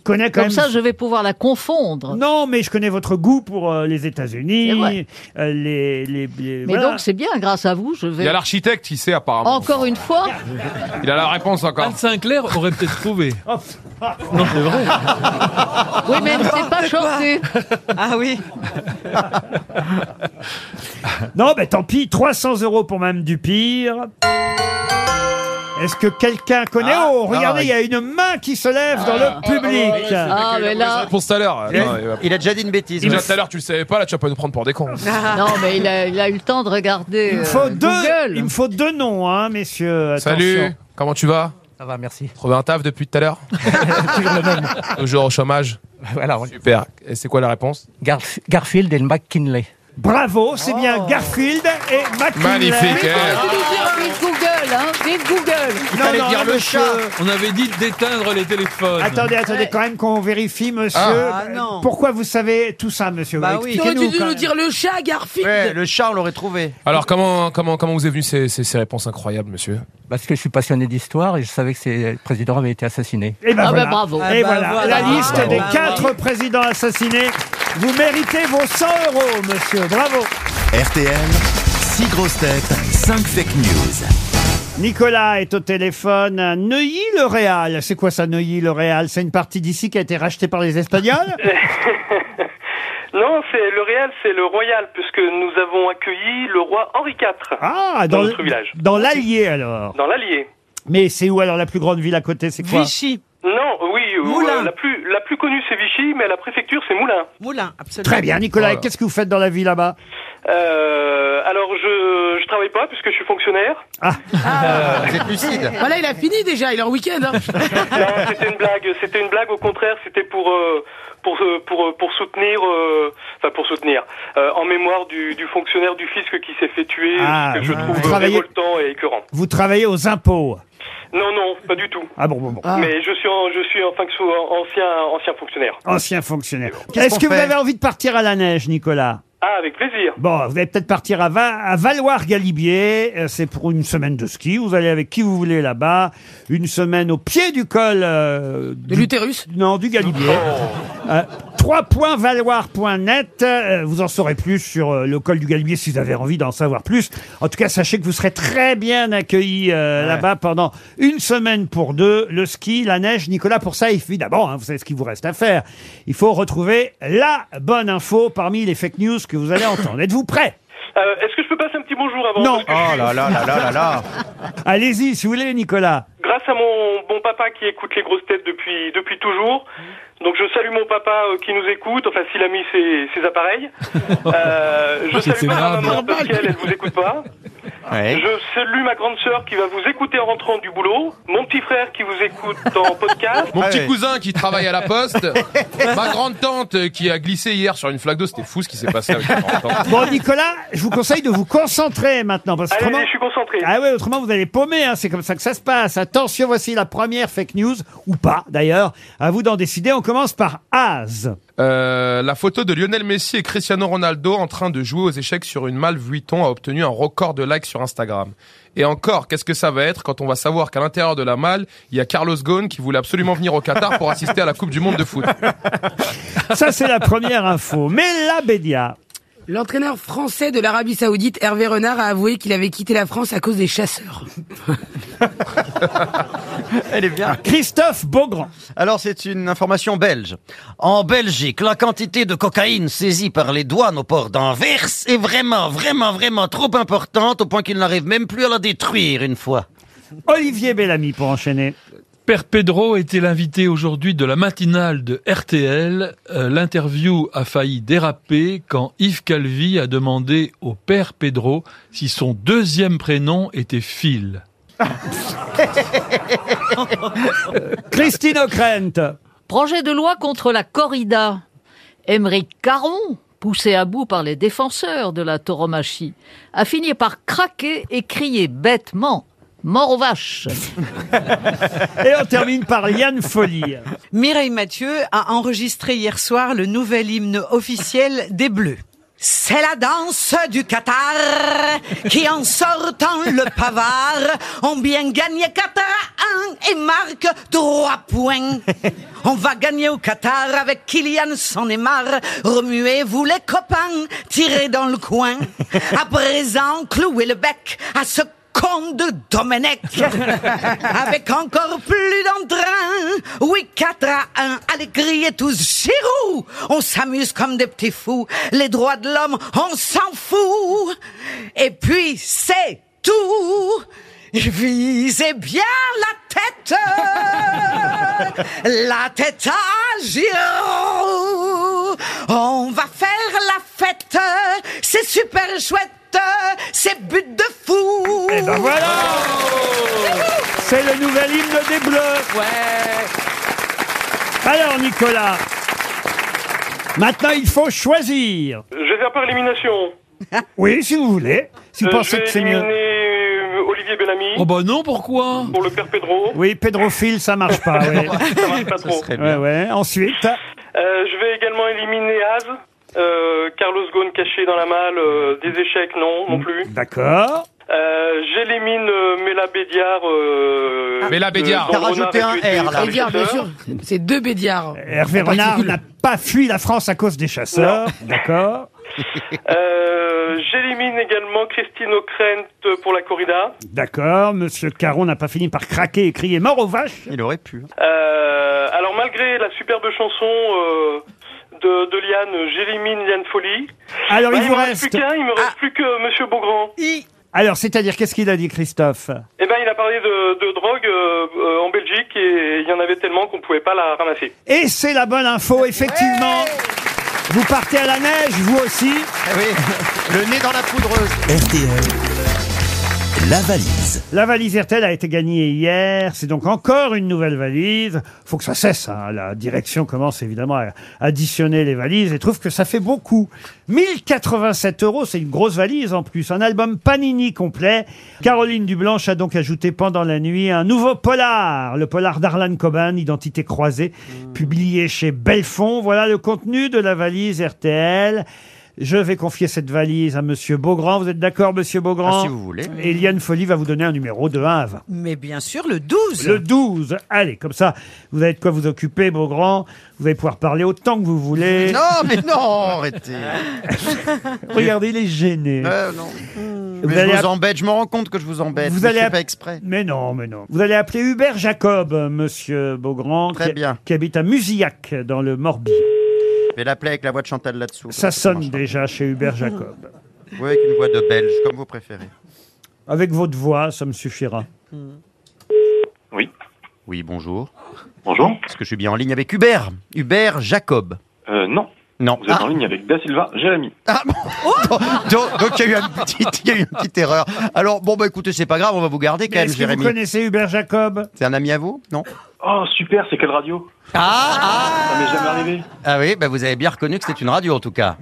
S2: connais quand
S6: Comme
S2: même...
S6: ça, je vais pouvoir la confondre.
S2: Non, mais je connais votre goût pour euh, les
S6: C'est
S2: États-Unis,
S6: vrai.
S2: euh, les, les, les-
S6: Mais
S2: voilà.
S6: donc, c'est bien, grâce à vous, je
S8: Il y a
S6: vais...
S8: l'architecte qui sait apparemment.
S6: Encore une fois
S8: Il a la réponse encore. Anne
S14: Sinclair aurait peut-être trouvé. Non, c'est vrai.
S6: Oui, mais elle ne sait pas
S9: N'importe quoi.
S6: chanter.
S9: Ah oui.
S2: Non, ben tant pis, 300 euros pour Mme Dupire. Est-ce que quelqu'un connaît
S8: Ah,
S2: Oh, regardez,
S8: ah,
S2: il y a une main qui se lève dans le public.
S6: Ah,
S8: Réponse tout à l'heure.
S2: Ah. Il a-
S8: Non,
S10: il a déjà dit une bêtise.
S8: Déjà tout à l'heure, tu le savais pas, là, tu vas pas nous prendre pour des cons.
S6: Non, mais il a, il a eu le temps de regarder
S2: Il me
S6: euh,
S2: faut deux,
S6: Google.
S2: il me faut deux noms, hein, messieurs. Attention.
S8: Salut, comment tu vas Ça va, merci. Trouvé un taf depuis tout à l'heure Toujours le même. Toujours au chômage Super. Et c'est quoi la réponse
S18: Garfield et le McKinley.
S2: Bravo, c'est
S8: Oh.
S2: bien Garfield et McKinley.
S8: Magnifique,
S6: Oui,
S8: eh.
S6: vous nous dire, vive Google, hein, vive Google.
S14: Fallait
S2: non,
S14: dire
S2: là,
S14: le
S2: monsieur.
S14: chat. On avait dit d'éteindre les téléphones.
S2: Attendez, attendez, quand même qu'on vérifie, monsieur.
S14: Ah. Ah,
S2: Euh, Pourquoi vous savez tout ça, monsieur
S8: Bah oui.
S5: T'aurais dû
S2: quand
S5: nous
S2: même.
S5: dire le chat, Garfield.
S10: Le chat, on l'aurait trouvé.
S8: Alors, comment, comment, comment vous est venu ces, ces, ces réponses incroyables, monsieur
S18: Parce que je suis passionné d'histoire et je savais que ces présidents avaient été assassinés.
S2: Et
S8: bah
S2: ben
S6: Ah ben
S2: voilà.
S6: bravo.
S2: Et
S6: Ah ben
S2: voilà,
S6: voilà.
S2: la liste
S6: Bravo.
S2: des quatre présidents assassinés. Vous méritez vos 100 euros, monsieur. Bravo.
S1: RTL, 6 grosses têtes, 5 fake news.
S2: Nicolas est au téléphone à Neuilly-le-Réal. C'est quoi ça, Neuilly-le-Réal C'est une partie d'ici qui a été rachetée par les Espagnols
S19: Non, c'est le Réal, c'est le Royal, puisque nous avons accueilli le roi Henri IV
S2: Ah,
S19: dans,
S2: dans,
S19: notre village,
S2: dans l'Allier, alors.
S19: dans l'Allier.
S2: Mais c'est où, alors, la plus grande ville à côté C'est quoi
S19: Non, oui, euh, la plus la plus connue c'est Vichy, mais la préfecture c'est Moulins.
S9: Moulin, absolument.
S2: Très bien, Nicolas. Et Qu'est-ce que vous faites dans la ville là-bas
S19: Euh, alors, je, je travaille pas puisque je suis fonctionnaire.
S9: Ah.
S10: vous êtes lucide.
S5: Voilà, Bah il a fini déjà, il est en week-end. hein.
S19: Non, c'était une blague. C'était une blague. Au contraire, c'était pour euh, pour euh, pour euh, pour soutenir, euh, enfin pour soutenir, euh, en mémoire du, du fonctionnaire du fisc qui s'est fait tuer,
S2: Ah,
S19: que je
S2: vous
S19: trouve euh,
S2: travaillez-
S19: révoltant et écœurant.
S2: Vous travaillez aux impôts.
S19: Non, non, pas du tout.
S2: Ah bon, bon, bon.
S19: Mais je suis en, je suis en fonction- ancien ancien fonctionnaire.
S2: Ancien fonctionnaire.
S19: Qu'est-ce
S2: Est-ce
S19: qu'on
S2: que vous
S19: fait
S2: avez envie de partir à la neige, Nicolas
S19: Ah, avec plaisir.
S2: Bon, vous allez peut-être partir à, Va- à Valoir-Galibier. Euh, C'est pour une semaine de ski. Vous allez avec qui vous voulez là-bas. Une semaine au pied du col. de
S5: l'utérus
S2: Non, du Galibier. Euh, 3.valoir.net. Euh, Vous en saurez plus sur euh, le col du Galibier si vous avez envie d'en savoir plus. En tout cas, sachez que vous serez très bien accueillis euh, là-bas pendant une semaine pour deux. Le ski, la neige. Nicolas, pour ça, évidemment, hein, vous savez ce qu'il vous reste à faire. Il faut retrouver la bonne info parmi les fake news que vous allez entendre. Êtes-vous prêts
S19: Euh, Est-ce que je peux passer un petit bonjour avant
S2: Non.
S19: Parce que je suis-
S2: Allez-y, si vous voulez, Nicolas.
S19: Grâce à mon bon papa qui écoute les grosses têtes depuis depuis toujours. Donc je salue mon papa euh, qui nous écoute, enfin s'il a mis ses, ses appareils. Euh, je
S14: C'est
S19: salue ma
S14: aimable.
S19: maman parce qu'elle elle vous écoute pas. Je salue ma grande sœur qui va vous écouter en rentrant du boulot, mon petit frère qui vous écoute en podcast.
S8: Mon petit cousin qui travaille à la poste, ma grande tante qui a glissé hier sur une flaque d'eau, c'était fou ce qui s'est passé avec ma grande tante.
S2: Bon, Nicolas, je vous conseille de vous concentrer maintenant. Parce que
S8: Allez,
S2: autrement...
S8: allez, je suis
S19: concentré.
S2: Ah ouais, autrement, vous allez paumer. hein, C'est comme ça que ça se passe. Attention, voici la première fake news, ou pas d'ailleurs. À vous d'en décider. On commence par Az.
S8: Euh, la photo de Lionel Messi et Cristiano Ronaldo en train de jouer aux échecs sur une malle Vuitton a obtenu un record de likes sur Instagram. Et encore, qu'est-ce que ça va être quand on va savoir qu'à l'intérieur de la malle, il y a Carlos Ghosn qui voulait absolument venir au Qatar pour assister à la Coupe du Monde de foot.
S2: Ça, c'est la première info. Mais la Bédia.
S5: L'entraîneur français de l'Arabie Saoudite, Hervé Renard, a avoué qu'il avait quitté la France à cause des chasseurs.
S10: Elle est bien.
S2: Christophe Beaugrand.
S10: Alors, c'est une information belge. En Belgique, la quantité de cocaïne saisie par les douanes au port d'Anvers est vraiment, vraiment, vraiment trop importante au point qu'ils n'arrivent même plus à la détruire une fois.
S2: Olivier Bellamy pour enchaîner.
S14: Père Pedro était l'invité aujourd'hui de la matinale de RTL. Euh, L'interview a failli déraper quand Yves Calvi a demandé au père Pedro si son deuxième prénom était Phil.
S2: Christine O'Krent.
S6: Projet de loi contre la corrida. Émeric Caron, poussé à bout par les défenseurs de la tauromachie, a fini par craquer et crier bêtement Mort aux vaches
S2: Et on termine par Eh Yann Folie.
S20: Mireille Mathieu a enregistré hier soir le nouvel hymne officiel des Bleus. C'est la danse du Qatar qui, en sortant le pavard, ont bien gagné 4 à 1 et marque 3 points. On va gagner au Qatar avec Kylian son Neymar. Remuez-vous les copains, tirez dans le coin. À présent, clouez le bec à ce con de Domenech avec encore plus d'entrain. Oui, 4 à 1. Allez, criez tous Giroud On s'amuse comme des petits fous. Les droits de l'homme, on s'en fout. Et puis, c'est tout. Visez bien la tête La tête à Giroud On va faire la fête C'est super chouette C'est but de fou
S2: Et ben voilà C'est le nouvel hymne des Bleus. Ouais. Alors, Nicolas. Maintenant, il faut choisir.
S19: Je vais faire par élimination.
S2: Oui, si vous voulez. Si vous
S19: Euh, je
S2: pensez
S19: vais
S2: que c'est
S19: éliminer,
S2: mieux.
S19: euh, Olivier Bellamy.
S2: Oh
S14: bah non, pourquoi
S19: Pour le père Pedro.
S2: Oui, pédrophile, ça marche pas. ouais.
S19: Ça marche pas trop.
S2: Ouais, ouais. Ensuite,
S19: Euh, je vais également éliminer Az. Euh, Carlos Ghosn caché dans la malle, euh, des échecs, non, non plus.
S2: d'accord.
S19: Euh, J'élimine euh, Mela Bédiard. Euh,
S8: Ah. Mela
S19: de-
S8: Bédiard.
S19: dans
S8: T'as
S19: le
S8: rajouté
S19: renard
S8: un
S19: et
S8: R, là.
S19: Bédiard,
S5: Bédiard, bien sûr. C'est deux Bédiards.
S2: Hervé
S5: En
S2: Renard
S5: particulier.
S2: n'a pas fui la France à cause des chasseurs. D'accord.
S19: Euh, J'élimine également Christine O'Krent pour la corrida.
S2: D'accord. Monsieur Caron n'a pas fini par craquer et crier mort aux vaches.
S10: Il aurait pu. hein.
S19: Euh, alors malgré la superbe chanson euh, de, de Liane, j'élimine Liane Folie. bah,
S2: Alors, il
S19: il
S2: vous
S19: me reste
S2: reste- Ah.
S19: plus qu'un, il me reste plus que Monsieur Beaugrand.
S2: Alors, c'est-à-dire, qu'est-ce qu'il a dit, Christophe
S19: Eh ben, il a parlé de, de drogue euh, euh, en Belgique et il y en avait tellement qu'on pouvait pas la ramasser.
S2: Et c'est la bonne info, effectivement. Vous partez à la neige, vous aussi
S10: Eh Le nez dans la poudreuse.
S1: La valise.
S2: La valise RTL a été gagnée hier, c'est donc encore une nouvelle valise. Faut que ça cesse, hein. la direction commence évidemment à additionner les valises et trouve que ça fait beaucoup. 1087 euros, c'est une grosse valise en plus. Un album Panini complet. Caroline Dublanche a donc ajouté pendant la nuit un nouveau polar, le polar d'Arlan Coban, Identité croisée, publié chez Belfond. Voilà le contenu de la valise RTL. Je vais confier cette valise à Monsieur Beaugrand. Vous êtes d'accord, Monsieur Beaugrand
S10: Ah, si vous voulez.
S2: Et Eliane Folly va vous donner un numéro de 1 à 20.
S20: Mais bien sûr, le 12.
S2: Le 12. Allez, comme ça, vous avez de quoi vous occuper, Beaugrand. Vous allez pouvoir parler autant que vous voulez.
S10: Non, mais non, arrêtez.
S2: Regardez, il est gêné.
S10: Euh, non.
S2: Vous
S10: Mais
S2: allez
S10: je
S2: app-
S10: vous embête, je me rends compte que je vous embête.
S2: Vous
S10: mais
S2: allez
S10: je fais
S2: app-
S10: pas exprès.
S2: Mais non, mais non. Vous allez appeler Hubert Jacob, euh, Monsieur Beaugrand, qui, qui habite à Musillac, dans le Morbihan.
S10: Je vais l'appeler avec la voix de Chantal là-dessous.
S2: Ça sonne déjà chez Hubert Jacob.
S10: Oui, avec une voix de belge, comme vous préférez.
S2: Avec votre voix, ça me suffira.
S10: Oui. Oui, bonjour. Bonjour. Est-ce que je suis bien en ligne avec Hubert Hubert Jacob
S19: Euh, non.
S10: Non. Ah.
S19: Vous êtes en ligne avec Da Silva, Jérémy.
S10: Donc, donc, il y, a eu une petite- il y a eu une petite erreur. Alors, bon, bah écoutez, c'est pas grave, on va vous garder quand
S2: Mais
S10: même,
S2: Est-ce que vous
S10: Jérémy.
S2: connaissez Hubert Jacob
S10: C'est un ami à vous Non
S19: Oh, super, c'est quelle radio
S10: Ah,
S19: Ça m'est jamais arrivé.
S10: Ah oui, bah vous avez bien reconnu que c'est une radio en tout cas.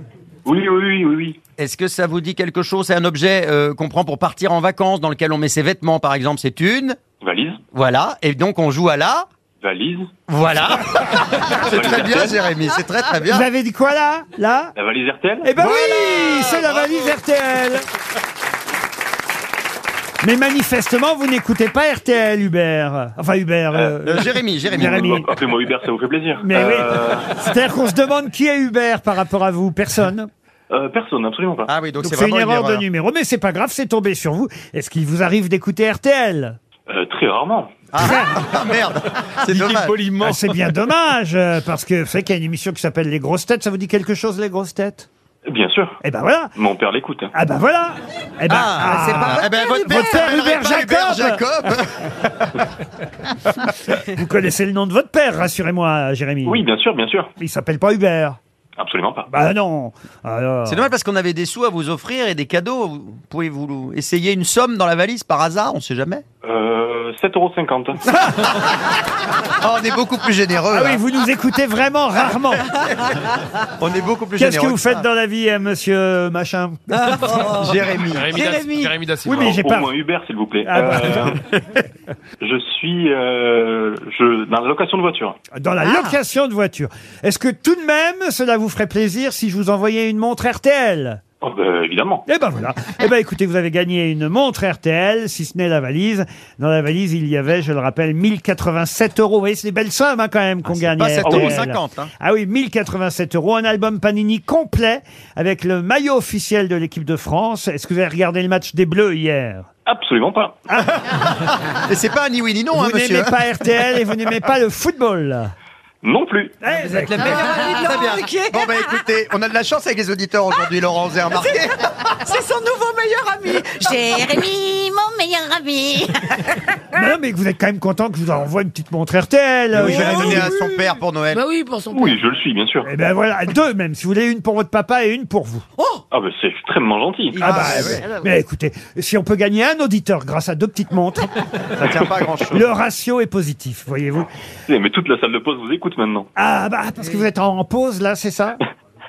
S19: Oui, oui, oui, oui. oui.
S10: Est-ce que ça vous dit quelque chose C'est un objet euh, qu'on prend pour partir en vacances, dans lequel on met ses vêtements, par exemple. C'est une
S19: Valise.
S10: Voilà. Et donc on joue à la
S19: Valise.
S10: Voilà. ah, c'est très bien, Jérémy. C'est très très bien.
S2: Vous avez dit quoi là Là
S19: La valise RTL
S2: Eh ben oui, c'est la valise RTL.
S10: Euh,
S2: Mais manifestement, vous n'écoutez pas RTL, Hubert. Enfin, Hubert. euh,
S19: bah, Appelez-moi Hubert, ça vous fait plaisir.
S2: Mais
S19: Euh,
S2: oui. C'est-à-dire qu'on se demande qui est Hubert par rapport à vous. Personne.
S19: euh, personne, absolument pas.
S10: Ah oui,
S2: Donc c'est une erreur, de numéro. Mais c'est pas grave, c'est tombé sur vous. Est-ce qu'il vous arrive d'écouter RTL
S19: Euh, très rarement.
S10: Ah merde C'est dommage.
S2: Ah, c'est bien dommage, euh, parce que vous savez qu'il y a une émission qui s'appelle Les Grosses Têtes. Ça vous dit quelque chose, Les Grosses Têtes
S19: Bien sûr.
S2: Eh ben voilà.
S19: Mon père l'écoute. hein.
S2: Ah ben voilà Eh ben,
S19: Ah, c'est pas votre
S2: eh ben,
S19: père,
S2: votre,
S19: Hubert.
S2: votre père,
S19: Vous
S2: Hubert
S19: l'appellerez pas
S2: Jacob, Vous connaissez le nom de votre père, rassurez-moi, Jérémy.
S19: Oui, bien sûr, bien sûr.
S2: Il s'appelle pas Hubert.
S19: Absolument pas.
S2: Bah non Alors...
S10: C'est dommage parce qu'on avait des sous à vous offrir et des cadeaux. Vous- Pouvez-vous essayer une somme dans la valise par hasard On sait jamais.
S19: Euh, 7,50€.
S10: Ah, on est beaucoup plus généreux.
S2: Ah oui,
S10: hein.
S2: vous nous écoutez vraiment rarement.
S10: On est beaucoup plus
S2: Qu'est-ce
S10: généreux.
S2: que vous faites dans la vie, euh, monsieur machin
S4: oh.
S10: Jérémy.
S8: Jérémy.
S2: Jérémy.
S8: Jérémy Da Silva.
S2: Oui, mais j'ai
S19: Au
S2: pas-
S19: moins Hubert, s'il vous plaît.
S2: Ah bah,
S19: Euh, je suis euh, je, dans la location de voiture.
S2: Dans
S10: Ah.
S4: Ah.
S2: la location de voiture. Est-ce que tout de même, cela vous ferait plaisir si je vous envoyais une montre RTL
S19: Oh, bah, évidemment.
S2: Eh ben voilà. Eh ben écoutez, vous avez gagné une montre RTL, si ce n'est la valise. Dans la valise, il y avait, je le rappelle, 1087 euros. Vous voyez, c'est des belles sommes hein, quand même qu'on gagne.
S10: Ah, pas
S2: à
S10: 7,50 euros,
S2: RTL.
S10: hein.
S2: Ah oui, 1087 euros. Un album Panini complet avec le maillot officiel de l'équipe de France. Est-ce que vous avez regardé le match des Bleus hier
S19: Absolument pas.
S10: Ah. Et c'est pas un ni oui ni non, hein,
S2: Vous
S10: monsieur.
S2: n'aimez pas RTL et vous n'aimez pas le football.
S19: Non plus.
S2: Eh, vous êtes
S10: Ah,
S2: le meilleur ami de
S10: Très bien.
S2: Laurent Ruquier.
S10: Bon, bah écoutez, on a de la chance avec les auditeurs aujourd'hui, Laurent, vous avez remarqué
S20: C'est son nouveau meilleur ami.
S15: Jérémy, mon meilleur ami.
S2: Mais non, mais vous êtes quand même content que je vous envoie une petite montre RTL.
S10: Oui, je vais la donner à son père pour Noël.
S5: Bah oui, pour son
S19: Oui, je le suis, bien sûr.
S2: Eh ben voilà, deux même, si vous voulez, une pour votre papa et une pour vous.
S19: Ah, bah, c'est extrêmement gentil.
S2: Ah bah, ouais. Mais écoutez, si on peut gagner un auditeur grâce à deux petites montres,
S10: Ça tient pas à grand chose.
S2: le ratio est positif, voyez-vous.
S19: Eh, Mais toute la salle de pause vous écoute maintenant.
S2: Ah bah, parce que vous êtes en en pause là, c'est ça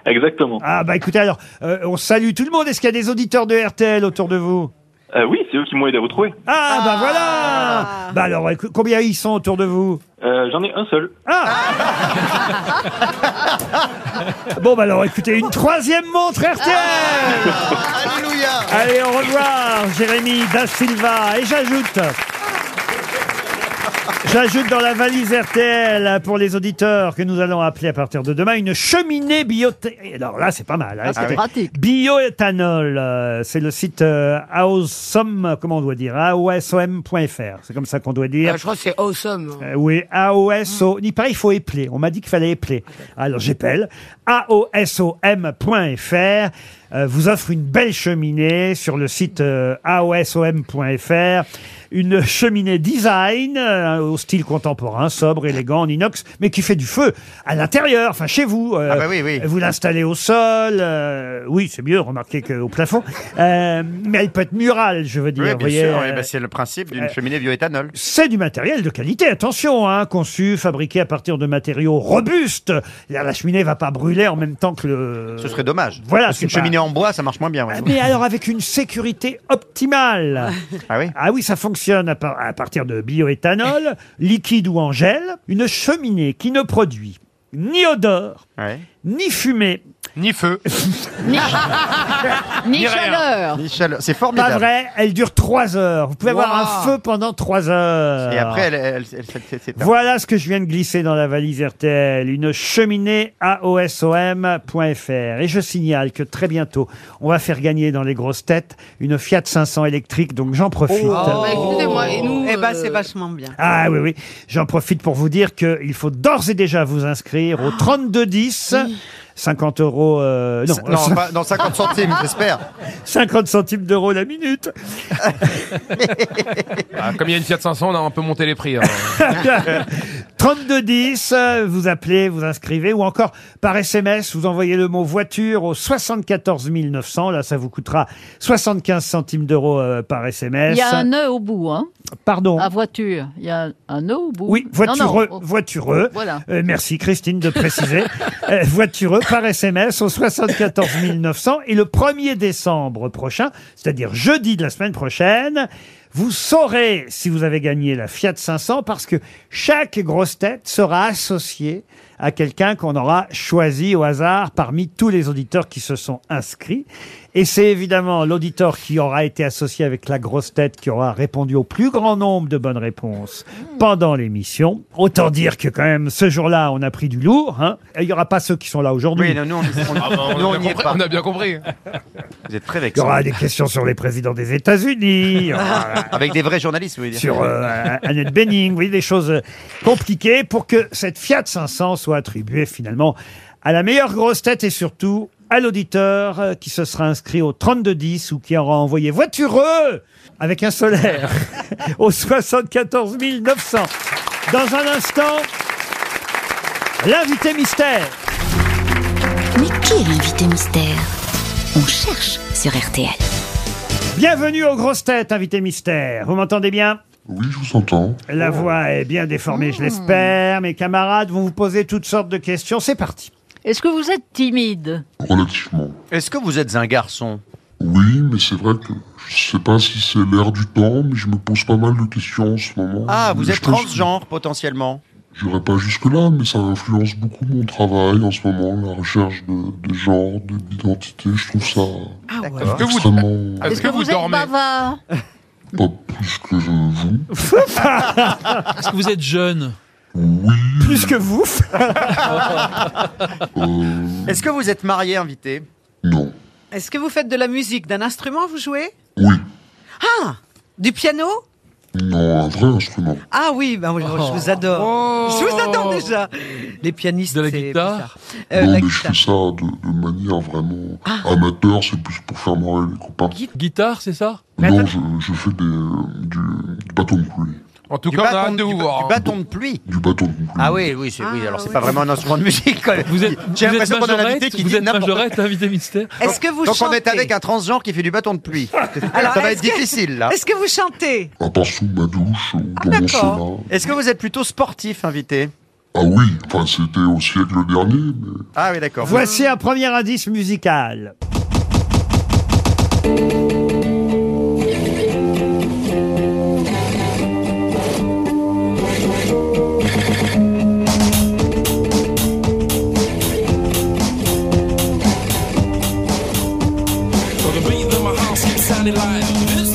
S19: Exactement.
S2: Ah bah écoutez, alors, euh, on salue tout le monde. Est-ce qu'il y a des auditeurs de RTL autour de vous
S19: Euh, oui, c'est eux qui m'ont aidé à vous trouver.
S2: Ah bah voilà Bah alors, écou- combien ils sont autour de vous
S19: Euh, J'en ai un seul.
S2: Bon bah alors, écoutez, une troisième montre RTL
S10: Alléluia
S2: Allez, au revoir, Jérémy Da Silva. Et j'ajoute. J'ajoute dans la valise RTL pour les auditeurs que nous allons appeler à partir de demain une cheminée bioté. Alors là, c'est pas mal.
S6: Ah, c'est
S2: écoutez.
S6: pratique.
S2: Bioéthanol, euh, c'est le site euh, AOSOM, comment on doit dire AOSOM.fr, c'est comme ça qu'on doit dire.
S5: Ah, je crois que c'est awesome.
S2: Euh, oui,
S5: Hmm.
S2: AOSO. Il paraît qu'il faut épeler. On m'a dit qu'il fallait épeler. Alors j'épelle. AOSOM.fr. euh, vous offre une belle cheminée sur le site euh, aosom.fr. Une cheminée design euh, au style contemporain, sobre, élégant, en inox, mais qui fait du feu à l'intérieur, enfin chez vous.
S21: Ah
S2: euh,
S21: bah
S2: Vous l'installez au sol. euh, oui, c'est mieux, remarquez qu'au plafond. Euh, mais elle peut être murale, je veux dire.
S21: Oui, bien
S2: vous voyez,
S21: sûr,
S2: euh,
S21: eh ben, c'est le principe d'une
S2: euh,
S21: cheminée bioéthanol.
S2: c'est du matériel de qualité, attention, hein, conçu, fabriqué à partir de matériaux robustes. La, la cheminée va pas brûler en même temps que le...
S21: Ce serait dommage.
S2: Voilà,
S21: Parce
S2: c'est
S21: qu'une
S2: pas-
S21: cheminée en bois, ça marche moins bien. ouais.
S2: Mais alors avec une sécurité optimale.
S21: Ah oui
S2: Ah oui, ça fonctionne à, par- à partir de bioéthanol, liquide ou en gel. Une cheminée qui ne produit ni odeur, ni fumée,
S21: ni feu,
S6: Ni, ni chaleur.
S21: Ni chaleur. C'est formidable.
S2: Pas vrai, elle dure 3 heures. Vous pouvez avoir un
S21: Wow.
S2: feu pendant 3 heures.
S21: Et après, elle, elle, elle- elle- elle- s'éteint.
S2: Voilà ce que je viens de glisser dans la valise RTL, une cheminée AOSOM.fr. Et je signale que très bientôt, on va faire gagner dans les grosses têtes une Fiat 500 électrique, donc j'en profite.
S6: Oh,
S2: Oh.
S5: écoutez-moi, Oh, bah, et nous,
S20: Eh ben, c'est
S5: euh,
S20: vachement bien.
S2: Ah oui, oui. J'en profite pour vous dire qu'il faut d'ores et déjà vous inscrire au 3210. 50 euros. euh, non,
S21: Ça- non, pas- non, 50 centimes, j'espère.
S2: 50 centimes d'euros la minute.
S8: Ah, comme il y a une Fiat 500, on a un peu monté les prix. hein.
S2: 3210, euh, vous appelez, vous inscrivez, ou encore par SMS, vous envoyez le mot voiture au 74 900. Là, ça vous coûtera 75 centimes d'euros euh, par SMS.
S6: Il y a un nœud au bout, hein
S2: Pardon.
S6: À voiture, il y a un nœud au bout.
S2: Oui,
S6: Non, non,
S2: voitureux,
S6: au-
S2: voitureux.
S6: Voilà.
S2: Euh, merci Christine de préciser. Euh, voitureux par SMS au 74 900 et le 1er décembre prochain, c'est-à-dire jeudi de la semaine prochaine, vous saurez si vous avez gagné la Fiat 500 parce que chaque grosse tête sera associée à quelqu'un qu'on aura choisi au hasard parmi tous les auditeurs qui se sont inscrits. Et c'est évidemment l'auditeur qui aura été associé avec la grosse tête qui aura répondu au plus grand nombre de bonnes réponses pendant l'émission. Autant dire que quand même ce jour-là, on a pris du lourd. hein. Et Il n'y aura pas ceux qui sont là aujourd'hui.
S21: Oui, non, nous, on, on-
S8: Ah, bah, on,
S21: nous,
S8: a
S21: on n'y
S8: bien
S21: est
S8: compris,
S21: pas.
S8: on a bien compris.
S21: Vous êtes très
S2: Il y
S21: vexé.
S2: aura des questions sur les présidents des États-Unis.
S21: Avec des vrais journalistes, vous voulez dire.
S2: sur euh, Annette Benning, vous voyez, des choses euh, compliquées pour que cette Fiat 500 soit attribuée finalement à la meilleure grosse tête et surtout à l'auditeur euh, qui se sera inscrit au 3210 ou qui aura envoyé voitureux avec un solaire au 74 900. Dans un instant, l'invité mystère.
S15: Mais qui est l'invité mystère On cherche sur RTL.
S2: Bienvenue aux grosses têtes, invité mystère. Vous m'entendez bien
S22: Oui, je vous entends.
S2: La voix est bien déformée, je l'espère. Mes camarades vont vous poser toutes sortes de questions. C'est parti.
S6: Est-ce que vous êtes timide
S22: Relativement.
S21: Est-ce que vous êtes un garçon
S22: Oui, mais c'est vrai que je sais pas si c'est l'air du temps, mais je me pose pas mal de questions en ce moment.
S21: Ah, vous
S22: Mais
S21: êtes
S22: je pense que
S21: transgenre potentiellement.
S22: J'irai pas jusque-là, mais ça influence beaucoup mon travail en ce moment, la recherche de, de genre, de- d'identité. Je trouve ça
S21: Ah,
S8: Est-ce que vous-
S22: extrêmement.
S8: Est-ce que vous dormez
S6: bavard
S22: Pas plus que vous.
S14: Est-ce que vous êtes jeune
S2: Plus que vous.
S21: Euh. Est-ce que vous êtes marié, invité
S20: Est-ce que vous faites de la musique D'un instrument, vous jouez
S22: Oui.
S20: Ah Du piano
S22: Non, un vrai instrument.
S20: Ah oui, ben, je, je
S5: Oh.
S20: vous adore. Je vous adore déjà. Les pianistes, de la guitare.
S21: Euh, bah,
S22: non,
S20: la
S22: mais je
S20: guitare.
S22: fais ça de, de manière vraiment
S21: Ah.
S22: amateur, c'est plus pour faire marrer les copains.
S14: Guitare, c'est ça
S21: Ah,
S22: Non, je, je fais des, euh, du, du bâton de pluie.
S8: En tout
S21: Du
S8: cas, on a
S21: bâton-
S8: hâte de vous
S21: du-
S8: voir.
S21: du bâton de pluie.
S22: Du bâton de pluie.
S21: Ah oui, oui, c'est- oui, alors c'est pas vraiment un instrument de musique. quoi.
S14: Vous êtes,
S21: J'ai
S14: vous êtes
S21: l'impression qu'on a un invité
S14: majorette,
S21: qui
S14: vous
S21: dit
S14: êtes
S21: n'importe
S14: majorette, invité mystère.
S20: Est-ce que vous
S21: Donc on
S20: chantez
S21: est avec un transgenre qui fait du bâton de pluie.
S20: Alors,
S21: ça va
S20: est-ce
S21: être
S20: que-
S21: difficile là.
S20: Est-ce que vous chantez
S22: À part sous ma douche ou
S21: Ah,
S22: dans mon sauna.
S21: Est-ce que vous êtes plutôt sportif, invité
S22: Ah oui, enfin c'était au siècle dernier, mais
S21: Ah oui, d'accord.
S2: Voici un premier indice musical.
S23: So the beat in my house keeps sounding like this.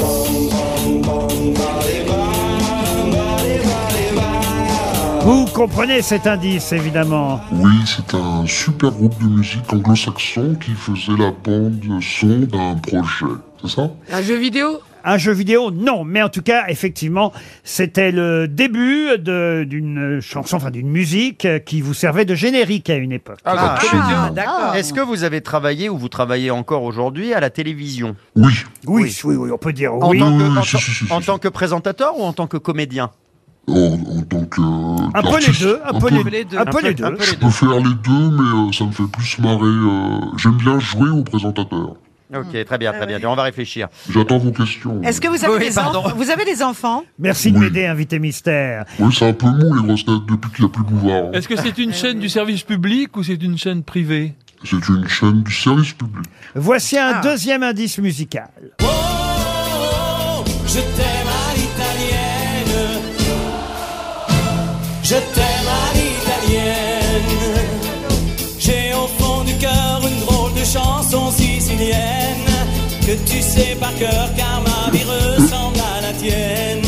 S2: Vous comprenez cet indice, évidemment.
S22: oui, c'est un super groupe de musique anglo-saxon qui faisait la bande son d'un projet, c'est ça
S5: Un jeu vidéo
S2: Un jeu vidéo, non. Mais en tout cas, effectivement, c'était le début de- d'une chanson, enfin d'une musique euh, qui vous servait de générique à une époque.
S21: Ah,
S2: Ah.
S21: d'accord. Est-ce que vous avez travaillé ou vous travaillez encore aujourd'hui à la télévision
S2: Oui. Oui, oui, oui, on peut dire
S21: En
S2: oui.
S21: tant que- en tant- en tant que présentateur ou en tant que comédien
S2: Un peu les deux, un peu les- un peu les deux.
S22: Je peux faire les deux, mais euh, ça me fait plus marrer. euh, J'aime bien jouer au présentateur.
S21: Ok, très
S2: Ah
S21: bien, très bien. On va réfléchir.
S2: Eh
S22: J'attends vos questions.
S20: Est-ce que vous avez, des,
S21: pardon.
S20: enf- vous avez des enfants
S2: Merci de m'aider, invité mystère.
S22: Oui, c'est un peu mou les grosses têtes depuis qu'il n'y a plus hein. Bouvard.
S14: Est-ce que c'est une chaîne du service public ou c'est une chaîne privée
S22: C'est une chaîne du service public.
S2: Voici un
S21: Ah.
S2: deuxième indice musical.
S23: Je t'aime à l'italienne. Je t'aime à l'italienne. J'ai au fond du cœur une drôle de chanson sicilienne que tu sais par cœur car ma vie ressemble à la tienne.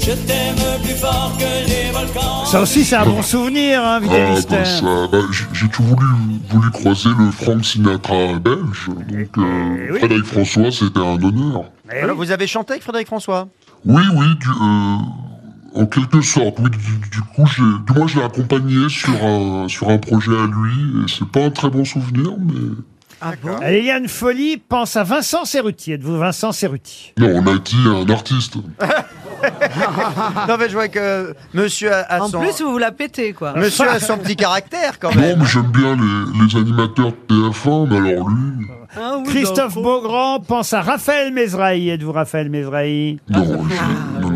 S23: Je t'aime plus fort que les volcans.
S2: Ça aussi, c'est un bon souvenir, hein, invité
S22: Ah, bah
S2: mystère.
S22: ça, bah, j'ai- j'ai tout voulu, voulu croiser le Frank Sinatra belge,
S21: Eh
S22: donc euh, Frédéric François, c'était un honneur.
S21: Alors, vous avez chanté avec Frédéric François
S22: Oui, oui, du- euh, en quelque sorte, oui, du, du coup, j'ai, du moins, je l'ai accompagné sur un, sur un projet à lui, et c'est pas un très bon souvenir, mais...
S2: Allez, Liane Folie pense à Vincent Cerruti. Êtes-vous Vincent Cerruti
S22: Non, on a dit un artiste.
S21: Non, mais je vois que monsieur a, a
S20: En
S21: son...
S20: plus, vous vous la pétez, quoi.
S21: Monsieur a son petit caractère, quand
S22: Non,
S21: même.
S22: mais j'aime bien les, les animateurs de TF1, mais alors lui...
S2: Christophe Beaugrand pense à Raphaël Mesrahi. Êtes-vous Raphaël Mesrahi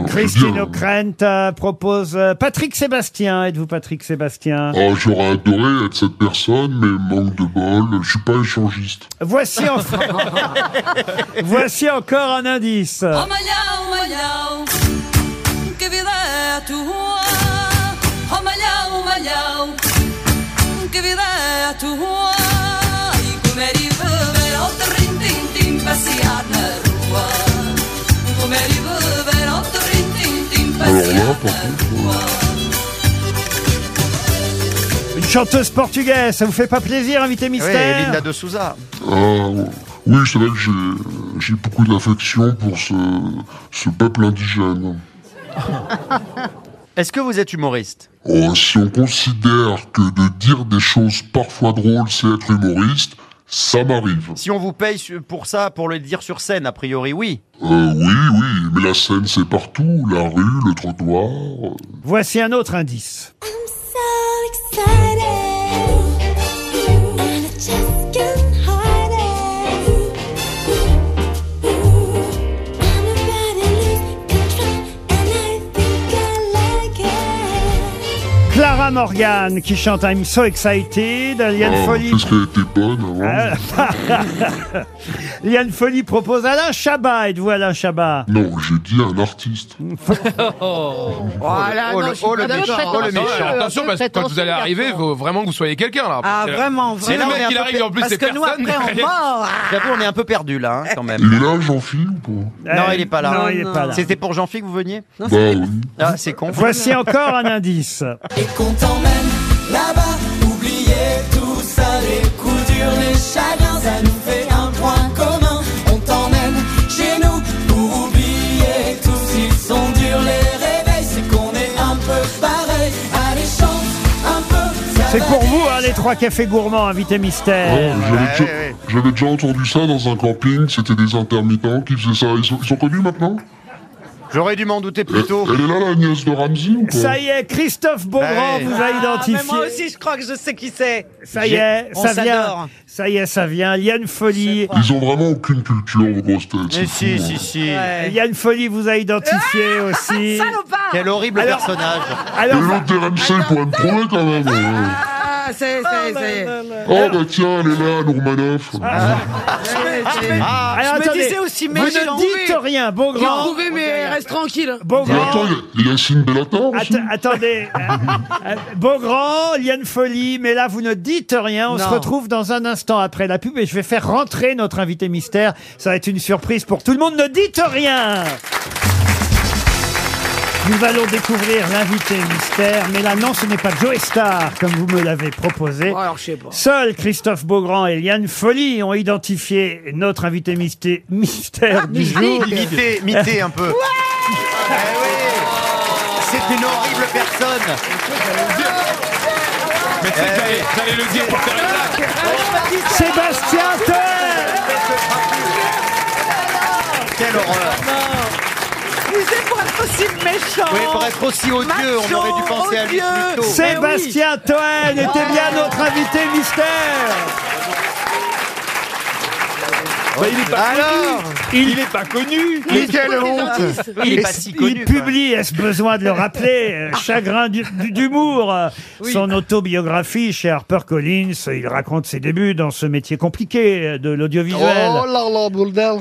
S2: Christine O'Krent euh, propose euh, Patrick Sébastien. Êtes-vous Patrick Sébastien
S22: Ah, j'aurais adoré être cette personne, mais manque de bol, je suis pas échangiste.
S2: Voici, en- Voici encore un indice.
S3: Oh malhão, malhão, que vida é tua? Oh malhão, malhão, que vida é tua? E comer e beber ao terrim-tim-tim, passear na rua. Comer e beber ao terrim-tim-tim,
S22: Alors
S3: passear
S22: là, par contre...
S2: Une chanteuse portugaise. Ça vous fait pas plaisir, invité mystère
S22: Oui, Linda
S21: de Souza.
S22: Ah, oui, c'est vrai que j'ai, j'ai beaucoup d'affection pour ce, ce peuple indigène.
S21: Est-ce que vous êtes humoriste
S22: Oh, si on considère que de dire des choses parfois drôles, c'est être humoriste, ça m'arrive.
S21: Si on vous paye su- pour ça, pour le dire sur scène, a priori, oui.
S22: Euh, oui, oui, mais la scène, c'est partout. La rue, le trottoir. euh.
S2: Voici un autre indice. Clara Morgan qui chante I'm so excited. Liane
S22: Ah,
S2: Folie.
S22: qu'est-ce qu'elle était bonne avant.
S2: Ah. Liane Folie propose Alain Chabat. Êtes-vous Alain Chabat
S22: Non, j'ai dit un artiste.
S5: Voilà,
S8: oh,
S5: non,
S8: le,
S5: je suis
S8: oh, le
S5: pas
S8: méchant,
S5: d'accord.
S8: oh, le
S5: Attention,
S8: méchant.
S5: un peu
S8: Attention, parce que quand
S5: prétentieux,
S8: vous allez arriver,
S5: garçon.
S8: faut vraiment que vous soyez quelqu'un, là.
S20: Ah,
S8: C'est-
S20: vraiment,
S8: C'est le
S20: vraiment.
S8: mec qui
S20: Là, on est un
S8: arrive,
S20: peu
S8: en plus,
S20: per-
S8: c'est
S20: parce que nous,
S8: personne.
S20: après, on
S2: Ah.
S20: mord.
S21: J'avoue, on est un peu perdu là, hein, quand même.
S22: Il est là, Jean-Philippe ou pas
S21: Non, il est pas là.
S2: Euh, Non, il est pas là.
S21: C'était pour Jean-Philippe que vous veniez
S22: Bah oui.
S21: Ah, c'est con.
S2: Voici encore un indice.
S3: Et qu'on t'emmène là-bas, oubliez tout ça, les coups durs, les chagrins, ça nous fait un point commun. On t'emmène chez nous pour oublier tout, s'ils sont durs, les réveils, c'est qu'on est un peu pareil. Allez, chante un peu, ça
S2: C'est
S3: va
S2: pour vous, hein, les trois cafés gourmands, invité
S22: Ah, mais
S2: mystère.
S22: j'avais, déjà, j'avais déjà entendu ça dans un camping, c'était des intermittents qui faisaient ça. Ils sont, ils sont connus maintenant
S21: J'aurais dû m'en douter
S22: plus tôt. Elle est là, la nièce de Ramsey ou pas
S2: Ça y est, Christophe Beaugrand
S22: Ouais.
S2: vous a
S9: bah,
S20: Ah,
S2: identifié.
S20: mais moi aussi, je crois que je sais qui c'est.
S2: Ça y est,
S20: on
S2: ça
S20: s'adore.
S2: vient. Ça y est, ça vient. Liane Folie.
S22: Ils ont vraiment aucune culture, vos grosses têtes. c'est fou, hein.
S2: Liane Folie vous a identifié aussi.
S21: Quel horrible
S2: Alors-
S21: personnage.
S2: Alors,
S22: Et l'autre de RMC pourrait me trouver quand même. hein.
S5: Ah, c'est, c'est, c'est.
S22: Oh bah tiens, elle est là, Nourmanoff.
S5: Ah,
S2: Ah. bah. alors,
S5: je me
S2: attendez,
S5: disais aussi
S2: vous
S5: méchant.
S2: ne dites rien, Beaugrand.
S5: J'ai trouvé, mais reste tranquille.
S22: Mais attends, il y a Yacine Bellator aussi.
S2: Att- attendez. Euh, euh, Beaugrand, Liane Folie, mais là, vous ne dites rien. On se
S20: Non.
S2: retrouve dans un instant après la pub et je vais faire rentrer notre invité mystère. Ça va être une surprise pour tout le monde. Ne dites rien Nous allons découvrir l'invité mystère, mais là non, ce n'est pas Joe Star comme vous me l'avez proposé.
S5: Bon, Oh, alors, je sais pas.
S2: Seuls Christophe Beaugrand et Liane Folly ont identifié notre invité mysté-
S21: Ah,
S2: mystère du jour.
S21: Mité, mité un peu. Eh C'est une horrible personne.
S7: Mais tu sais que t'allais- t'allais le dire pour faire une blague.
S2: Sébastien
S21: Quelle horreur.
S20: Mais c'est pour être aussi méchant.
S21: Oui, pour être aussi odieux, on aurait dû penser à lui plus
S24: Eh
S21: tôt.
S2: Sébastien Toen était bien notre invité mystère.
S7: Bah, il est pas
S21: Alors,
S7: connu.
S2: il-
S7: est pas connu.
S2: Mais quelle honte Il, il publie, est-ce besoin de le
S7: Ah.
S2: rappeler, euh, Chagrin du- du- d'humour, euh, son autobiographie chez HarperCollins. Il raconte ses débuts dans ce métier compliqué euh, de l'audiovisuel.
S24: Oh là là, Bouldel.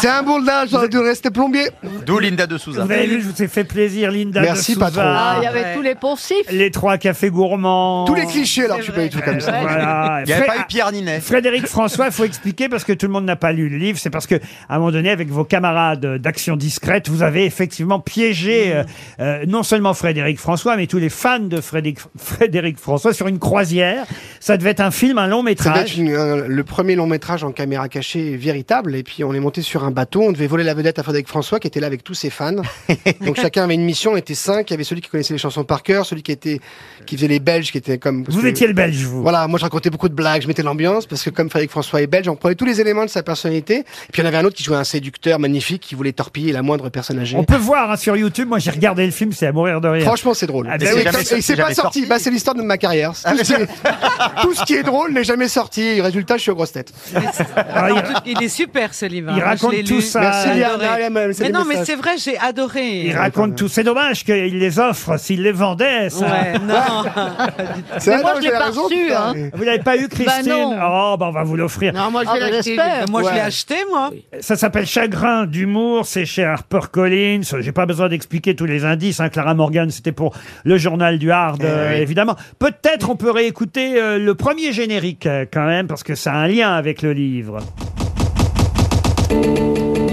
S24: C'est un Bouldel, j'aurais dû rester plombier.
S21: Eh D'où Linda de Souza.
S2: Vous avez vu, je vous ai fait plaisir, Linda.
S24: Merci,
S2: de Souza.
S24: patron. Ah,
S6: il y avait tous les poncifs.
S2: Les trois cafés gourmands.
S24: Tous les clichés, alors je suis pas du tout comme ça.
S2: Voilà.
S21: Il n'y avait
S2: Fré-
S21: pas eu Pierre Ninet.
S2: Frédéric François, faut expliquer parce que tout le monde n'a pas lu le livre. C'est parce que, à un moment donné, avec vos camarades euh, d'Action Discrète, vous avez effectivement
S6: Mm.
S2: piégé euh, euh, non seulement Frédéric François, mais tous les fans de Frédéric, Frédéric François sur une croisière. Ça devait être un film, un long
S24: Ça doit
S2: métrage.
S24: être une- un- le premier long métrage en caméra cachée véritable. Et puis on est monté sur un bateau, on devait voler la vedette à Frédéric François qui était là avec tous ses fans. Donc chacun avait une mission, on était cinq. Il y avait celui qui connaissait les chansons par cœur, celui qui était qui faisait les Belges, qui était comme. parce
S2: Vous étiez le Belge, vous.
S24: Voilà, moi je racontais beaucoup de blagues, je mettais l'ambiance parce que comme Frédéric François est belge, on prenait tous les éléments de sa personnalité. Et puis on avait un autre qui jouait un séducteur magnifique qui voulait torpiller la moindre personne âgée.
S2: On peut voir hein, sur YouTube. Moi, j'ai regardé le film, c'est à mourir de rire.
S24: Franchement, c'est drôle.
S2: Ah,
S24: Et
S2: ben oui,
S24: c'est-
S2: comme-
S24: et c'est pas sorti. Bah, c'est l'histoire de ma carrière.
S2: Ah,
S24: Tout, ce qui est, tout ce qui est drôle n'est jamais sorti. Résultat, je suis aux grosses têtes.
S20: Alors, en tout- il est super ce livre. hein.
S24: il
S20: Moi, je
S24: raconte
S20: l'ai
S24: tout
S20: lu.
S24: ça. Merci,
S20: J'ai
S24: Liana,
S20: adoré.
S24: Liana, c'est
S20: Mais
S24: des
S20: non, mais
S24: messages.
S20: c'est vrai, j'ai adoré.
S2: Il raconte tout. C'est dommage qu'il les offre. S'il les vendait, ça.
S20: Ouais, non.
S24: C'est
S20: Mais moi, je l'ai pas reçu, hein.
S2: Vous l'avez pas eu, Christine
S20: non.
S2: Oh, bah, on va vous l'offrir.
S5: Non, moi, je vais l'acheter.
S20: Ah, Moi, je
S2: Ouais.
S20: l'ai acheté, moi.
S2: Ça s'appelle Chagrin d'humour, c'est chez HarperCollins. J'ai pas besoin d'expliquer tous les indices. hein. Clara Morgan, c'était pour le journal du
S20: Eh
S2: Hard, euh, évidemment. Peut-être on peut réécouter euh, le premier générique euh, quand même, parce que ça a un lien avec le livre.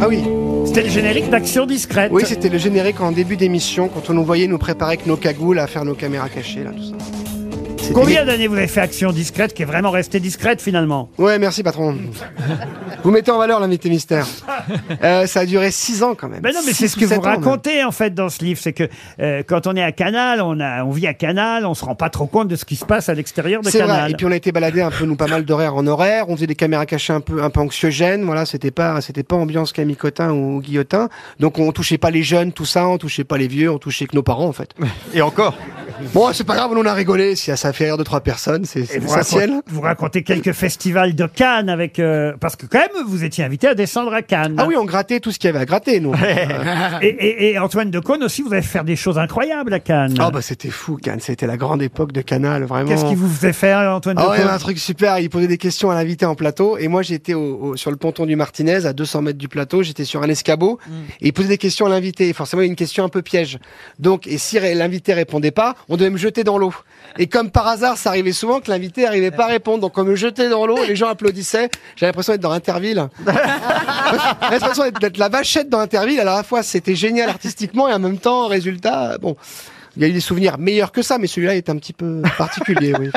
S24: Ah oui.
S2: C'était le générique d'Action Discrète.
S24: Oui, c'était le générique en début d'émission quand on nous voyait nous préparer avec nos cagoules à faire nos caméras cachées, là, tout ça. C'était-
S2: Combien d'années vous avez fait Action Discrète, qui est vraiment restée discrète finalement
S24: Ouais, merci patron. vous mettez en valeur l'invité mystère. Euh, ça a duré 6 ans quand même.
S2: Ben non, mais c'est
S24: Six
S2: ce que
S24: ou sept
S2: vous
S24: ans, même.
S2: racontez en fait dans ce livre, c'est que euh, quand on est à Canal, on, a, on vit à Canal, on se rend pas trop compte de ce qui se passe à l'extérieur de
S24: C'est
S2: Canal.
S24: vrai. Et puis on a été baladé un peu, nous, pas mal d'horaires en horaire. On faisait des caméras cachées un peu, un peu anxiogènes. Voilà, c'était pas, c'était pas ambiance Camille Cotin ou Guillotin. Donc on touchait pas les jeunes, tout ça. On touchait pas les vieux. On touchait que nos parents, en fait.
S21: Et encore.
S24: Bon, c'est pas grave, on en a rigolé. Si ça fait rire deux, trois personnes, c'est c'est
S2: Et vous, racontez,
S24: essentiel.
S2: vous racontez quelques festivals de Cannes avec euh, parce que quand même vous étiez invité à descendre à Cannes.
S24: Ah oui, on grattait tout ce qu'il y avait à gratter, nous.
S2: et, et- et Antoine de Caunes aussi, vous avez fait faire des choses incroyables à Cannes.
S24: Ah bah c'était fou, Cannes. C'était la grande époque de Canal, vraiment.
S2: Qu'est-ce qui vous faisait faire, Antoine de
S24: Ah ouais,
S2: Caunes
S24: un truc super. Il posait des questions à l'invité en plateau. Et moi, j'étais au- au- sur le ponton du Martinez, à 200 mètres du plateau. J'étais sur un escabeau. Et il posait des questions à l'invité. Et forcément, il y a une question un peu piège. Donc, et si ré- l'invité répondait pas, on devait me jeter dans l'eau. Et comme par hasard, ça arrivait souvent que l'invité arrivait pas à répondre. Donc, on me jetait dans l'eau. Les gens applaudissaient. J'avais l'impression d'être dans Interville. J'ai l'impression d'être- d'être la vachette dans Interville. À la fois, c'était génial artistiquement et en même temps, résultat, bon. Il y a eu des souvenirs meilleurs que ça, mais celui-là est un petit peu particulier, oui.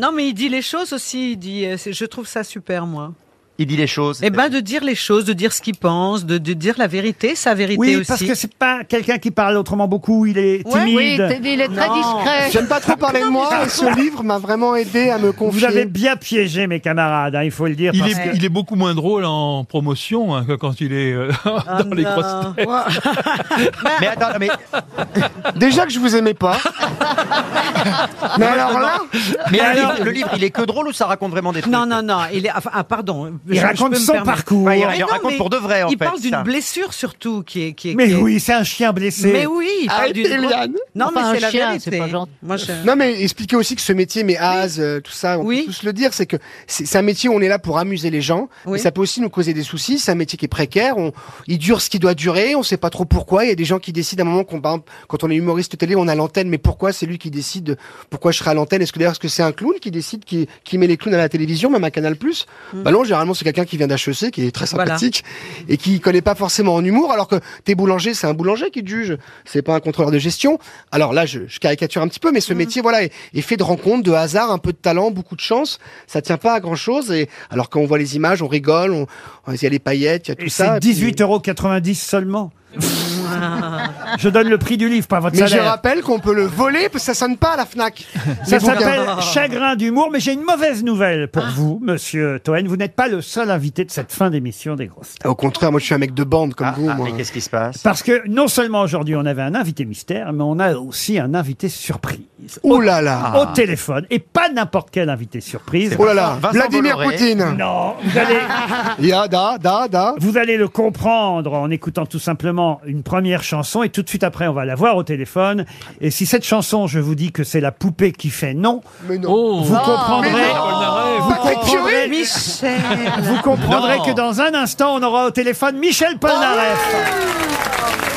S20: Non, mais il dit les choses aussi. Il dit, euh, c'est- je trouve ça super, moi.
S21: Il dit les choses.
S20: Eh ben, de dire les choses, de dire ce qu'il pense, de, de dire la vérité, sa vérité
S2: Oui,
S20: aussi.
S2: parce que c'est pas quelqu'un qui parle autrement beaucoup. Il est
S20: Ouais.
S2: timide.
S20: Oui, t'es- il est très Non. discret.
S24: J'aime pas trop parler de moi et ce livre m'a vraiment aidé à me
S2: Vous
S24: confier.
S2: avez bien piégé mes camarades, hein, il faut le dire.
S14: Il
S2: parce
S14: est,
S2: que-
S14: il est beaucoup moins drôle en promotion hein, que quand il est euh, dans
S2: Ah
S14: les grosses têtes.
S21: Mais attends, mais
S24: Déjà que je vous aimais pas.
S20: Ah,
S24: mais alors là,
S21: Mais
S20: Mais
S21: le
S20: alors-
S21: livre- le livre, il est que drôle ou ça raconte vraiment des trucs
S20: Ah, Non, non, non. Il est, enfin, ah, pardon.
S21: Il raconte
S20: peux me
S21: son
S20: permettre.
S21: parcours. Ouais, il-
S20: Mais
S21: il
S20: non,
S21: raconte
S20: mais
S21: pour de vrai, en
S20: Il
S21: fait,
S20: parle
S21: ça.
S20: d'une blessure surtout qui est. Qui est-
S2: Mais
S20: qui est-
S2: oui, c'est un chien blessé.
S20: Mais oui, il parle
S24: Arrêtez,
S20: d'une. grosse-
S24: Liane.
S20: Non,
S6: Ah, Enfin, un
S20: mais c'est la
S6: chien,
S20: vérité.
S6: c'est pas gentil.
S20: Moi, je-
S24: Non, mais expliquer aussi que ce métier, mais as, euh, tout ça, on peut tous le dire, c'est que c'est c'est un métier où on est là pour amuser les gens, mais
S20: Oui.
S24: ça peut aussi nous causer des soucis. C'est un métier qui est précaire, on, il dure ce qui doit durer, on sait pas trop pourquoi. Il y a des gens qui décident à un moment qu'on, par exemple, quand on est humoriste télé, on a l'antenne, mais pourquoi c'est lui qui décide
S20: Hmm.
S24: pourquoi je serai à l'antenne Est-ce que d'ailleurs, est-ce que c'est un clown qui décide qui, qui met les clowns à la télévision, même à Canal Plus Bah non, généralement c'est quelqu'un qui vient d'HEC, qui est très sympathique et qui connaît pas forcément en humour, alors que tes boulangers, c'est un boulanger qui te juge, c'est pas un contrôleur de gestion. Alors là, je, je caricature un petit peu, mais ce métier, voilà, est, est fait de rencontres, de hasard, un peu de talent, beaucoup de chance. Ça tient pas à grand chose. Et alors quand on voit les images, on rigole, on, on- il y a les paillettes, il y a tout
S2: Et
S24: ça.
S2: c'est
S24: et puis-
S2: 18,90 euros seulement. Je donne le prix du livre, pas votre
S24: Mais je
S2: salaire.
S24: rappelle qu'on peut le voler parce que ça sonne pas à la Fnac. Les
S2: Ça
S24: bouquins.
S2: s'appelle Chagrin d'humour, mais j'ai une mauvaise nouvelle pour vous, monsieur Toen. Vous n'êtes pas le seul invité de cette fin d'émission des grosses.
S24: Au contraire, moi je suis un mec de bande
S2: Ah,
S24: comme vous. moi.
S21: Qu'est-ce qui se passe
S2: Parce que non seulement aujourd'hui on avait un invité mystère, mais on a aussi un invité surprise.
S24: Ouh là là
S2: Au téléphone. Et pas n'importe quel invité surprise.
S24: Oh là là Vladimir Poutine
S2: Non, vous allez...
S24: Vous
S2: allez le comprendre en écoutant tout simplement une première chanson et tout de suite après on va la voir au téléphone. Et si cette chanson, je vous dis que c'est la poupée qui fait non, vous
S3: Oh.
S2: comprendrez,
S3: Mais non.
S2: vous
S3: Patrick
S2: comprendrez,
S3: Fiori. Michel.
S2: vous comprendrez
S3: Non.
S2: que dans un instant on aura au téléphone Michel Polnareff.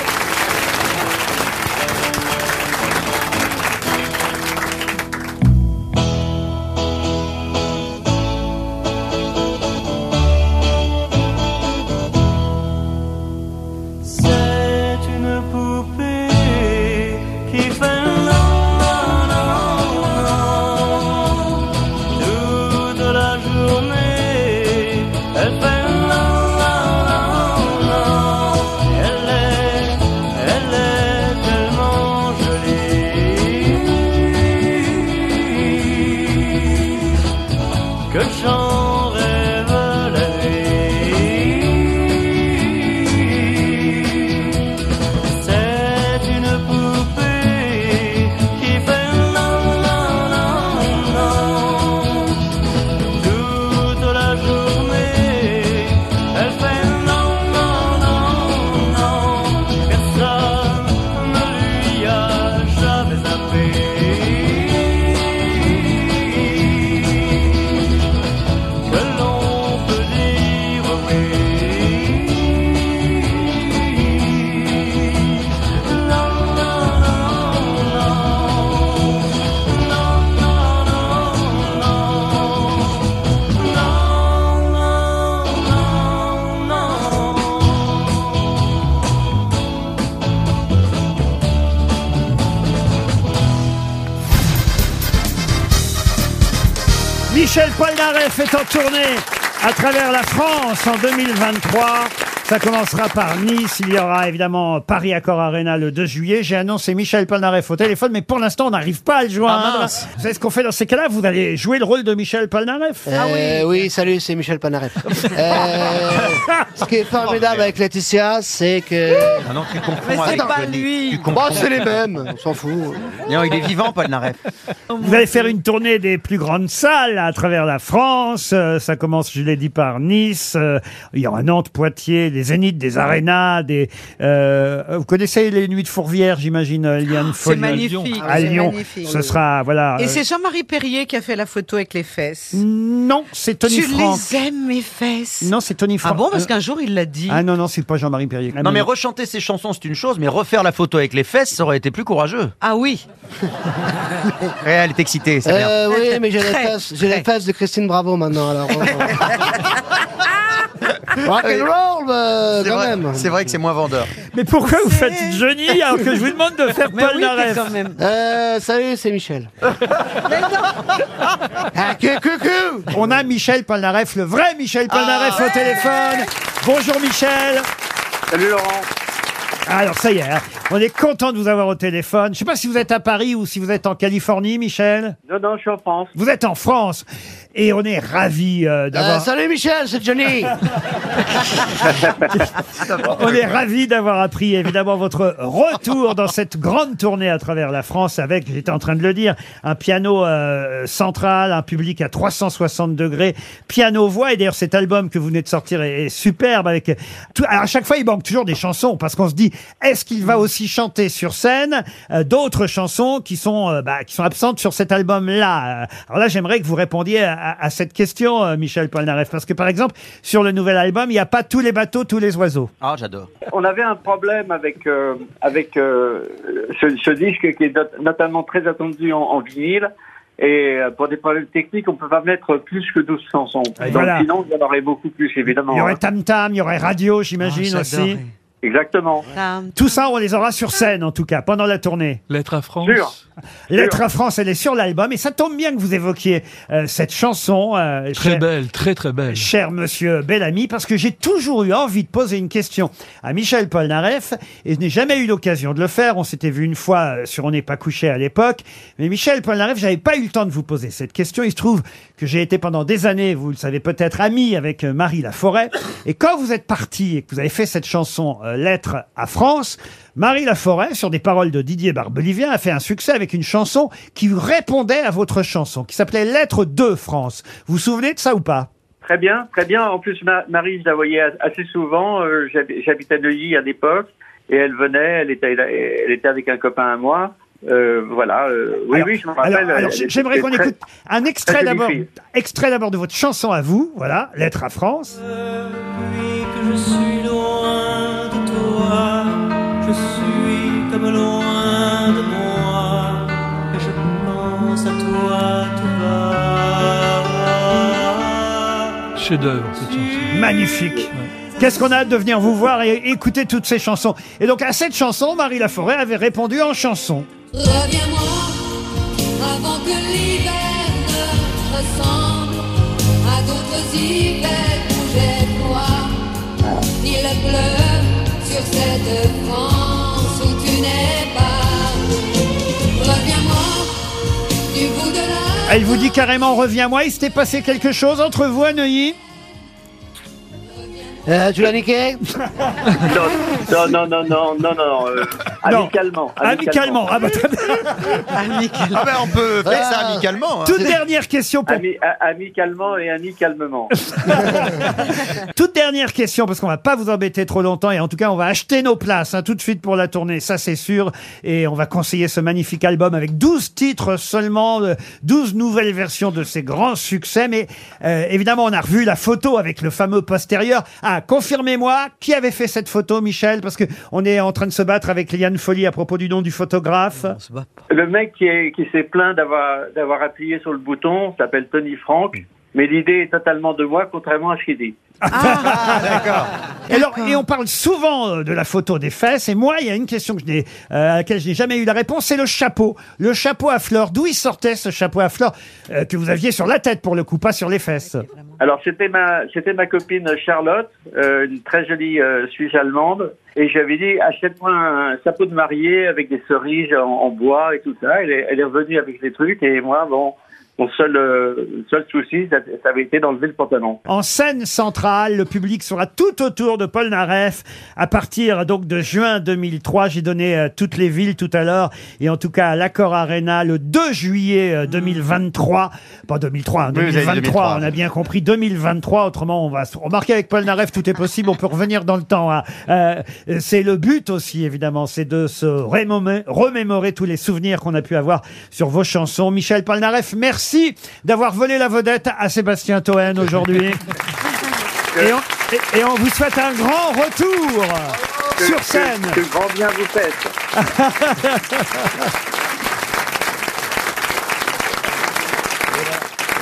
S3: C'est une poupée qui fait non, non, non, non. Toute la journée, elle fait non, non, non, non. Elle est, elle est tellement jolie que j'en rêve la nuit. C'est une poupée qui fait non, non, non, non. Toute la journée, elle fait non, non, non, non. Personne ne lui a jamais appris que l'on peut dire oui. Non, non, non, non. Non, non, non, non. Non, non, non, non.
S2: Michel Polnareff est en tournée à travers la France en 2023. Ça commencera par Nice. Il y aura évidemment Paris Accor Arena le 2 juillet. J'ai annoncé Michel Polnareff au téléphone, mais pour l'instant, on n'arrive pas à le joindre. vous savez ce qu'on fait dans ces cas-là Vous allez jouer le rôle de Michel Polnareff.
S24: Euh, oui. salut, c'est Michel Euh, Panaret. ce qui est formidable avec Laetitia, c'est que.
S21: Ah non, tu confonds
S24: Mais c'est
S21: avec
S24: pas
S21: Johnny.
S24: lui.
S21: Tu confonds.
S24: Bah, c'est les mêmes, on s'en fout.
S21: Non, il est vivant, Paul Naref.
S2: Vous allez faire une tournée des plus grandes salles à travers la France. Euh, ça commence, je l'ai dit, par Nice. Euh, il y aura Nantes, Poitiers, des Zéniths, des Arénas, des. euh, vous connaissez les Nuits de Fourvière, j'imagine, euh, Liane
S20: Oh, c'est
S2: Folie.
S20: magnifique,
S2: À
S20: c'est
S2: Lyon,
S20: magnifique.
S2: ce sera voilà.
S20: Et
S2: euh,
S20: c'est Jean-Marie Perrier qui a fait la photo avec les fesses.
S2: Non, c'est Tony
S20: tu
S2: Franck.
S20: les aimes, mes fesses.
S2: Non, c'est Tony Franck.
S20: Ah bon, parce
S2: Euh,
S20: qu'un jour, il l'a dit.
S2: Ah non non, c'est pas Jean-Marie Perrier.
S21: Non, mais rechanter ses chansons, c'est une chose, mais refaire la photo avec les fesses, ça aurait été plus courageux.
S20: Ah oui.
S21: Ouais, elle est excitée, sa mère.
S24: Euh, oui, mais j'ai la,
S21: Très,
S24: face, j'ai la face de Christine Bravo maintenant, alors. Rock'n'roll, bah,
S21: C'est
S24: quand
S21: vrai-
S24: même.
S21: C'est vrai que c'est moins vendeur.
S2: Mais pourquoi vous faites Johnny alors que je vous demande de faire
S24: Mais oui,
S2: Polnareff
S24: quand même. Euh, salut, c'est Michel. Ah, que- coucou
S2: On a Michel Polnareff, le vrai Michel Polnareff
S3: Ah
S2: au téléphone. Bonjour Michel.
S4: Salut Laurent.
S2: Alors ça y est, hein. on est content de vous avoir au téléphone. Je sais pas si vous êtes à Paris ou si vous êtes en Californie, Michel.
S4: Non, non, je suis en France.
S2: Vous êtes en France et on est ravis euh,
S24: Euh,
S2: d'avoir.
S24: salut Michel, c'est Johnny. Euh,
S2: On est ravis d'avoir appris évidemment votre retour dans cette grande tournée à travers la France avec, j'étais en train de le dire, un piano euh, central, un public à 360 degrés, piano-voix. Et d'ailleurs, cet album que vous venez de sortir est, est superbe. Avec tout- alors, à chaque fois, il manque toujours des chansons parce qu'on se dit, est-ce qu'il va aussi chanter sur scène euh, d'autres chansons qui sont, euh, bah, qui sont absentes sur cet album-là Euh, Alors là, j'aimerais que vous répondiez à, à- à cette question, euh, Michel Polnareff, parce que par exemple, sur le nouvel album, il n'y a pas tous les bateaux, tous les oiseaux.
S21: Ah, j'adore.
S4: On avait un problème avec, euh, avec euh, ce, ce disque qui est not- notamment très attendu en, en vinyle. Et euh, pour des problèmes techniques, on peut pas mettre plus que 12 chansons. Donc
S2: voilà.
S4: sinon, il y en aurait beaucoup plus, évidemment.
S2: Il y aurait
S4: hein.
S2: Tam Tam, il y aurait Radio, j'imagine
S4: Ah, j'adorerais.
S2: aussi.
S4: Exactement.
S2: Tout ça, on les aura sur scène, en tout cas, pendant la tournée.
S14: Lettre à France.
S2: Sûr. Lettre à France, elle est sur l'album. Et ça tombe bien que vous évoquiez euh, cette chanson. euh,
S14: Très
S2: cher-
S14: belle, très très belle.
S2: Cher monsieur Bellamy, parce que j'ai toujours eu envie de poser une question à Michel Polnareff et je n'ai jamais eu l'occasion de le faire. On s'était vu une fois euh, sur On n'est pas couché à l'époque. Mais Michel Polnareff, j'avais pas eu le temps de vous poser cette question. Il se trouve que j'ai été pendant des années, vous le savez peut-être, ami avec euh, Marie Laforêt. Et quand vous êtes parti et que vous avez fait cette chanson euh, Lettre à France, Marie Laforêt, sur des paroles de Didier Barbelivien, a fait un succès avec une chanson qui répondait à votre chanson, qui s'appelait Lettre de France. Vous vous souvenez de ça ou pas
S4: Très bien, très bien. En plus, ma- Marie, je la voyais a- assez souvent. Euh, j'hab- J'habitais Neuilly à l'époque et elle venait, elle était, elle était avec un copain à moi. Euh, voilà. euh, oui,
S2: Alors-
S4: oui, je me
S2: alors-
S4: rappelle.
S2: alors,
S4: elle
S2: j'aimerais
S4: était
S2: qu'on
S4: très-
S2: écoute un extrait
S4: très jolie
S2: d'abord,
S4: fille.
S2: extrait d'abord de votre chanson à vous, voilà, Lettre à France.
S23: Depuis que je suis loin de toi, je suis comme loin de moi, et je pense à toi, toi.
S14: Chef d'œuvre, cette chanson.
S2: Magnifique. Qu'est-ce qu'on a hâte de venir vous voir et écouter toutes ces chansons. Et donc à cette chanson, Marie Laforêt avait répondu en chanson.
S3: Reviens-moi avant que l'hiver ne ressemble à d'autres hivers où j'ai froid. Il pleut sur cette France où tu n'es pas. Reviens-moi du bout de la
S2: Elle vous dit carrément reviens-moi, il s'était passé quelque chose entre vous à Neuilly
S4: Euh, tu l'as niqué Non, non, non, non, non, non, euh, amicalement.
S2: Amicalement. Ah bah, Ah.
S4: Ah ben on peut
S10: bah, faire ça amicalement, hein. Toute
S2: dernière question pour...
S4: amicalement et amicalement.
S2: Toute dernière question, parce qu'on va pas vous embêter trop longtemps, et en tout cas, on va acheter nos places hein, tout de suite pour la tournée, ça c'est sûr, et on va conseiller ce magnifique album avec 12 titres seulement, euh, 12 nouvelles versions de ses grands succès, mais euh, évidemment, on a revu la photo avec le fameux postérieur. Ah, confirmez-moi, qui avait fait cette photo, Michel Parce que on est en train de se battre avec Liane Folly à propos du nom du photographe.
S4: Le mec qui est- qui s'est plaint d'avoir d'avoir appuyé sur le bouton s'appelle Tony Frank, mais l'idée est totalement de moi, contrairement à ce qu'il dit.
S2: Et Alors, et on parle souvent euh, de la photo des fesses. Et moi, il y a une question que je n'ai, euh, à laquelle je n'ai jamais eu la réponse, c'est le chapeau. Le chapeau à fleurs. D'où il sortait ce chapeau à fleurs euh, que vous aviez sur la tête pour le coup, pas sur les fesses
S4: Alors c'était ma c'était ma copine Charlotte, euh, une très jolie euh, Suisse allemande, et j'avais dit achète-moi un chapeau de mariée avec des cerises en, en bois et tout ça. Elle est, elle est revenue avec les trucs et moi bon mon seul euh, seul souci ça, ça avait été d'enlever le pantalon.
S2: En scène centrale, le public sera tout autour de Polnareff à partir donc de juin 2003. J'ai donné euh, toutes les villes tout à l'heure et en tout cas à l'Accor Arena le 2 juillet euh, 2023. Pas 2003, hein,
S21: Oui, vous avez dit
S2: 2023,
S21: 2023,
S2: on a bien compris. 2023, autrement on va se remarquer avec Polnareff, tout est possible, on peut revenir dans le temps. hein. Euh, c'est le but aussi évidemment, c'est de se rémomé- remémorer tous les souvenirs qu'on a pu avoir sur vos chansons. Michel Polnareff, merci d'avoir volé la vedette à Sébastien Toen aujourd'hui. Et on, et- et on vous souhaite un grand retour sur scène.
S4: Que, que grand bien vous faites.